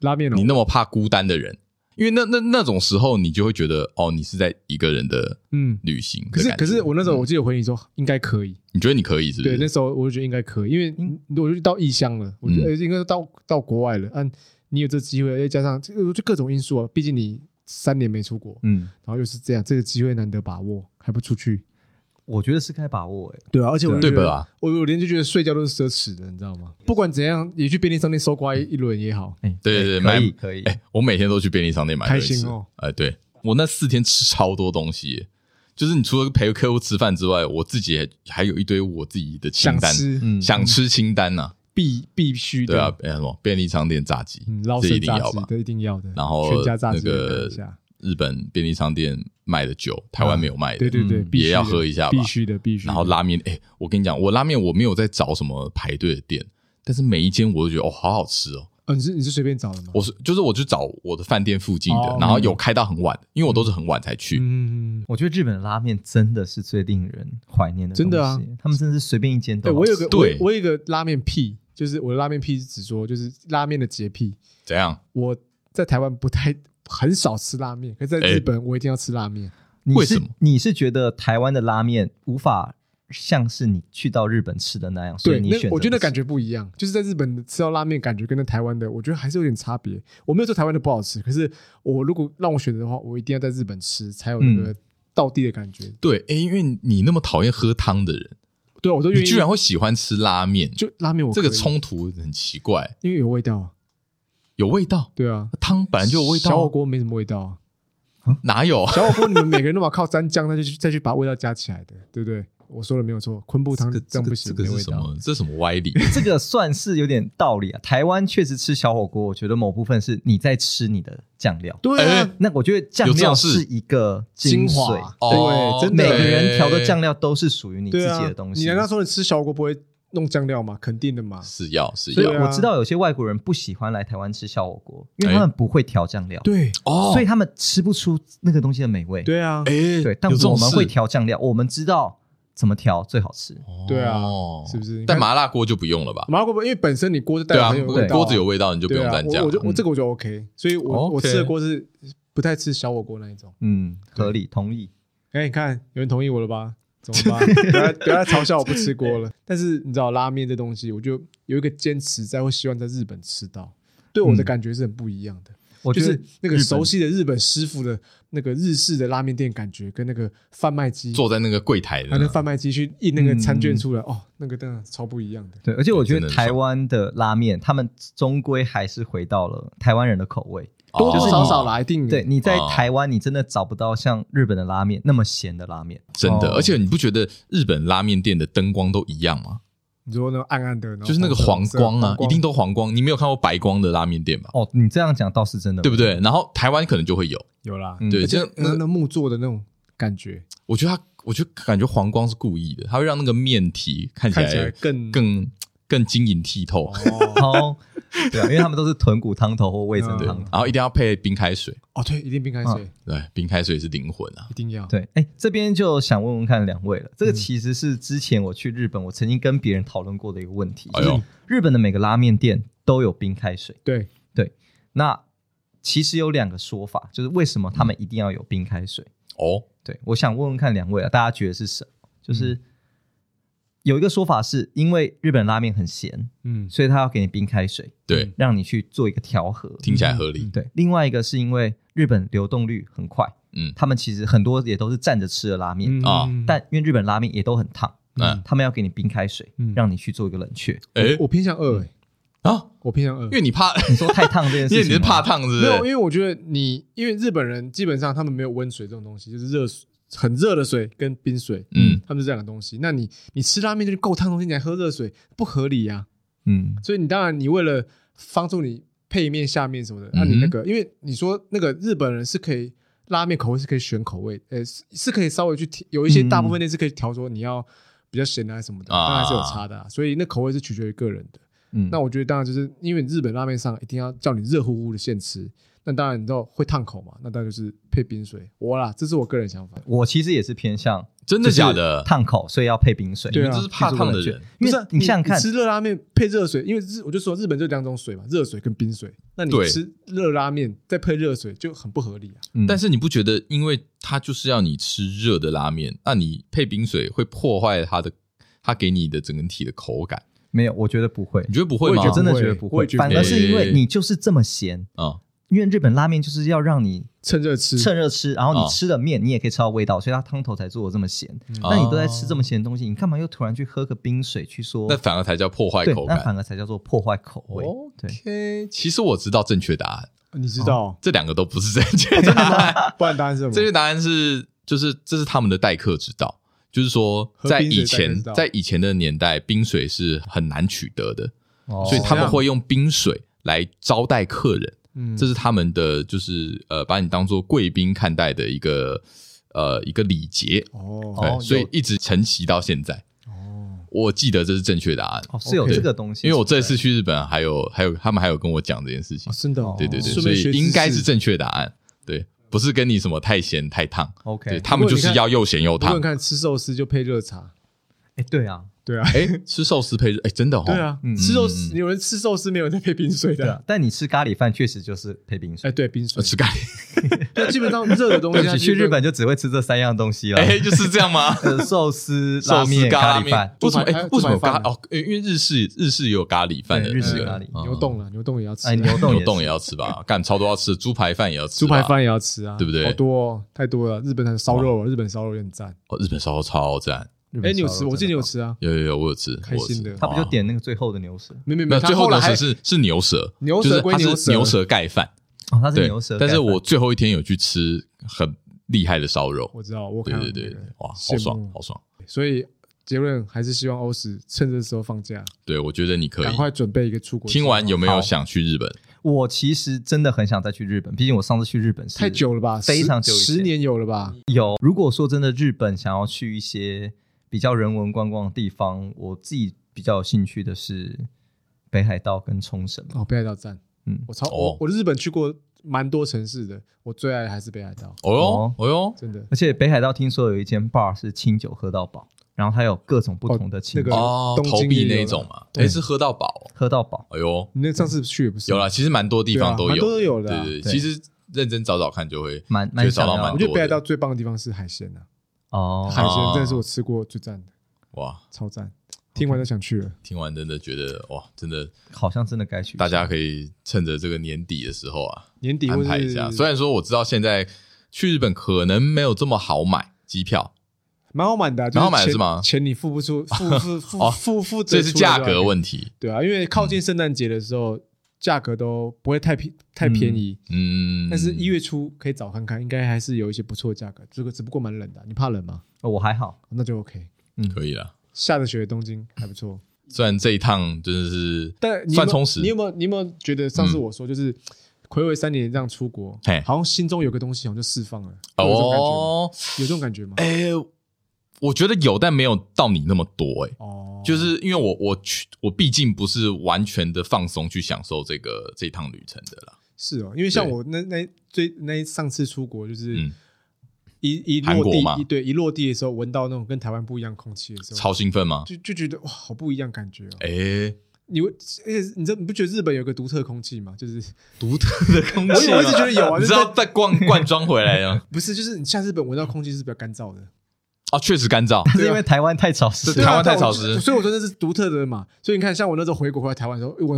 Speaker 1: 拉面哦
Speaker 2: 你，那么怕孤单的人，因为那那那种时候你就会觉得哦，你是在一个人的
Speaker 1: 嗯，
Speaker 2: 旅行
Speaker 1: 可
Speaker 2: 的
Speaker 1: 是
Speaker 2: 感觉。
Speaker 1: 可是我那时候
Speaker 2: 嗯
Speaker 1: 我记得回你说应该可以，
Speaker 2: 你觉得你可以是不嗯
Speaker 1: 对，
Speaker 2: 是？
Speaker 1: 那时候我就觉得应该可以，因为我就到异乡了，我
Speaker 2: 嗯
Speaker 1: 觉得应该到到国外了，按你有这机会，再哎加上就各种因素啊，毕竟你三年没出国，
Speaker 3: 嗯，
Speaker 1: 然后又是这样，这个机会难得把握，还不出去，
Speaker 3: 我觉得是该把握哎、
Speaker 1: 对啊，而且我
Speaker 2: 对
Speaker 1: 觉得
Speaker 2: 吧？
Speaker 1: 我我连就觉得睡觉都是奢侈的，你知道吗？
Speaker 2: 嗯
Speaker 1: 不管怎样，你去便利商店搜刮一一轮也好，
Speaker 3: 哎、
Speaker 2: 对对对
Speaker 3: 可以
Speaker 2: 蛮
Speaker 3: 可以，
Speaker 2: 哎、我每天都去便利商店买东西吃
Speaker 1: 开心哦。
Speaker 2: 哎、对我那四天吃超多东西耶，就是你除了陪客户吃饭之外，我自己还还有一堆我自己的清
Speaker 1: 想
Speaker 2: 单，
Speaker 1: 吃
Speaker 3: 嗯，
Speaker 2: 想吃清单呐、
Speaker 1: 必必须
Speaker 2: 对啊
Speaker 1: 的，，
Speaker 2: 哎什么便利商店炸鸡
Speaker 1: 嗯，捞，
Speaker 2: 这一
Speaker 1: 生
Speaker 2: 定
Speaker 1: 炸
Speaker 2: 要
Speaker 1: 鸡
Speaker 2: 吧。
Speaker 1: 的一定要的，
Speaker 2: 然后
Speaker 1: 全家炸
Speaker 2: 那
Speaker 1: 鸡也
Speaker 2: 个
Speaker 1: 干一下，
Speaker 2: 日本便利商店卖的酒，台湾没有卖的，
Speaker 1: 啊对对对，
Speaker 3: 嗯
Speaker 1: 必须
Speaker 2: 也要
Speaker 1: 的
Speaker 2: 喝一下吧
Speaker 1: 必须的，必须的。
Speaker 2: 然后拉面，哎、我跟你讲，我拉面我没有在找什么排队的店，但是每一间我都觉得哦，好好吃哦。
Speaker 1: 哦，你是你是随便找的吗？
Speaker 2: 我是就是我去找我的饭店附近的，
Speaker 1: 哦
Speaker 2: 然后有开到很晚，因为我都是很晚才去。
Speaker 1: 嗯，
Speaker 3: 我觉得日本的拉面真的是最令人怀念的东
Speaker 1: 真
Speaker 3: 西，
Speaker 1: 的啊
Speaker 3: 他们真的是随便一
Speaker 2: 哎
Speaker 3: 间
Speaker 1: 对
Speaker 3: 都好
Speaker 1: 我
Speaker 3: 吃。
Speaker 1: 有个我
Speaker 2: 对
Speaker 1: 有我有一个拉面癖，就是我的拉面癖是指说就是拉面的洁癖。
Speaker 2: 怎样？
Speaker 1: 我在台湾不太很少吃拉面，可是在
Speaker 2: 哎
Speaker 1: 日本我一定要吃拉面。
Speaker 3: 你
Speaker 2: 为
Speaker 3: 是
Speaker 2: 什么
Speaker 3: 你是觉得台湾的拉面无法像是你去到日本吃的那样，所
Speaker 1: 对，
Speaker 3: 以你
Speaker 1: 那
Speaker 3: 选择
Speaker 1: 我觉得
Speaker 3: 不吃
Speaker 1: 感觉不一样，就是在日本的吃到拉面感觉跟在台湾的，我觉得还是有点差别。我没有说台湾的不好吃，可是我如果让我选择的话，我一定要在日本吃才有那
Speaker 2: 嗯
Speaker 1: 个道地的感觉。
Speaker 2: 对，哎、因为你那么讨厌喝汤的人，
Speaker 1: 对，啊我都愿
Speaker 2: 你
Speaker 1: 意。
Speaker 2: 居然会喜欢吃拉面，
Speaker 1: 就拉面我
Speaker 2: 这个
Speaker 1: 可以，
Speaker 2: 冲突很奇怪，
Speaker 1: 因为有味道啊。
Speaker 2: 有味道，
Speaker 1: 对啊，
Speaker 2: 汤本来就有味
Speaker 1: 小火
Speaker 2: 道，
Speaker 1: 锅没什么味道啊。
Speaker 2: 哪有？啊
Speaker 1: 小火锅你们每个人都把靠沾酱，再去再去把味道加起来的，对不对？我说的没有错，昆布汤
Speaker 2: 这个
Speaker 1: 这
Speaker 2: 这
Speaker 1: 样不
Speaker 2: 个这
Speaker 1: 行，
Speaker 2: 个
Speaker 1: 没
Speaker 2: 是
Speaker 1: 味
Speaker 2: 什
Speaker 1: 道。
Speaker 2: 么？这是什么歪理？
Speaker 3: 这个算是有点道理啊。台湾确实吃小火锅，我觉得某部分是你在吃你的酱料。
Speaker 1: 对啊
Speaker 2: 哎，
Speaker 3: 那我觉得酱
Speaker 2: 有这
Speaker 3: 料
Speaker 2: 种事
Speaker 3: 是一个精
Speaker 1: 华
Speaker 3: 髓，
Speaker 2: 哦
Speaker 1: 对，真
Speaker 3: 每
Speaker 1: 的
Speaker 3: 个人调的
Speaker 2: 哎
Speaker 3: 酱料都是属于你自
Speaker 1: 对
Speaker 3: 己
Speaker 1: 啊
Speaker 3: 的东西。
Speaker 1: 你难道说你吃小火锅不会弄酱料吗？肯定的嘛。
Speaker 2: 是要是
Speaker 1: 所以
Speaker 2: 要
Speaker 1: 对啊
Speaker 3: 我知道有些外国人不喜欢来台湾吃小火锅，因为
Speaker 2: 哎
Speaker 3: 他们不会调酱料，
Speaker 1: 对啊
Speaker 2: 哦
Speaker 3: 所以他们吃不出那个东西的美味。
Speaker 1: 对啊，
Speaker 2: 哎，
Speaker 3: 对，但
Speaker 2: 有这
Speaker 3: 我
Speaker 2: 种
Speaker 3: 们
Speaker 2: 事
Speaker 3: 会调酱料，我们知道怎么调最好吃。
Speaker 1: 对啊
Speaker 2: 哦
Speaker 1: 是不是你看
Speaker 2: 但麻辣锅就不用了吧？
Speaker 1: 麻辣锅不因为本身你锅就带
Speaker 2: 对
Speaker 1: 了
Speaker 2: 啊，
Speaker 1: 很有味道啊，
Speaker 2: 锅子有味道，你就不
Speaker 1: 对
Speaker 2: 用
Speaker 1: 啊
Speaker 2: 蘸
Speaker 1: 我
Speaker 2: 酱
Speaker 1: 我就
Speaker 2: 了。
Speaker 1: 我这个我就 OK，所以我我
Speaker 2: OK
Speaker 1: 吃的锅是不太吃小火锅那一种。
Speaker 3: 嗯，合理，同意。
Speaker 1: 哎，你看有人同意我了吧？怎么 办？不
Speaker 3: 啊
Speaker 1: 要不要再嘲笑我不吃锅了。但是你知道拉面这东西，我就有一个坚持在，会希望在日本吃到，对我的
Speaker 3: 嗯
Speaker 1: 感觉是很不一样的。
Speaker 3: 我
Speaker 1: 就
Speaker 3: 觉得
Speaker 1: 是那个
Speaker 3: 日本
Speaker 1: 熟悉的日本师傅的那个日式的拉面店感觉，跟那个贩卖机，
Speaker 2: 坐在那个柜台的
Speaker 1: 还有那
Speaker 2: 那，
Speaker 1: 贩卖机去印那个餐
Speaker 3: 嗯
Speaker 1: 券出来，哦，那个真的超不一样的。
Speaker 3: 对，而且我觉
Speaker 2: 真的
Speaker 3: 得
Speaker 2: 很
Speaker 3: 台湾的拉面，他们终归还是回到了台湾人的口味，
Speaker 1: 多
Speaker 2: 哦就是
Speaker 1: 多
Speaker 2: 你
Speaker 1: 少少啦，一定
Speaker 3: 对，你在
Speaker 2: 哦
Speaker 3: 台湾，你真的找不到像日本的拉面那么咸的拉面。
Speaker 2: 真的，
Speaker 1: 哦
Speaker 2: 而且你不觉得日本拉面店的灯光都一样吗？
Speaker 1: 你说那种暗暗的，然后
Speaker 2: 就是那个黄光啊，一定都黄光。你没有看过白光的拉面店吧？
Speaker 3: 哦，你这样讲倒是
Speaker 1: 嗯
Speaker 3: 真的，
Speaker 2: 对不？对？然后台湾可能就会有，
Speaker 1: 有啦。
Speaker 3: 嗯
Speaker 2: 对，
Speaker 1: 而
Speaker 2: 这
Speaker 1: 且
Speaker 2: 样
Speaker 1: 那那木做的那种感觉，
Speaker 2: 我觉得他，我觉得感觉黄光是故意的，它会让那个面体看起
Speaker 1: 看起来
Speaker 2: 来
Speaker 1: 更
Speaker 2: 更更晶莹剔透，
Speaker 1: 哦
Speaker 3: 哦，对啊，因为他们都是豚骨汤头或味噌
Speaker 2: 对，
Speaker 3: 汤头。
Speaker 2: 然后一定要配冰开水，
Speaker 1: 哦，对，一定冰开
Speaker 3: 嗯
Speaker 1: 水，
Speaker 2: 对，冰开水是灵魂啊，
Speaker 1: 一定要。
Speaker 3: 对，哎，这边就想问问看两位了。这个其实是之前我去日本，我曾经跟别人讨论过的一个问题，
Speaker 2: 哎
Speaker 3: 就
Speaker 2: 呦
Speaker 3: 是日本的每个拉面店都有冰开水。
Speaker 1: 对，
Speaker 3: 那其实有两个说法，就是为什么他们一定要有冰开水？
Speaker 2: 哦，
Speaker 3: 对，我想问问看两位啊，大家觉得是什么？就是有一个说法是因为日本拉面很咸，
Speaker 1: 嗯，
Speaker 3: 所以他要给你冰开水，
Speaker 2: 对，
Speaker 3: 让你去做一个调和。
Speaker 2: 听起来合理
Speaker 1: 嗯，
Speaker 3: 对，另外一个是因为日本流动率很快，
Speaker 2: 嗯
Speaker 3: 他们其实很多也都是站着吃的拉面，
Speaker 1: 嗯
Speaker 2: 啊
Speaker 3: 但因为日本拉面也都很烫，
Speaker 2: 嗯
Speaker 3: 他们要给你冰开水，
Speaker 1: 嗯
Speaker 3: 让你去做一个冷却。
Speaker 2: 哎
Speaker 1: 我偏向二，欸
Speaker 2: 啊，
Speaker 1: 我偏向二
Speaker 2: 因，为你怕，
Speaker 3: 你说太烫这件 事
Speaker 2: 因
Speaker 3: 情，
Speaker 2: 为你是怕，烫，是不
Speaker 1: 没有，因
Speaker 2: 是？
Speaker 1: 为我觉得你，因为日本人基本上他们没有温水这种东西，就是热水很热的水跟冰水，
Speaker 2: 嗯，
Speaker 1: 他们是这两个东西。那你你吃拉面就是够烫的东西，你还喝热水，不合理啊呀、
Speaker 3: 嗯，
Speaker 1: 所以你当然你为了帮助你配面下面什么的，
Speaker 2: 嗯
Speaker 1: 那、
Speaker 2: 哼
Speaker 1: 你那个，因为你说那个日本人是可以拉面口味是可以选口味，呃，是是可以稍微去调，有一些
Speaker 3: 嗯
Speaker 1: 大部分店是可以调说你要比较咸的还是什么的，
Speaker 2: 啊
Speaker 1: 当然是有差的、啊。所以那口味是取决于个人的。
Speaker 3: 嗯
Speaker 1: 那我觉得当然就是因为日本拉面上一定要叫你热乎乎的现吃，那当然你知道会烫口嘛，那当然就是配冰水。我啦，这是我个人想法。
Speaker 3: 我其实也是偏向
Speaker 2: 真的假的？
Speaker 3: 烫口，所以要配冰水。
Speaker 1: 对啊
Speaker 2: 这是怕烫的
Speaker 3: 去做
Speaker 2: 人
Speaker 3: 冷
Speaker 1: 不
Speaker 3: 却，因
Speaker 1: 是
Speaker 3: 为
Speaker 1: 啊
Speaker 3: 你想想看
Speaker 1: 你，吃热拉面配热水，因为日我就说日本就两种水嘛，热水跟冰水。那你
Speaker 2: 对
Speaker 1: 吃热拉面再配热水就很不合理啊。
Speaker 3: 嗯
Speaker 2: 但是你不觉得，因为它就是要你吃热的拉面，那你配冰水会破坏它的，它给你的整个体的口感，
Speaker 3: 没有，我觉得不会
Speaker 2: 你，觉得不会
Speaker 1: 我
Speaker 2: 吗
Speaker 1: 也
Speaker 3: 我？真的觉得
Speaker 1: 不
Speaker 3: 不
Speaker 1: 会我
Speaker 3: 会
Speaker 1: 也觉，得
Speaker 3: 反
Speaker 1: 不
Speaker 3: 而
Speaker 2: 会
Speaker 3: 是因为你就是这么咸，
Speaker 2: 啊，
Speaker 3: 因为日本拉面就是要让你
Speaker 1: 趁热吃，
Speaker 3: 趁热吃，然后
Speaker 2: 哦
Speaker 3: 你吃的面你也可以吃到味道，所以它汤头才做的这么咸。
Speaker 2: 哦
Speaker 3: 那你都在吃这么咸的东西，你干嘛又突然去喝个冰水去说
Speaker 2: 那？反而才叫破坏
Speaker 3: 对
Speaker 2: 口，
Speaker 3: 那
Speaker 2: 感。
Speaker 3: 反而才叫做破坏口味。对，哦
Speaker 1: OK，哦
Speaker 2: 其实我知道正确答案，
Speaker 1: 你知道，
Speaker 2: 这两个都不是正 确答案。
Speaker 1: 不然答案是什么？
Speaker 2: 正确答案是，就是这是他们的待客之道，就是说，
Speaker 1: 喝
Speaker 2: 在
Speaker 1: 冰水
Speaker 2: 以
Speaker 1: 待客
Speaker 2: 前
Speaker 1: 之，道
Speaker 2: 在以前的年代，冰水是很难取得的，
Speaker 3: 哦
Speaker 2: 所以他
Speaker 1: 这
Speaker 2: 们
Speaker 1: 样
Speaker 2: 会用冰水来招待客人。
Speaker 1: 嗯
Speaker 2: 这是他们的，就是呃，把你当做贵宾看待的一个呃一个礼节，
Speaker 1: 哦
Speaker 2: 对，
Speaker 3: 哦
Speaker 2: 所以
Speaker 3: 有
Speaker 2: 一直承袭到现在。
Speaker 1: 哦，
Speaker 2: 我记得这是正确答案，
Speaker 3: 哦是有
Speaker 1: OK
Speaker 3: 这个东西，
Speaker 2: 因为我这
Speaker 3: 是
Speaker 2: 次去日本，还有还有他们还有跟我讲这件事情
Speaker 1: 哦，真的哦，
Speaker 2: 对对对，
Speaker 1: 顺
Speaker 2: 所
Speaker 1: 便
Speaker 2: 以
Speaker 1: 学知识
Speaker 2: 应该是正确答案，对，不是跟你什么太咸太烫，
Speaker 3: 不
Speaker 2: 对
Speaker 3: OK。
Speaker 2: 他们就是要又咸又
Speaker 1: 不论
Speaker 2: 烫。
Speaker 1: 看吃寿司就配热茶，
Speaker 3: 哎，对啊，
Speaker 1: 对啊，
Speaker 2: 哎，吃寿司配日，哎，真的哦，
Speaker 1: 对，啊，
Speaker 3: 嗯
Speaker 1: 吃寿司有人吃寿司没有人在配冰水
Speaker 3: 对
Speaker 1: 的
Speaker 3: 啊
Speaker 1: 啊。，
Speaker 3: 但你吃咖喱饭确实就是配冰水
Speaker 1: 哎，。对，冰水
Speaker 2: 呃。吃咖喱，
Speaker 1: 对，基本上热的东
Speaker 3: 对啊
Speaker 1: 西
Speaker 3: 不
Speaker 1: 它
Speaker 3: 起，
Speaker 1: 就是
Speaker 3: 去日本就只会吃这三样东西了。
Speaker 2: 哎，就是这样吗？
Speaker 3: 呃啊寿司、
Speaker 2: 寿
Speaker 3: 拉
Speaker 2: 司
Speaker 3: 面、
Speaker 2: 咖
Speaker 3: 咖喱饭。
Speaker 2: 为什么？
Speaker 1: 猪排
Speaker 2: 哎，为什么有咖
Speaker 1: 猪排饭
Speaker 2: 哦？因为日式日式也有咖喱饭的，
Speaker 3: 对日式
Speaker 2: 对
Speaker 3: 咖喱
Speaker 2: 嗯
Speaker 1: 呃牛冻了，牛冻也要吃啊，
Speaker 3: 哦哎，牛洞
Speaker 2: 牛
Speaker 3: 也
Speaker 2: 冻
Speaker 3: 是
Speaker 2: 也要吃 吧？干超多要吃，猪排饭也要吃，
Speaker 1: 猪排，饭也要吃啊，
Speaker 2: 对不对
Speaker 1: 好多哦，太多了。日本的烧肉，日本烧肉也很赞。
Speaker 2: 哦，日本烧肉超赞，
Speaker 3: 日本
Speaker 1: 哎，你有
Speaker 3: 烧肉
Speaker 1: 吃？我
Speaker 3: 真
Speaker 1: 记得你
Speaker 3: 的
Speaker 1: 有
Speaker 3: 棒
Speaker 1: 吃啊。
Speaker 2: 有有有，我有吃，
Speaker 1: 开心的
Speaker 2: 哦我有吃
Speaker 3: 他不就？点那个最后的牛舌
Speaker 1: 没没
Speaker 2: 没
Speaker 1: 没，
Speaker 2: 有，
Speaker 1: 他
Speaker 2: 最后
Speaker 1: 来
Speaker 2: 的
Speaker 1: 还
Speaker 2: 是是是牛舌，
Speaker 1: 牛
Speaker 2: 就是
Speaker 1: 舌归
Speaker 2: 它
Speaker 1: 牛
Speaker 2: 是
Speaker 1: 舌，
Speaker 2: 牛舌盖饭，
Speaker 3: 哦，它是
Speaker 2: 对
Speaker 3: 牛舌。。
Speaker 2: 但是我
Speaker 3: 盖
Speaker 2: 最后一天有去吃很厉害的烧肉，
Speaker 1: 我知道，我
Speaker 2: 对
Speaker 1: 看
Speaker 2: 对
Speaker 1: 到
Speaker 2: 对
Speaker 1: 那
Speaker 2: 对
Speaker 1: 个，
Speaker 2: 哇，
Speaker 1: 羡
Speaker 2: 好爽
Speaker 1: 慕
Speaker 2: 好爽！
Speaker 1: 所以结论还是希望欧史趁这时候放假，
Speaker 2: 对，我觉得你可以
Speaker 1: 赶快啊准备一个出国计划。
Speaker 2: 听完有没有
Speaker 3: 好
Speaker 2: 想去日本？
Speaker 3: 饭我其实真的很想再去日本，毕竟我上次去日本是
Speaker 1: 太久了吧？
Speaker 3: 非常久以前嗯
Speaker 1: 十十年有了吧？
Speaker 3: 有，如果说真的日本想要去一些比较人文观光的地方，我自己比较有兴趣的是北海道跟冲绳嘛。
Speaker 1: 哦，北海道站，
Speaker 3: 嗯
Speaker 1: 我超
Speaker 2: 哦
Speaker 1: 我我日本去过蛮多城市的，我最爱的还是北海道，
Speaker 2: 哦
Speaker 3: 哦
Speaker 2: 哟哦哟，
Speaker 1: 真的。
Speaker 3: 而且北海道听说有一间 bar 是清酒喝到饱，然后它有各种不同的清
Speaker 1: 那
Speaker 3: 酒、
Speaker 1: 个
Speaker 2: 哦，
Speaker 1: 东京
Speaker 2: 投币
Speaker 1: 也有
Speaker 2: 那
Speaker 1: 了
Speaker 2: 种嘛，
Speaker 1: 对
Speaker 2: 哎，是喝到饱哦，
Speaker 3: 喝到饱。
Speaker 2: 哎呦，
Speaker 1: 你那上次去也不是
Speaker 2: 有啦，，其实蛮多地方
Speaker 1: 对
Speaker 2: 都
Speaker 1: 啊
Speaker 2: 有，
Speaker 1: 蛮多都有的啊
Speaker 2: 对对，
Speaker 3: 对
Speaker 2: 其实认真找找看就会
Speaker 3: 蛮
Speaker 2: 就会
Speaker 3: 蛮
Speaker 2: 找到
Speaker 3: 想要
Speaker 2: 蛮
Speaker 1: 我
Speaker 2: 多
Speaker 1: 觉得北海
Speaker 2: 的
Speaker 1: 道最棒的地方是海鲜啊，
Speaker 3: 哦，
Speaker 1: 海鲜真的是我吃过最赞的，
Speaker 2: 哇。
Speaker 1: 超赞。听完就想去了，
Speaker 2: 听完真的觉得哇，真的
Speaker 3: 好像真的该去。
Speaker 2: 大家可以趁着这个年底的时候啊，
Speaker 1: 年底
Speaker 2: 安
Speaker 1: 或
Speaker 2: 排
Speaker 1: 是
Speaker 2: 一下。虽然说我知道现在去日本可能没有这么好买机票，
Speaker 1: 蛮好买的啊，就
Speaker 2: 蛮好买的
Speaker 1: 钱
Speaker 2: 是吗
Speaker 1: 钱你付 不出，付付
Speaker 2: 哦
Speaker 1: 付付付，
Speaker 2: 这是价格
Speaker 1: 题。
Speaker 2: 问题。
Speaker 1: 啊
Speaker 2: 嗯
Speaker 1: 对啊，因为靠近圣诞节的时候，价格都不会太便太便宜，
Speaker 2: 嗯，
Speaker 1: 但是一月初可以早看看，应该还是有一些不错的价格。这个只不过蛮冷的啊，你怕冷吗？
Speaker 3: 哦我还好，
Speaker 1: 那就 OK。
Speaker 2: 可以了。
Speaker 1: 下着雪的东京还不错，
Speaker 2: 虽然这一趟真的是，
Speaker 1: 但你有没有
Speaker 2: 算充实嗯
Speaker 1: 你有没有你有没有觉得上次我说就是暌违三年这样出国
Speaker 2: 嘿，
Speaker 1: 好像心中有个东西好像就释放了，有这种感觉吗？
Speaker 2: 哦，
Speaker 1: 有这种感觉吗？
Speaker 2: 哎，我觉得有，但没有到你那么多，哎。
Speaker 1: 哦，
Speaker 2: 就是因为我我去我毕竟不是完全的放松去享受这个这一趟旅程的啦，
Speaker 1: 是哦，因为像
Speaker 2: 对
Speaker 1: 我那那最那一上次出国就是
Speaker 2: 嗯
Speaker 1: 一一
Speaker 2: 韩
Speaker 1: 落
Speaker 2: 国
Speaker 1: 地
Speaker 2: 嘛
Speaker 1: 一对一落地的时候，闻到那种跟台湾不一样空气的时候，
Speaker 2: 超兴奋吗？
Speaker 1: 就就觉得哇，好不一样感觉哦。
Speaker 2: 哎、
Speaker 1: 你会，而且你这你不觉得日本有个独特空气吗？就是
Speaker 2: 独特的空气吗，
Speaker 1: 我一直觉得有啊
Speaker 2: 你知道在 逛罐装回来的吗
Speaker 1: 不是就是你下日本闻到空气是比较干燥的，
Speaker 2: 啊，确实干燥，
Speaker 3: 但 是因为台湾太潮湿
Speaker 2: 对
Speaker 3: 了，
Speaker 2: 台湾太
Speaker 1: 但我
Speaker 2: 潮湿
Speaker 1: 所以我说那是独特的嘛。所以你看，像我那时候回国回来台湾的时候，哎我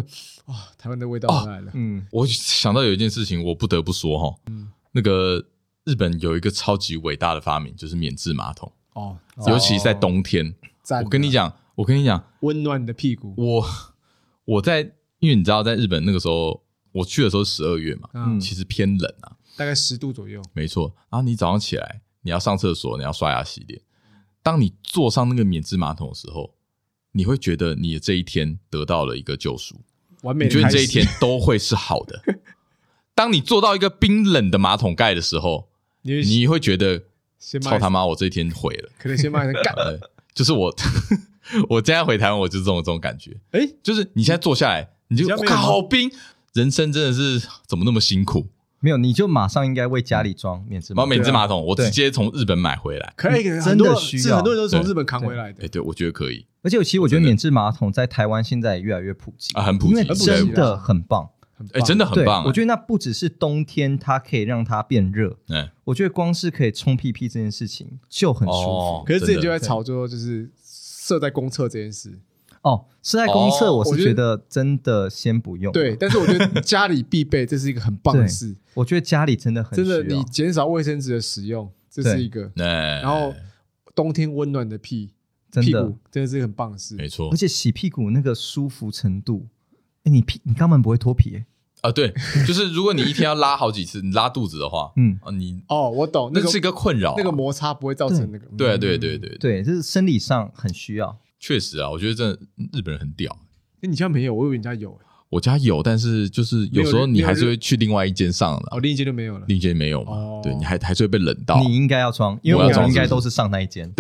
Speaker 1: 哇、台湾的味道
Speaker 2: 哦
Speaker 1: 回来了。
Speaker 3: 嗯，
Speaker 2: 我想到有一件事情，我不得不说哈，
Speaker 1: 嗯
Speaker 2: 那个日本有一个超级伟大的发明，就是免治马桶，
Speaker 1: 哦，
Speaker 2: 尤其在冬天。
Speaker 1: 赞啊
Speaker 2: 我跟你讲，我跟你讲，
Speaker 1: 温暖你的屁股，
Speaker 2: 我我在因为你知道，在日本那个时候，我去的时候十二月嘛，
Speaker 1: 嗯
Speaker 2: 其实偏冷啊，
Speaker 1: 大概十度左右。
Speaker 2: 没错。然后你早上起来，你要上厕所，你要刷牙洗脸。当你坐上那个免治马桶的时候，你会觉得你的这一天得到了一个救赎。
Speaker 1: 完美
Speaker 2: 你
Speaker 1: 的
Speaker 2: 觉
Speaker 1: 开
Speaker 2: 得
Speaker 1: 始。
Speaker 2: 这一天都会是好 的。当你坐到一个冰冷的马桶盖的时候，
Speaker 1: 你会
Speaker 2: 你会觉得
Speaker 1: 先骂
Speaker 2: 操他妈，我这一天毁了。
Speaker 1: 可能先骂人干。
Speaker 2: 呃，就是我， 我现在回台湾，我就这种这种感觉，
Speaker 1: 哎、
Speaker 2: 就是你现在坐下来，你就
Speaker 1: 你家
Speaker 2: 我
Speaker 1: 没有
Speaker 2: 靠，
Speaker 1: 吗
Speaker 2: 好冰！人生真的是怎么那么辛苦？
Speaker 3: 没有，你就马上应该为家里装免治
Speaker 2: 然后
Speaker 3: 马
Speaker 2: 免
Speaker 3: 桶。
Speaker 2: 治马桶，
Speaker 1: 啊
Speaker 2: 我
Speaker 3: 对
Speaker 2: 直接从日本买回来。
Speaker 1: 可以，
Speaker 3: 嗯
Speaker 1: 很多
Speaker 3: 真的需要
Speaker 1: 是很多人都是从
Speaker 2: 对
Speaker 1: 日本扛回来的
Speaker 2: 哎，。对我觉得可以
Speaker 3: 而且，其实我觉得免治马桶在台湾现在也越来越普及
Speaker 2: 啊，，很普
Speaker 3: 因
Speaker 2: 及
Speaker 3: 为，
Speaker 2: 对
Speaker 1: 普
Speaker 3: 真
Speaker 1: 及
Speaker 3: 的很棒。
Speaker 1: 很棒
Speaker 2: 哎，真的很
Speaker 3: 对
Speaker 2: 棒。
Speaker 3: 我觉
Speaker 2: 得，
Speaker 3: 得那不只是冬天，它可以让它变热。
Speaker 2: 嗯，
Speaker 3: 我觉得光是可以冲屁屁这件事情就很舒服
Speaker 2: 哦
Speaker 1: 可是之前
Speaker 2: 真的
Speaker 1: 就在吵说，就是设在公厕这件事。
Speaker 3: 哦。是在公厕，
Speaker 2: 哦
Speaker 3: 我
Speaker 1: 我
Speaker 3: 是
Speaker 1: 觉得
Speaker 3: 觉得真的先不用。
Speaker 1: 对，，但是我 觉得家里必备，这是一个很棒的事。
Speaker 3: 我觉得家里真的很
Speaker 1: 真的，
Speaker 3: 需要
Speaker 1: 你减少卫生纸的使用，这是
Speaker 3: 对
Speaker 1: 一个。
Speaker 2: 哎，
Speaker 1: 然后冬天温暖的屁
Speaker 3: 真
Speaker 1: 屁
Speaker 3: 的
Speaker 1: 股，，真的是一个很棒的事。
Speaker 2: 没错
Speaker 3: 而且洗屁股那个舒服程度，哎，你屁你肛门不会脱皮、欸？
Speaker 2: 啊，对，就是如果你一天要拉好几次，你拉肚子的 话，
Speaker 3: 嗯，
Speaker 2: 啊，你
Speaker 1: 哦，我懂，那
Speaker 2: 那
Speaker 1: 个
Speaker 2: 是一个困扰啊、
Speaker 1: 那个摩擦不会造成那个。
Speaker 2: 对啊
Speaker 1: 嗯
Speaker 2: 对对。对，
Speaker 3: 对，这是生理上很需要。
Speaker 2: 确实啊，我觉得真的日本人很屌。
Speaker 1: 诶你家没有，我以为你家有。诶
Speaker 2: 我家有，但是就是有时候你还是会去另外一间上
Speaker 1: 哦，
Speaker 2: 了，
Speaker 1: 另一间就没有了。
Speaker 2: 另一间没有嘛，
Speaker 1: 哦
Speaker 2: 对，你还还是会被冷到。
Speaker 3: 你应该要装，因为
Speaker 1: 我
Speaker 3: 我
Speaker 1: 要装
Speaker 3: 们应该
Speaker 2: 是不
Speaker 3: 都
Speaker 2: 是
Speaker 3: 是上那一间。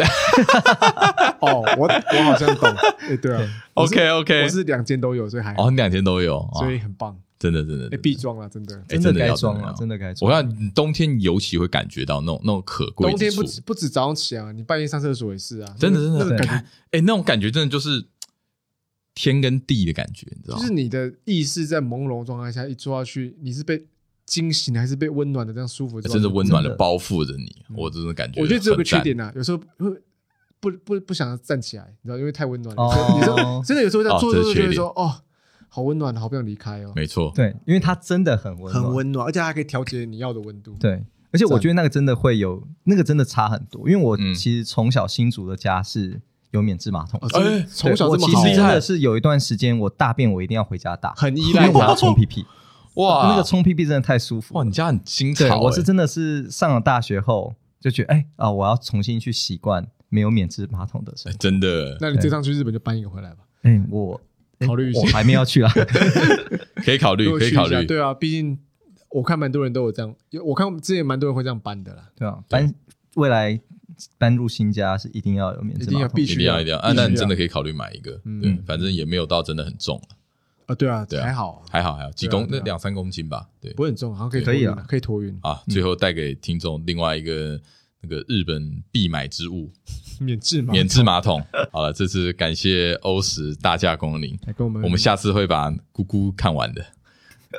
Speaker 1: 哦，我我好像懂。哎，对啊，我是
Speaker 2: OK OK，
Speaker 1: 我是两间都有，所以还好
Speaker 2: 哦，你两间都有，啊
Speaker 1: 所以很棒。
Speaker 2: 真的真的
Speaker 1: 哎，，必装了，真的。
Speaker 2: 哎
Speaker 3: 的
Speaker 2: 真的
Speaker 3: 该
Speaker 2: 要
Speaker 3: 装
Speaker 2: 真的
Speaker 3: 了，
Speaker 2: 要
Speaker 3: 真的该装。
Speaker 2: 我看冬天尤其会感觉到那种那种可贵
Speaker 1: 冬
Speaker 2: 之
Speaker 1: 天
Speaker 2: 处
Speaker 1: 不，止不止早上起啊，你半夜上厕所也是啊。
Speaker 2: 真的
Speaker 1: 那
Speaker 2: 真
Speaker 1: 个
Speaker 2: 的
Speaker 1: 那个
Speaker 2: 对
Speaker 1: 感觉
Speaker 2: 哎，那种感觉真的就是天跟地的感觉，你知道
Speaker 1: 就
Speaker 2: 吗
Speaker 1: 是？你的意识在朦胧状态下一抓下去，你是被惊醒的还是被温暖的这样舒服的状态？嗯
Speaker 2: 真的哎温暖的
Speaker 3: 真的
Speaker 2: 包覆着你，我真的感觉
Speaker 1: 我觉得只有个
Speaker 2: 很
Speaker 1: 缺
Speaker 2: 赞
Speaker 1: 点呐、啊有时候会不不不想站起来，你知道，因为太温暖了。
Speaker 3: 哦
Speaker 1: 有时候真的有时候在
Speaker 2: 哦
Speaker 1: 做
Speaker 2: 这是
Speaker 1: 做做，
Speaker 2: 缺
Speaker 1: 就
Speaker 2: 点
Speaker 1: 会说哦，好温暖，好不想离开哦，
Speaker 2: 没错，
Speaker 3: 对，因为它真的很温暖，
Speaker 1: 很温暖，而且它还可以调节你要的温度。
Speaker 3: 对，而且我觉得那个真的会有，那个真的差很多。因为我
Speaker 2: 嗯
Speaker 3: 其实从小新竹的家是有免治马桶
Speaker 1: 哦，
Speaker 3: 的，
Speaker 1: 真的
Speaker 2: 哎
Speaker 1: 从小
Speaker 3: 对我
Speaker 1: 这么
Speaker 3: 其
Speaker 1: 好
Speaker 3: 实
Speaker 2: 厉
Speaker 3: 真
Speaker 2: 害
Speaker 3: 的是有一段时间，我大便我一定要回家大，
Speaker 1: 很依
Speaker 3: 因
Speaker 1: 赖
Speaker 3: 为我
Speaker 1: 它
Speaker 3: 要。冲 屁屁。
Speaker 2: 哇，
Speaker 3: 那个冲屁屁真的太舒服
Speaker 2: 哇，
Speaker 3: 了。
Speaker 2: 你家很新潮
Speaker 3: 对
Speaker 2: 欸，，
Speaker 3: 我是真的是上了大学后就觉得，哎啊，我要重新去习惯没有免治马桶的
Speaker 2: 哎
Speaker 3: 生活。
Speaker 2: 真的
Speaker 1: 那你这趟去日本就搬一个回来吧，
Speaker 3: 哎， 我哎
Speaker 1: 考虑一下
Speaker 3: 我还没 要去啊。
Speaker 2: 可以考虑
Speaker 1: 如，果
Speaker 2: 可
Speaker 1: 去
Speaker 2: 以
Speaker 1: 一
Speaker 2: 考
Speaker 1: 下
Speaker 2: 虑。
Speaker 1: 对啊，毕竟我看蛮多人都有这样，有我看之前蛮多人会这样搬的啦。
Speaker 3: 对啊，搬未来搬入新家是一定要有免治
Speaker 1: 一定
Speaker 3: 马
Speaker 1: 要
Speaker 3: 桶
Speaker 1: 必
Speaker 2: 一
Speaker 1: 须
Speaker 2: 定要一定要啊！那你真的
Speaker 1: 啊
Speaker 2: 可以考虑买一个，
Speaker 1: 嗯
Speaker 2: 对，反正也没有到真的很重啊，
Speaker 1: 啊，对啊，
Speaker 2: 对啊
Speaker 1: 还好，
Speaker 2: 还好还好，几
Speaker 1: 对啊
Speaker 2: 公
Speaker 1: 对
Speaker 2: 那
Speaker 1: 啊
Speaker 2: 两三公斤吧，对
Speaker 1: 不会很重，好像可以
Speaker 3: 可以
Speaker 1: 托运
Speaker 3: 啊
Speaker 1: 啊，可以 托运
Speaker 2: 啊。最后带给听众另外一个那个日本必买之物
Speaker 1: 免
Speaker 2: ——
Speaker 1: 治嘛，
Speaker 2: 免治马桶。 好了，这次感谢欧石大驾光临，
Speaker 1: 来跟我们
Speaker 2: 我们下次会把咕咕看完的。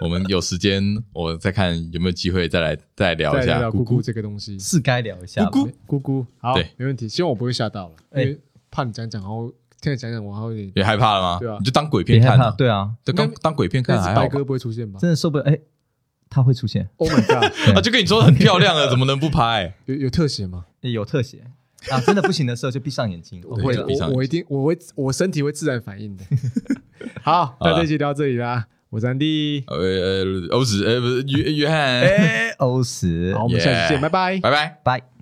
Speaker 2: 我们有时间，我再看有没有机会再来再聊
Speaker 1: 再
Speaker 2: 一下
Speaker 1: 聊聊
Speaker 2: 咕
Speaker 1: 姑姑
Speaker 2: 咕。
Speaker 1: 这个东西。
Speaker 3: 是该聊一下吧。
Speaker 1: 咕咕咕，好
Speaker 2: 对，
Speaker 1: 没问题。希望我不会吓到了，因
Speaker 3: 哎
Speaker 1: 为怕你讲讲，然后现在讲讲，我还有点。
Speaker 2: 也害怕了吗？
Speaker 1: 对啊
Speaker 2: 你就当鬼
Speaker 3: 别
Speaker 2: 片
Speaker 3: 害
Speaker 2: 看
Speaker 3: 怕，
Speaker 2: 啊，
Speaker 3: 对啊，
Speaker 2: 就当当鬼片 看
Speaker 1: 但
Speaker 2: 还
Speaker 1: 是
Speaker 2: 好
Speaker 1: 白
Speaker 2: 吧。
Speaker 1: 哥不会出 现吧
Speaker 3: 真的受不了。哎，它会出现，
Speaker 1: ？Oh my god，
Speaker 2: 啊，就跟你说很漂亮啊了，怎么能不拍？
Speaker 1: 有有特写吗？
Speaker 3: 哎有特写啊！真的不行的时候就闭上 眼睛。
Speaker 1: 我
Speaker 2: 对
Speaker 1: 会
Speaker 2: 就
Speaker 1: 的，
Speaker 2: 闭上眼
Speaker 1: 我我一定，我会，我身体会自然反应的。好，
Speaker 2: 好
Speaker 1: 那
Speaker 2: 啦
Speaker 1: 这期聊到这里啦，我是安迪，
Speaker 2: 呃呃，欧子，呃，不是约约翰，
Speaker 3: 哎，欧石，
Speaker 1: 好，我们下期见，
Speaker 2: Yeah
Speaker 1: 拜拜。
Speaker 2: 拜拜。
Speaker 3: 拜。